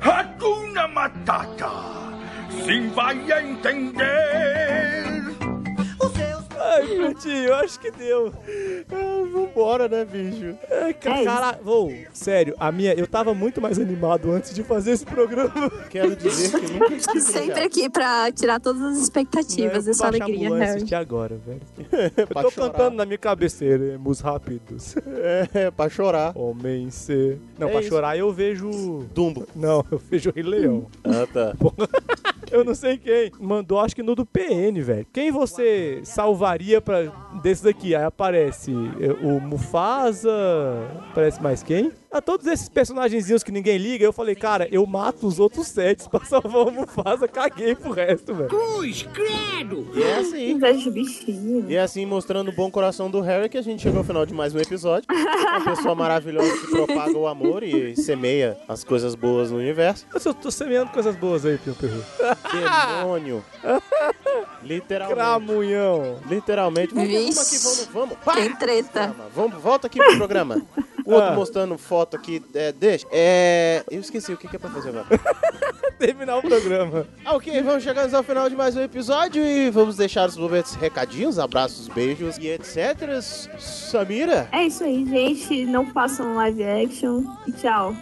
S7: Hakuna Matata. Sim, vai entender.
S12: Os seus
S2: Ai, Brutinho, eu acho que deu. É,
S3: Ah, Vambora, né, bicho?
S2: Ai,
S4: É
S2: cara,
S4: isso.
S2: cara, vou, sério, a minha, eu tava muito mais animado antes de fazer esse programa.
S3: Quero dizer que nunca estive
S10: Sempre aqui pra tirar todas as expectativas
S2: né? Eu
S10: e sua
S2: baixar a
S10: alegria,
S2: ambulância
S10: Harry.
S2: aqui agora, velho.
S3: Eu
S2: Eu tô cantando na minha cabeceira, é, mus rápidos.
S3: É, pra chorar.
S2: Homem ser. Não,
S3: É
S2: pra
S3: isso.
S2: chorar eu vejo.
S3: Dumbo.
S2: Não, eu vejo Rei Leão.
S3: Ah, tá.
S2: Eu não sei quem. Mandou, acho que no do PN, velho. Quem você salvaria pra... desses aqui? Aí aparece é, o Mufasa. Aparece mais quem? A todos esses personagenzinhos que ninguém liga, eu falei, cara, eu mato os outros sete pra salvar o Mufasa, caguei pro resto, velho.
S3: E é assim.
S4: Inveja de bichinho.
S3: E é assim, mostrando o bom coração do Harry, que a gente chegou ao final de mais um episódio. Uma pessoa maravilhosa que propaga o amor e semeia as coisas boas no universo.
S2: Nossa, Eu tô semeando coisas boas aí, Pio Perru.
S3: Demônio. Literalmente.
S2: Cramunhão.
S3: Literalmente. Vamos, vamos aqui,
S10: Vixe.
S3: vamos, vamos. Pá!
S10: Tem treta.
S3: Programa. Vamos, volta aqui pro programa. O outro
S2: Ah.
S3: mostrando foto aqui. É, deixa. É. Eu esqueci o que que é pra fazer agora.
S2: Terminar o programa.
S3: Ah, ok, vamos chegando ao final de mais um episódio e vamos deixar os momentos recadinhos, abraços, beijos e etc. Samira?
S4: É isso aí, gente. Não façam live action. E tchau.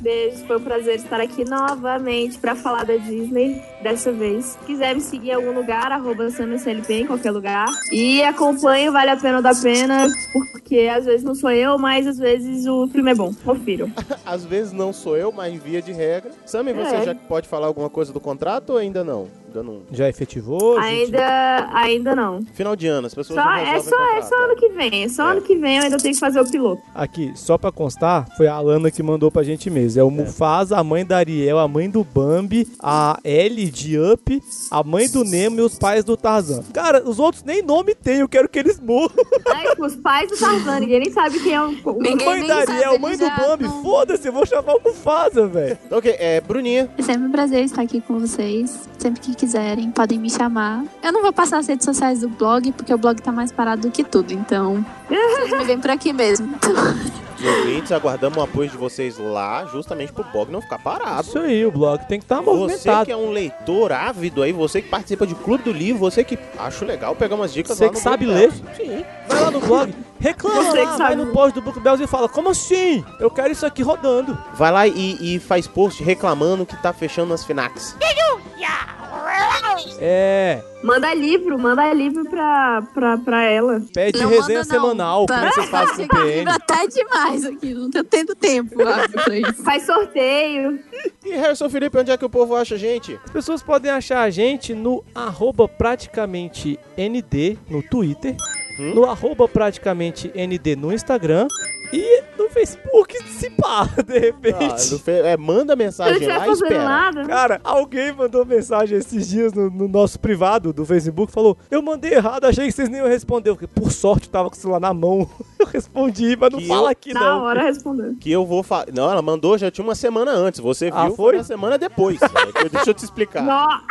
S4: Beijo, foi um prazer estar aqui novamente pra falar da Disney, dessa vez. Se quiser me seguir em algum lugar, arroba SamSLP em qualquer lugar. E acompanhe o Vale a Pena ou da Pena, porque às vezes não sou eu, mas às vezes o filme é bom. Confiro.
S3: Às vezes não sou eu, mas via de regra. Sammy, você
S4: É.
S3: já pode falar alguma coisa do contrato ou ainda não? Ainda não.
S2: Já efetivou? gente?
S4: Ainda, ainda não.
S3: Final de ano, as pessoas
S4: Só,
S3: não
S4: é,
S3: resolvem
S4: só, é
S3: contrato.
S4: só ano que vem. É só ano que vem eu ainda tenho que fazer o piloto.
S2: Aqui, só pra constar, foi a Alana que mandou pra gente mesmo. É o Mufasa, a mãe da Ariel, a mãe do Bambi, a Ellie de Up, a mãe do Nemo e os pais do Tarzan. Cara, os outros nem nome tem, eu quero que eles morram.
S4: Ai, Né, tipo, os pais do Tarzan, ninguém nem sabe quem é o.
S10: Ninguém
S2: mãe
S10: nem
S2: da
S10: sabe, ah,
S2: Ariel,
S10: eles
S2: mãe do
S10: já
S2: Bambi,
S10: tão-
S2: foda-se, eu vou chamar o Mufasa, velho.
S3: Então, ok, é, Bruninha.
S10: É sempre um prazer estar aqui com vocês. Sempre que quiserem, podem me chamar. Eu não vou passar as redes sociais do blog, porque o blog tá mais parado do que tudo. Então, vocês me vêm por aqui mesmo.
S3: ouvintes, aguardamos o apoio de vocês lá, justamente pro blog não ficar parado.
S2: É Isso aí, o blog tem que estar tá movimentado.
S3: Você que é um leitor ávido aí, você que participa de clube do livro, você que acho legal pegar umas dicas
S2: Você
S3: lá
S2: que
S3: no
S2: sabe
S3: blog
S2: ler,
S3: delas.
S2: sim. vai lá no blog, reclama
S3: Você que
S2: lá, vai
S3: sabe
S2: no
S3: ler.
S2: post do Book Bells e fala, como assim? Eu quero isso aqui rodando.
S3: Vai lá e, e faz post reclamando que tá fechando as FNACs.
S2: É,
S4: Manda livro, manda livro pra, pra, pra ela.
S2: pede resenha semanal, como é que vocês fazem com o PN.
S4: Até demais aqui, não tô tendo tempo. Faz sorteio.
S3: E Harrison Felipe, onde é que o povo acha a gente?
S2: As pessoas podem achar a gente no arroba praticamente ND no Twitter,
S3: Hum?
S2: no arroba praticamente ND no Instagram e no Facebook se pá, de
S3: Ah,
S2: repente.
S3: do Fe- é, manda mensagem
S4: tá
S3: lá e espera.
S2: Cara, alguém mandou mensagem esses dias no, no nosso privado do Facebook, falou, eu mandei errado, achei que vocês nem iam responder. Eu fiquei, por sorte, eu tava com o celular na mão. Eu respondi, mas não
S3: Que
S2: fala
S3: eu-
S2: aqui
S3: Na
S2: não.
S3: hora
S4: respondeu.
S3: Que eu vou falar. Não, ela mandou já tinha uma semana antes. Você viu?
S2: Ah, foi?
S3: na semana depois. né? Eu- Deixa eu te explicar.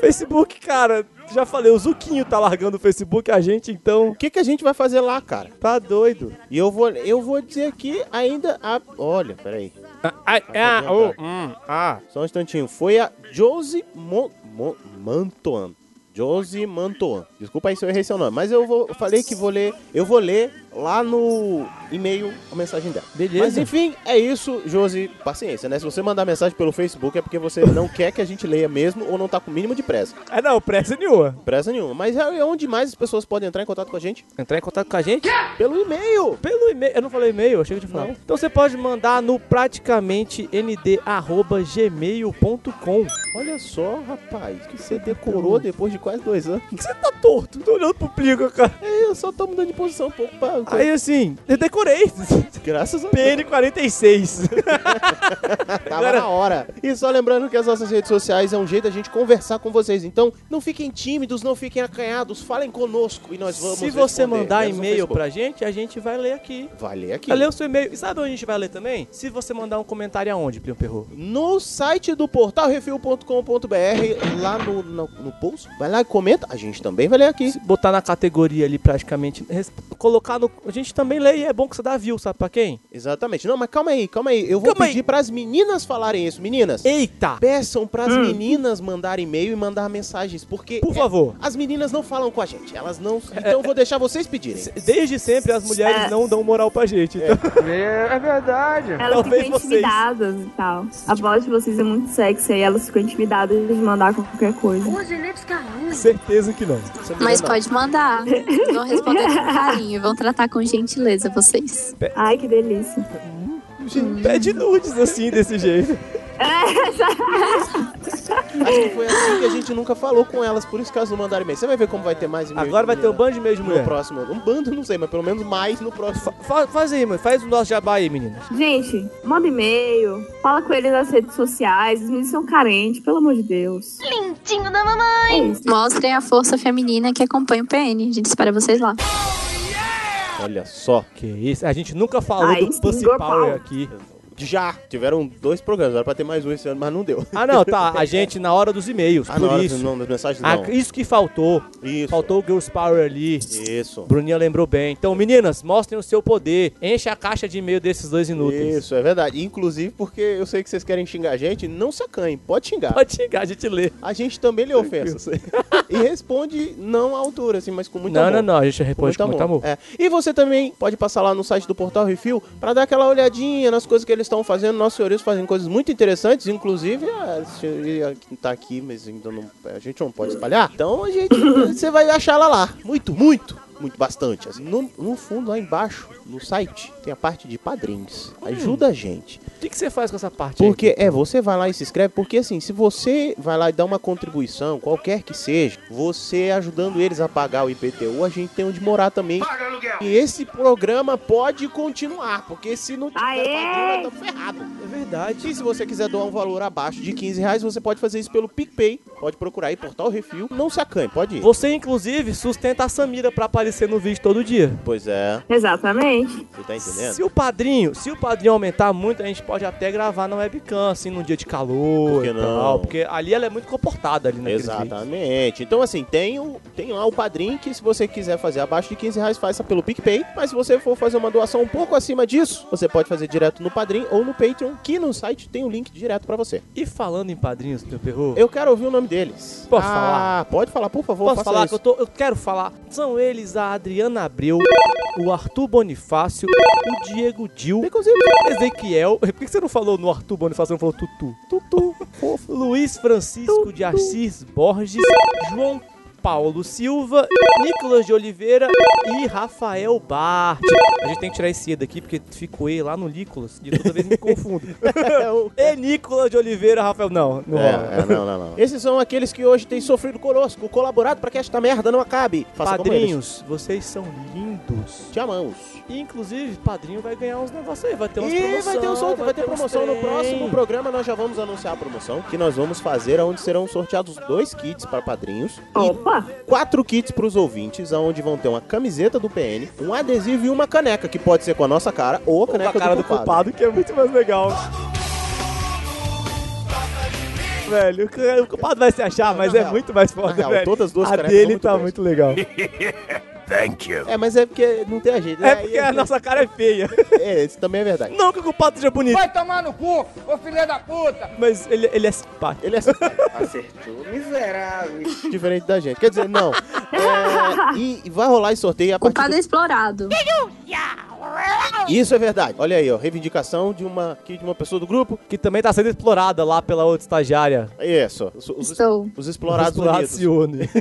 S2: Facebook, cara, já falei, o Zuquinho tá largando o Facebook, a gente então. O
S3: que, que a gente vai fazer lá, cara?
S2: Tá doido.
S3: E eu vou, eu vou dizer que ainda. A... Olha, peraí.
S2: ah, oh,
S9: hum, ah.
S3: Só um instantinho. Foi a Josie Mon... Mon... Mantoan. Josie Mantoan. Desculpa aí se eu errei seu nome, mas eu vou eu falei que vou ler, eu vou ler lá no e-mail a mensagem dela.
S2: Beleza.
S3: Mas enfim, é isso, Josi, paciência, né? Se você mandar mensagem pelo Facebook é porque você não quer que a gente leia mesmo ou não tá com o mínimo de pressa.
S2: É não, pressa nenhuma.
S3: Pressa nenhuma, mas é onde mais as pessoas podem entrar em contato com a gente?
S2: Entrar em contato com a gente?
S3: Pelo e-mail.
S2: Pelo e-mail. Eu não falei e-mail, achei que eu tinha falado. Então você pode mandar no praticamente nd@gmail.com.
S3: Olha só, rapaz, que você decorou
S2: Então-
S3: depois de quase dois anos.
S2: Você tá torto, tô olhando pro plico, cara.
S3: Eu só tô mudando de posição um pouco pra...
S2: Aí assim, eu decorei.
S3: Graças a Deus.
S2: PN46.
S3: Tava na hora. E só lembrando que as nossas redes sociais é um jeito da gente conversar com vocês. Então, não fiquem tímidos, não fiquem acanhados, falem conosco e nós vamos
S2: Se você
S3: responder.
S2: mandar
S3: Menos no
S2: e-mail
S3: Facebook.
S2: pra gente, a gente vai ler aqui.
S3: Vai ler aqui.
S2: Vai ler o seu e-mail. E sabe onde a gente vai ler também? Se você mandar um comentário aonde, Plio Perro?
S3: No site do portal refil.com.br, lá no, no, no post, vai lá e comenta. A gente também vai ler aqui.
S2: Botar na categoria ali praticamente. res- Colocar no. A gente também lê e é bom que você dá view, sabe pra quem?
S3: Exatamente. Não, mas calma aí, calma aí. Eu vou
S2: Calma aí.
S3: pedir pras meninas falarem isso. Meninas,
S2: Eita!
S3: peçam pras
S2: Hum.
S3: meninas mandarem e-mail e mandar mensagens, porque...
S2: Por
S3: é,
S2: favor.
S3: as meninas não falam com a gente, elas não... Então eu vou deixar vocês pedirem.
S2: Desde sempre as mulheres não dão moral pra gente. Então...
S3: É verdade.
S4: Elas ficam intimidadas e tal. A voz de vocês é muito sexy aí elas ficam intimidadas de mandar qualquer coisa.
S3: É.
S2: Certeza que não.
S10: Mas pode mandar. Vão responder com carinho. Vão tratar com gentileza vocês.
S4: Ai, que delícia.
S2: Pede nudes assim, desse jeito.
S3: Acho que foi assim que a gente nunca falou com elas, por isso que elas não mandaram e-mail. Você vai ver como vai ter mais e-mail.
S2: Agora vai ter um bando de e-mail de mulher.
S3: No próximo. Um bando, não sei, mas pelo menos mais no próximo.
S2: Fa- faz aí, mano. Faz o nosso jabá aí, meninas.
S4: Gente, manda e-mail, fala com eles nas redes sociais, os meninos são carentes, pelo amor de Deus. É
S10: Lindinho da mamãe. Mostrem a força feminina que acompanha o PN. A gente espera vocês lá.
S3: Olha só.
S2: Que isso. A gente nunca falou
S10: Aí
S2: do
S10: sim,
S2: Pussy
S10: global.
S2: Power aqui.
S3: Já. Tiveram dois programas, era pra ter mais um esse ano, mas não deu.
S2: Ah, não, tá. A gente na hora dos e-mails.
S3: Ah,
S2: por
S3: na hora
S2: isso.
S3: dos- não, das mensagens,
S2: Ah,
S3: não.
S2: isso que faltou. Faltou o Girls Power ali.
S3: Isso.
S2: Bruninha lembrou bem. Então, meninas, mostrem o seu poder. Enche a caixa de e-mail desses dois inúteis.
S3: Isso, é verdade. Inclusive, porque eu sei que vocês querem xingar a gente, não se acanhem. Pode xingar.
S2: Pode xingar, a gente lê.
S3: A gente também lê ofensas. e responde não à altura, assim, mas com muito
S2: Não,
S3: amor.
S2: não, não, a gente responde com muito amor.
S3: É. E você também pode passar lá no site do Portal Refil pra dar aquela olhadinha nas coisas que eles estão fazendo. Nossos senhores fazem coisas muito interessantes, inclusive a senhoria que tá aqui, mas ainda não, a gente não pode espalhar. Então a gente, você vai achar ela lá. Muito, muito. Muito bastante. assim. No, no fundo, lá embaixo, no site, tem a parte de padrinhos. Ajuda a gente.
S2: O que, que você faz com essa parte aí?
S3: Porque, é, você vai lá e se inscreve, porque assim, se você vai lá e dá uma contribuição, qualquer que seja, você ajudando eles a pagar o IPTU, a gente tem onde morar também. E esse programa pode continuar, porque se não tiver padrinho, nós estamos ferrados.
S2: É verdade.
S3: E se você quiser doar um valor abaixo de 15 reais, você pode fazer isso pelo PicPay, Pode procurar aí, Portal Refil. Não se acanhe, pode ir.
S2: Você, inclusive, sustenta a Samira pra aparecer no vídeo todo dia.
S3: Pois é.
S4: Exatamente.
S3: Você tá entendendo?
S2: Se o padrinho, se o padrinho aumentar muito, a gente pode até gravar na webcam, assim, num dia de calor
S3: Por que
S2: e
S3: não?
S2: tal, Porque ali ela é muito comportada ali naquele vídeo.
S3: Exatamente. Então, assim, tem, o, tem lá o padrinho que se você quiser fazer abaixo de 15 reais, faça pelo PicPay. Mas se você for fazer uma doação um pouco acima disso, você pode fazer direto no padrinho ou no Patreon, que no site tem o link direto pra você.
S2: E falando em padrinhos, meu perro,
S3: Eu quero ouvir o nome deles.
S2: Posso
S3: ah,
S2: falar?
S3: Pode falar, por favor.
S2: posso
S3: faça
S2: falar
S3: isso.
S2: que eu, tô, eu quero falar. São eles a Adriana Abreu, o Arthur Bonifácio, o Diego Dil, Ezequiel. Por que você não falou no Arthur Bonifácio, não falou Tutu? Tutu, fofo. Luiz Francisco de Assis Borges, João Paulo Silva, Nicolas de Oliveira e Rafael Bart. A gente tem que tirar esse E daqui, porque ficou E lá no Nicolas e toda vez me confundo. e Nicolas de Oliveira, Rafael. Não, não rola.
S3: É, é, não, não, não. Esses são aqueles que hoje têm sofrido conosco, colaborado pra que esta merda não acabe. Faça como eles.
S2: Padrinhos, vocês são lindos.
S3: Te amamos.
S2: Inclusive, padrinho vai ganhar uns negócios aí, vai ter umas
S3: e
S2: promoções.
S3: vai ter, um sorteio, vai ter promoção no próximo
S2: programa.
S3: programa. Nós já vamos anunciar a promoção que nós vamos fazer, onde serão sorteados dois kits para padrinhos.
S4: Opa!
S3: Quatro kits para os ouvintes, onde vão ter uma camiseta do PN, um adesivo e uma caneca, que pode ser com a nossa cara ou a
S2: Com
S3: caneca
S2: a cara do culpado, que é muito mais legal. Velho, o cara- o culpado vai se achar, mas
S3: na
S2: é
S3: real.
S2: muito mais
S3: Na
S2: foda,
S3: real,
S2: velho.
S3: todas as duas
S2: a
S3: carecas são
S2: dele
S3: muito
S2: tá
S3: boas.
S2: muito legal.
S15: Thank you.
S3: É, mas é porque não tem a jeito.
S2: É
S3: né?
S2: porque a nossa cara é feia.
S3: É, isso também é verdade.
S2: Não que o culpado seja bonito,
S9: Vai tomar no cu, ô filha da puta!
S2: mas ele, ele é simpático.
S3: Ele é
S12: Acertou, miserável.
S3: diferente da gente. Quer dizer, não. É, e vai rolar esse sorteio a partir
S1: Culpado é explorado.
S3: Isso é verdade. Olha aí, ó, reivindicação de uma aqui de uma pessoa do grupo.
S2: Que também tá sendo explorada lá pela outra estagiária.
S3: Isso, os, os,
S1: Estou.
S3: os explorados unidos.
S2: Exploracione.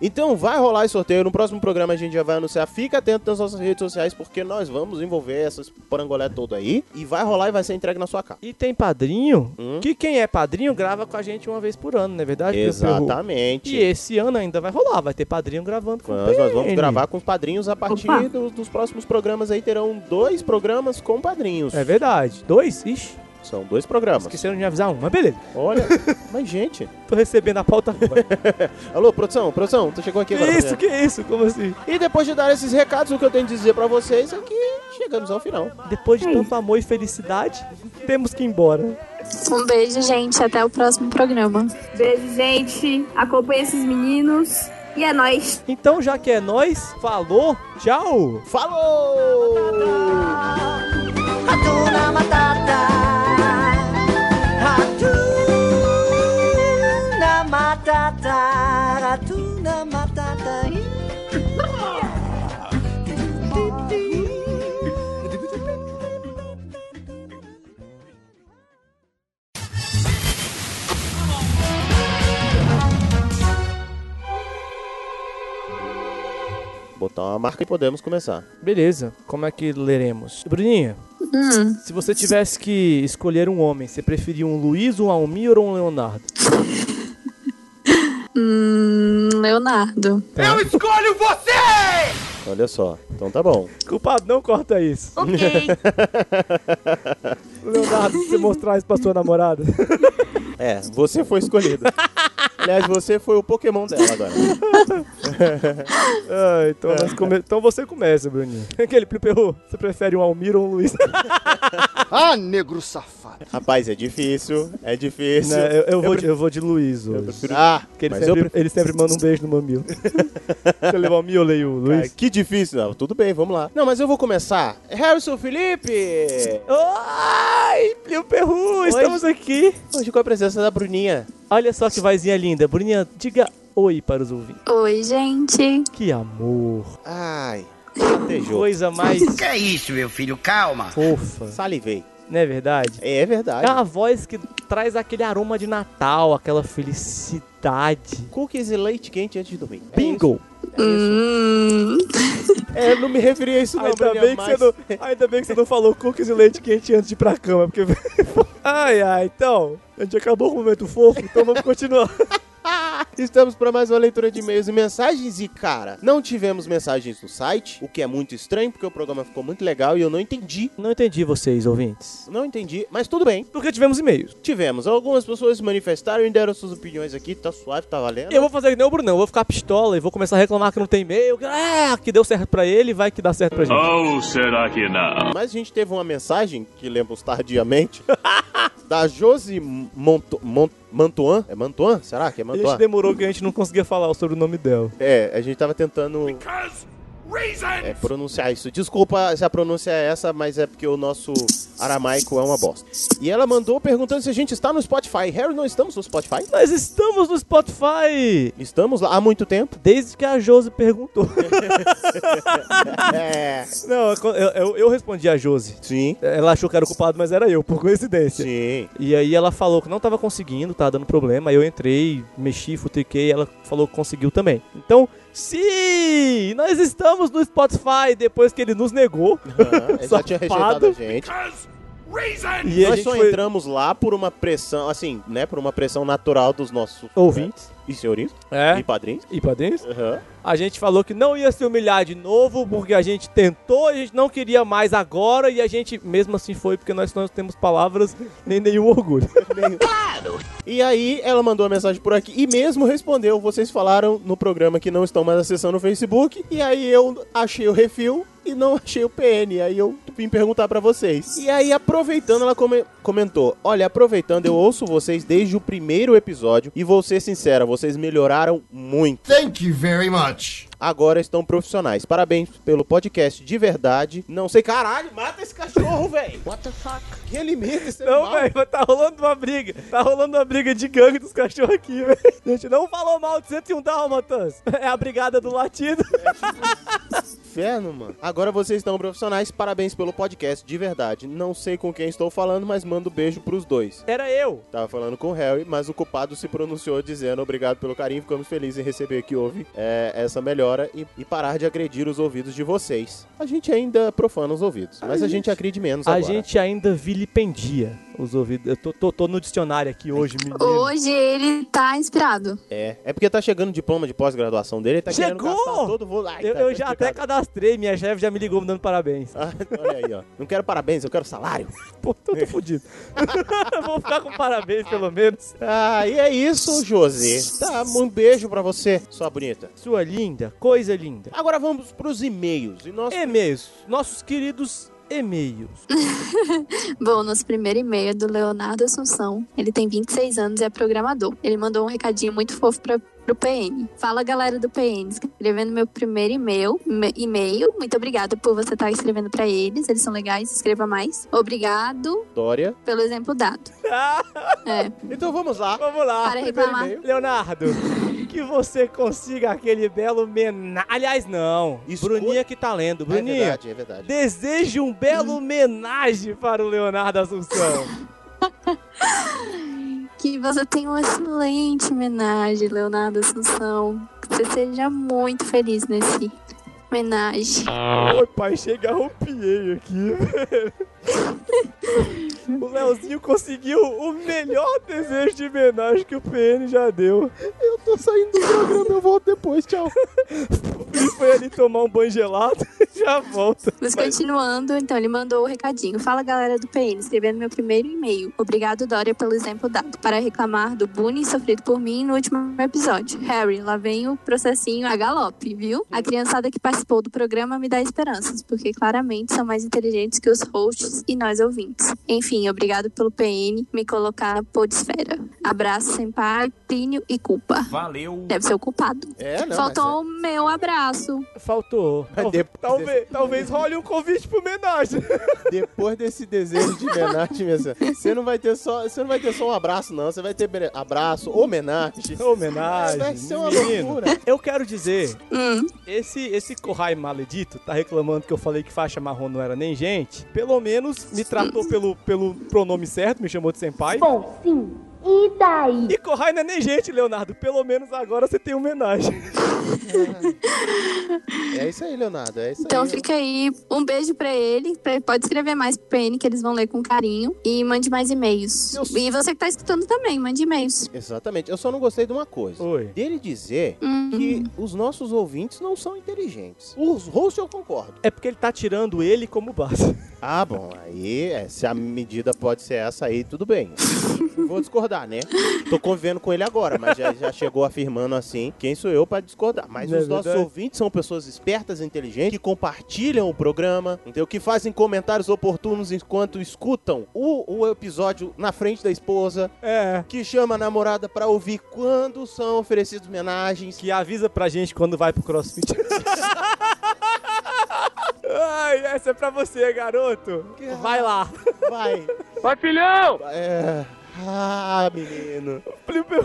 S3: Então vai rolar esse sorteio. No próximo programa a gente já vai anunciar. Fica atento nas nossas redes sociais porque nós vamos envolver essas parangolé todo aí e vai rolar e vai ser entregue na sua casa.
S2: E tem padrinho,
S3: Hum?
S2: que quem é padrinho grava com a gente uma vez por ano, não é verdade? meu perro? E
S3: Exatamente.
S2: esse ano ainda vai rolar, vai ter padrinho gravando com
S3: Nós, nós vamos
S2: PN.
S3: gravar com os padrinhos a
S4: Opa.
S3: partir dos, dos próximos programas aí. Terão dois programas com padrinhos.
S2: É verdade. Dois? Ixi,
S3: São dois programas.
S2: esqueceram de me avisar um, mas beleza.
S3: Olha, mas gente.
S2: Tô recebendo a pauta.
S3: Alô, produção, produção, tu chegou aqui
S2: que
S3: agora.
S2: isso,
S3: né?
S2: que isso? Como assim?
S3: E depois de dar esses recados, o que eu tenho a dizer pra vocês é que chegamos ao final.
S2: Depois de tanto amor e felicidade, temos que ir embora.
S10: Um beijo, gente. Até o próximo programa.
S4: Beijo, gente. Acompanha esses meninos. E é nóis.
S2: Então, já que é nós, falou, tchau!
S3: Falou!
S12: Hakuna Matata. Hakuna Matata. Hakuna Matata.
S3: Botar uma marca e podemos começar.
S2: Beleza, como é que leremos? Bruninha, se você tivesse que escolher um homem, você preferia um Luiz, um Almir ou um Leonardo?
S10: Hum, Leonardo.
S7: Eu escolho você!
S3: Olha só. Então tá bom.
S2: Culpado, não corta isso.
S4: Ok.
S2: Leonardo, se você mostrar isso pra sua namorada.
S3: É, você foi escolhido. Aliás, você foi o Pokémon dela agora.
S2: Ah, então, nós come- então você começa, Bruninho. Aquele Pliperro, você prefere um Almir ou um Luiz?
S13: Ah, negro safado.
S3: Rapaz, é difícil, é difícil.
S2: Não, Né, eu, eu vou de, eu vou de Luiz hoje.
S3: Ah,
S2: Porque ele
S3: mas eu
S2: sempre,
S3: prefiro-
S2: ele sempre manda um beijo no mamilo. Se eu levar o mil, eu leio o
S3: Cara,
S2: Luiz.
S3: que difícil. Não, tudo bem, vamos lá. Não, mas eu vou começar. Harrison Felipe!
S2: Ai, Plio Perru, estamos aqui.
S3: Hoje com a presença da Bruninha.
S2: Olha só que vozinha linda. Bruninha, diga oi para os ouvintes.
S10: Oi, gente.
S2: Que amor.
S3: Ai, latejou.
S2: Coisa mais
S12: Que é isso, meu filho? Calma.
S2: fofa.
S3: Salivei.
S2: Não é verdade?
S3: É, é verdade.
S2: É uma voz que traz aquele aroma de Natal, aquela felicidade.
S3: Cookies e leite quente antes de dormir. É
S2: Bingo.
S3: isso, É, isso.
S10: Hum,
S3: É, eu não me referi a isso não,
S2: Ainda
S3: Bruninha,
S2: bem, que
S3: mas...
S2: você não, ainda bem que você não falou cookies e leite quente antes de ir pra cama, porque. ai, ai, então. A gente acabou com o momento fofo, então vamos continuar.
S3: Estamos para mais uma leitura de e-mails e mensagens. E, cara, não tivemos mensagens no site, o que é muito estranho, porque o programa ficou muito legal e eu não entendi.
S2: Não entendi vocês, ouvintes.
S3: Não entendi, mas tudo bem.
S2: Porque tivemos e-mails.
S3: Tivemos. Algumas pessoas se manifestaram e deram suas opiniões aqui. Tá suave, tá valendo.
S2: Eu vou fazer que nem o Brunão. Eu vou ficar pistola e vou começar a reclamar que não tem e-mail. Ah, que deu certo pra ele, vai que dá certo pra gente.
S15: Ou oh, será que não?
S3: Mas a gente teve uma mensagem, que lemos tardiamente, da Josi Monto... Monto Mantuan? É Mantuan? Será que é Mantuan?
S2: A gente demorou que a gente não conseguia falar sobre o nome dela.
S3: É, a gente tava tentando. É, pronunciar isso. Desculpa se a pronúncia é essa, mas é porque o nosso aramaico é uma bosta. E ela mandou perguntando se a gente está no Spotify. Harry, não estamos no Spotify?
S2: Nós estamos no Spotify!
S3: Estamos lá há muito tempo?
S2: Desde que a Jose perguntou. é. Não, eu, eu, eu, respondi a Jose.
S3: Sim.
S2: Ela achou que era o culpado, mas era eu, por coincidência.
S3: Sim.
S2: E aí ela falou que não estava conseguindo, tava dando problema. Aí eu entrei, mexi, futriquei, ela falou que conseguiu também. Então, Sim! Nós estamos no Spotify depois que ele nos negou.
S3: Uhum, ele já tinha rejeitado a gente. E nós só foi... entramos lá por uma pressão, assim, né? Por uma pressão natural dos nossos
S2: ouvintes.
S3: Né? E senhores.
S2: É.
S3: E padrinhos.
S2: E padrinhos.
S3: Uhum.
S2: A gente falou que não ia se humilhar de novo, porque a gente tentou, a gente não queria mais agora, e a gente mesmo assim foi, porque nós não temos palavras nem nenhum orgulho.
S3: claro! E aí ela mandou a mensagem por aqui e mesmo respondeu: vocês falaram no programa que não estão mais acessando o Facebook, e aí eu achei o refil e não achei o PN. Aí eu vim perguntar para vocês. E aí, aproveitando, ela come comentou: Olha, aproveitando, eu ouço vocês desde o primeiro episódio e vou ser sincera, vocês melhoraram muito.
S13: Thank you very much
S3: agora estão profissionais. Parabéns pelo podcast de verdade. Não sei, caralho, mata esse cachorro, velho.
S11: What the fuck?
S3: Que alimenta esse
S2: Não, velho, tá rolando uma briga. Tá rolando uma briga de gangue dos cachorros aqui, velho. A gente não falou mal de 101 Dálmatas. É a brigada do latido. É, tipo...
S3: Inferno, mano. Agora vocês estão profissionais. Parabéns pelo podcast de verdade. Não sei com quem estou falando, mas mando um beijo pros dois.
S2: Era eu.
S3: Tava falando com o Harry, mas o culpado se pronunciou dizendo obrigado pelo carinho. Ficamos felizes em receber que houve é, essa melhora. E, e, parar de agredir os ouvidos de vocês. A gente ainda profana os ouvidos, mas a, a gente, gente, agride menos
S2: a
S3: agora.
S2: gente ainda vilipendia os ouvidos. Eu tô, tô, tô, no dicionário aqui hoje, menino.
S10: Hoje ele tá inspirado.
S3: É, é porque tá chegando o diploma de pós-graduação dele, ele tá
S2: Chegou!
S3: todo mundo. Ai,
S2: eu,
S3: tá
S2: eu já até cadastrei, minha chefe já me ligou me dando parabéns.
S3: Ah, olha aí, ó. Não quero parabéns, eu quero salário.
S2: Pô, tô, tô fudido. Vou ficar com parabéns, pelo menos.
S3: Ah, e é isso, José. Tá, um beijo pra você, sua bonita.
S2: Sua linda, coisa linda.
S3: Agora vamos pros e-mails. E nós...
S2: E-mails. Nossos queridos e-mails.
S10: Bom, nosso primeiro e-mail é do Leonardo Assunção. Ele tem 26 anos e é programador. Ele mandou um recadinho muito fofo para pro PN. Fala galera do PN, escrevendo meu primeiro e-mail, e-mail. Muito obrigada por você estar escrevendo para eles, eles são legais, escreva mais. Obrigado.
S3: Dória.
S10: Pelo exemplo dado.
S2: é.
S3: Então vamos lá.
S2: Vamos lá.
S10: Para reclamar.
S2: Leonardo. que você consiga aquele belo mena... Aliás, não. Esco... Bruninha que tá lendo. Bruninha. É
S3: verdade, é verdade.
S2: Deseje um belo homenagem para o Leonardo Assunção.
S10: que você tenha uma excelente homenagem, Leonardo Assunção. Que você seja muito feliz nesse homenagem.
S3: Ah.
S2: Oi, pai, chega arrupiei aqui, velho. o Leozinho conseguiu o melhor desejo de homenagem que o PN já deu.
S3: Eu tô saindo do programa, eu volto depois, tchau.
S2: ele foi ali tomar um banho gelado, já volta.
S10: Mas, Mas continuando, então, ele mandou o recadinho. Fala, galera do PN, escrevendo meu primeiro e-mail. Obrigado, Dória, pelo exemplo dado. Para reclamar do bullying sofrido por mim no último episódio. Harry, lá vem o processinho a galope, viu? A criançada que participou do programa me dá esperanças, porque claramente são mais inteligentes que os hosts e nós ouvintes. Enfim, obrigado pelo PN me colocar na podesfera. Abraço sem par, Plínio e culpa.
S3: Valeu.
S10: Deve ser o culpado.
S3: É, não,
S10: Faltou um. o meu abraço.
S2: Faltou.
S3: Depois
S2: talvez, desse... talvez role um convite pro homenagem.
S3: é, Depois desse desejo de homenagem, minha você não vai ter só, você não vai ter só um abraço não, você vai ter abraço, homenagem.
S2: Homenagem.
S3: Vai ser uma menino. loucura.
S2: Eu quero dizer,
S10: hum.
S2: esse esse Kohai maledito tá reclamando que eu falei que faixa marrom não era nem gente. Pelo menos me tratou pelo, pelo pronome certo, me chamou de senpai.
S10: Bom, sim.
S2: E daí? E Corrai não é nem gente, Leonardo. Pelo menos agora você tem homenagem.
S3: É isso aí, Leonardo. É isso
S10: Então
S3: aí.
S10: fica aí um beijo pra ele. pra- Pode escrever mais pro PN que eles vão ler com carinho. E mande mais e-mails. E você que tá escutando também, mande e-mails.
S3: Exatamente. Eu só não gostei de uma coisa. Dele dizer que os nossos ouvintes não são inteligentes. Os hosts eu concordo.
S2: É porque ele tá tirando ele como base.
S3: Ah, bom, aí é, se a medida pode ser essa aí, tudo bem. Não Vou discordar, né? Tô convivendo com ele agora, mas já, já chegou afirmando assim: quem sou eu pra discordar? Mas
S2: Não é
S3: os nossos
S2: verdade?
S3: ouvintes são pessoas espertas e inteligentes que compartilham o programa, entendeu? Que fazem comentários oportunos enquanto escutam o, o episódio na frente da esposa.
S2: É.
S3: Que chama a namorada pra ouvir quando são oferecidas homenagens.
S2: Que avisa pra gente quando vai pro crossfit. Ai, essa é pra você, garoto. Vai lá.
S3: Vai.
S2: Vai, filhão!
S3: É. Ah, menino.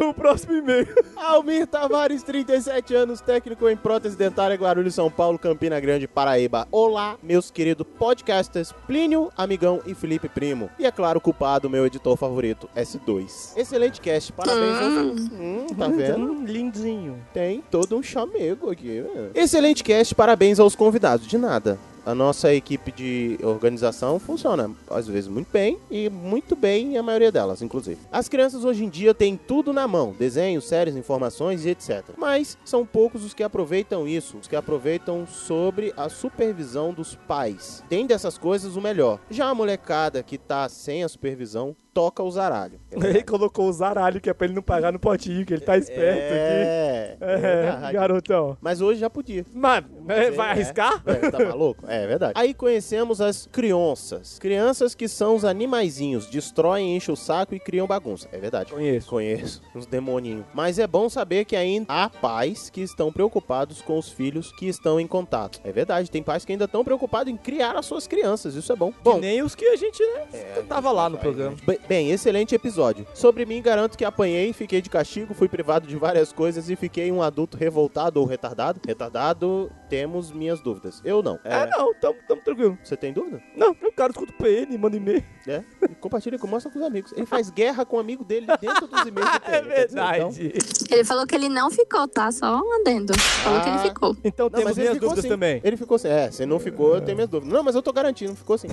S2: O próximo e-mail.
S3: Almir Tavares, 37 anos, técnico em prótese dentária, Guarulhos, São Paulo, Campina Grande, Paraíba. Olá, meus queridos podcasters Plínio, Amigão e Felipe Primo. E é claro, culpado, meu editor favorito, S2. Excelente cast, parabéns. aos- Hum, tá vendo?
S2: Lindinho.
S3: Tem todo um chamego aqui. né? Excelente cast, parabéns aos convidados. De nada. A nossa equipe de organização funciona, às vezes, muito bem e muito bem a maioria delas, inclusive. As crianças hoje em dia têm tudo na mão: desenhos, séries, informações e etc. Mas são poucos os que aproveitam isso, os que aproveitam sobre a supervisão dos pais. Tem dessas coisas o melhor. Já a molecada que tá sem a supervisão toca o zaralho.
S2: Ele colocou o zaralho, que é pra ele não pagar no potinho, que ele tá esperto
S3: É,
S2: aqui. É,
S3: verdade.
S2: garotão.
S3: Mas hoje já podia.
S2: Mas, é,
S3: Sei,
S2: vai
S3: né?
S2: arriscar?
S3: É, tá maluco? É verdade. Aí conhecemos as crianças. Crianças que são os animaizinhos, destroem, enchem o saco e criam bagunça. É verdade.
S2: Conheço.
S3: Conheço. Uns demoninhos. Mas é bom saber que ainda há pais que estão preocupados com os filhos que estão em contato. É verdade, tem pais que ainda estão preocupados em criar as suas crianças. Isso é bom. Bom, É,
S2: Nem os que a gente, né, tava lá no programa.
S3: Bem- Bem, excelente episódio. Sobre mim, garanto que apanhei, fiquei de castigo, fui privado de várias coisas e fiquei um adulto revoltado ou retardado. Retardado, temos minhas dúvidas. Eu não.
S2: É, não, tamo, tamo tranquilo.
S3: Você tem dúvida?
S2: Não, o cara escuta o PN, manda e-mail.
S3: É. E compartilha com mostra com os amigos. Ele faz guerra com o amigo dele dentro dos e-mails. do
S2: É
S3: PN, quer dizer, então-
S10: Ele falou que ele não ficou, tá? Só um adendo. Falou que ele
S3: Ah.
S10: ficou.
S2: Então
S3: Não, mas ele ficou sim. Ele ficou assim. É, se não ficou, eu tenho minhas dúvidas. Não, mas eu tô garantindo, ficou sim.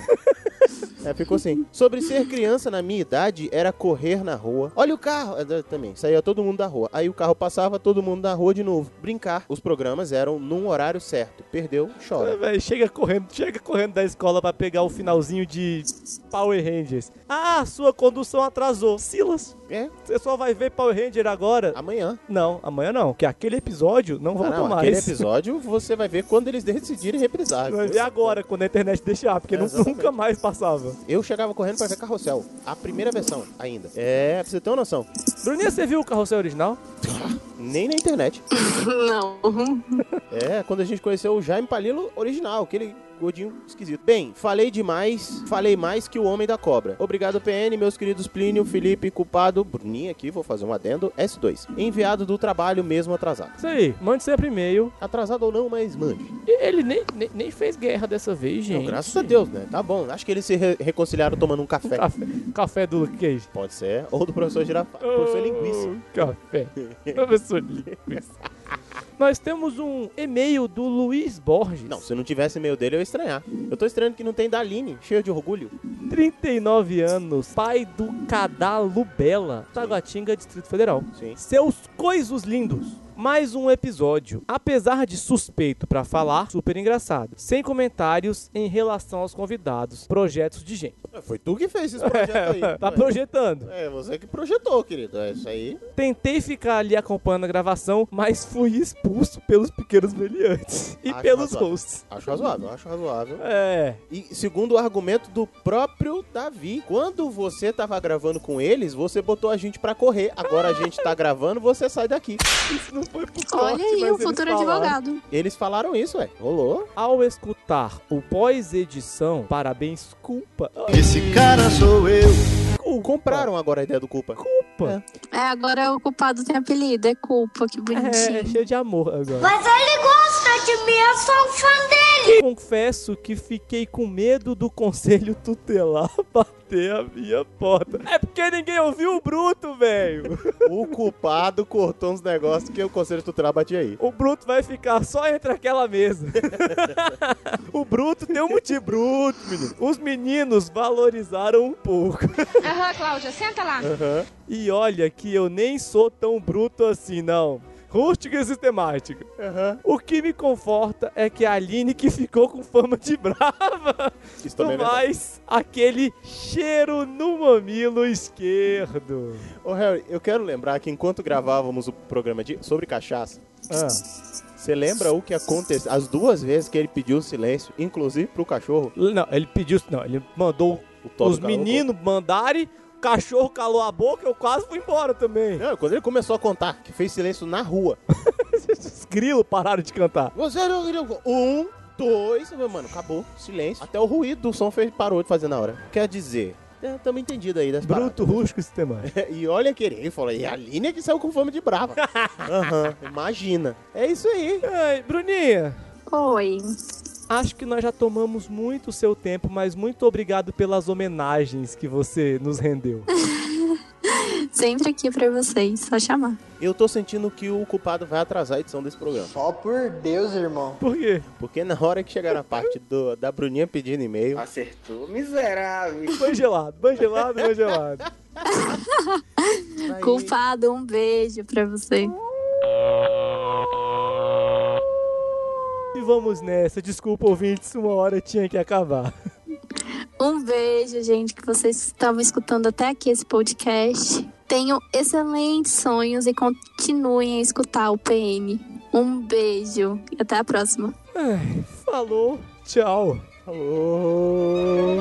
S3: é, ficou sim. Sobre ser criança na minha idade, era correr na rua. Olha o carro! É, da- Também, saía todo mundo da rua. Aí o carro passava, todo mundo na rua de novo. Brincar. Os programas eram num horário certo. Perdeu,
S2: É,
S3: chora.
S2: velho, chega correndo, chega correndo da escola pra pegar o finalzinho de Power Rangers. Ah, sua condução atrasou. Silas.
S3: É?
S2: Você só vai ver Power Ranger agora?
S3: Amanhã.
S2: Não, amanhã não, que aquele episódio não
S3: Ah,
S2: volta
S3: não,
S2: mais.
S3: aquele episódio você vai ver quando eles decidirem reprisar.
S2: Vai ver agora, quando a internet deixar, porque
S3: É,
S2: nu-
S3: exatamente.
S2: nunca mais passava.
S3: Eu chegava correndo pra ver Carrossel. A primeira versão ainda. É, pra você ter uma noção.
S2: Bruninha, você viu o Carrossel original?
S3: Nem na internet.
S10: Não.
S3: É, quando a gente conheceu o Jaime Palilo original, aquele gordinho esquisito. Bem, falei demais, falei mais que o Homem da Cobra. Obrigado, PN, meus queridos Plínio, Felipe, Culpado, Bruninho aqui, vou fazer um adendo, S2. Enviado do trabalho mesmo atrasado.
S2: Isso aí, mande sempre e-mail.
S3: Atrasado ou não, mas mande.
S2: Ele nem, nem, nem fez guerra dessa vez, gente.
S3: Não, graças a Deus, né? Tá bom, acho que eles se re- reconciliaram tomando um café.
S2: Café, café do Luke Cage.
S3: Pode ser, ou do professor Girafa, professor é
S2: Oh.
S3: Linguiça.
S2: Café. Professor é Linguiça. Nós temos um e-mail do Luiz Borges.
S3: Não, se não tivesse e-mail dele, eu ia estranhar. Eu tô estranhando que não tem da Aline, cheio de orgulho.
S2: 39 anos, pai do Cadalubela, Taguatinga, Distrito Federal.
S3: Sim.
S2: Seus coisos lindos. Mais um episódio. Apesar de suspeito pra falar, super engraçado. Sem comentários em relação aos convidados, projetos de gente.
S3: É, Foi tu que fez esse projeto aí.
S2: tá
S3: Ué.
S2: projetando.
S3: É, você que projetou, querido. É isso aí.
S2: Tentei ficar ali acompanhando a gravação, mas fui expulso pelos pequenos meliantes e
S3: Acho
S2: pelos
S3: razoável.
S2: hosts.
S3: Acho razoável, acho razoável.
S2: É.
S3: E segundo o argumento do próprio Davi, quando você tava gravando com eles, você botou a gente pra correr. Agora a gente tá gravando, você sai daqui.
S2: Isso não foi por
S10: Olha
S2: sorte,
S10: aí,
S2: mas
S10: o
S2: eles
S10: futuro
S2: falaram.
S10: advogado.
S3: Eles falaram isso, ué. Rolou.
S2: Ao escutar o pós-edição, parabéns, culpa.
S3: Esse cara sou eu.
S2: Culpa.
S3: Compraram agora a ideia do culpa.
S2: Culpa.
S10: É, agora o culpado tem apelido, é culpa, que
S2: É,
S10: bonitinho.
S2: cheio de amor agora.
S18: Mas ele gosta de mim, eu sou fã dele.
S2: Que? Confesso que fiquei com medo do conselho tutelar bater a minha porta. É porque ninguém ouviu o Bruto, velho.
S3: o culpado cortou uns negócios que o conselho tutelar batia aí.
S2: O Bruto vai ficar só entre aquela mesa. o Bruto tem um motivo. Bruto, menino. Os meninos valorizaram um pouco.
S18: Aham, uhum, Cláudia, senta lá. Uhum.
S2: E olha que eu nem sou tão bruto assim, não rústica e sistemática. Uhum. O que me conforta é que a Aline que ficou com fama de brava, Isso no mais é aquele cheiro no mamilo esquerdo.
S3: Ô Harry, eu quero lembrar que enquanto gravávamos o programa de, sobre cachaça, ah. Você lembra o que aconteceu? As duas vezes que ele pediu silêncio, inclusive pro cachorro?
S2: Não, ele pediu. Não, ele mandou os meninos mandarem, cachorro calou a boca, eu quase fui embora também.
S3: Não, quando ele começou a contar, que fez silêncio na rua.
S2: Os grilos pararam de cantar.
S3: Você não grilo. Um, dois. Mano, acabou. Silêncio. Até o ruído do som fez, parou de fazer na hora. Quer dizer. Estamos entendidos aí das
S2: Bruto, rústico e sistemático.
S3: e olha que ele falou, e a Aline é que saiu com fome de brava. uhum, imagina. É isso aí.
S2: Ai, Bruninha.
S3: É.
S10: Oi.
S2: Acho que nós já tomamos muito o seu tempo, mas muito obrigado pelas homenagens que você nos rendeu.
S10: Sempre aqui para vocês, só chamar.
S3: Eu tô sentindo que o culpado vai atrasar a edição desse programa.
S12: Só por Deus, irmão.
S2: Por quê?
S3: Porque na hora que chegar na parte do, da Bruninha pedindo e-mail.
S12: Acertou, miserável.
S2: Bangelado, bangelado, bangelado.
S10: culpado, um beijo para você.
S2: E vamos nessa. Desculpa, ouvintes, uma hora tinha que acabar.
S10: Um beijo, gente, que vocês estavam escutando até aqui esse podcast. Tenham excelentes sonhos e continuem a escutar o PM. Um beijo e até a próxima.
S2: Ai, falou, tchau.
S3: Falou.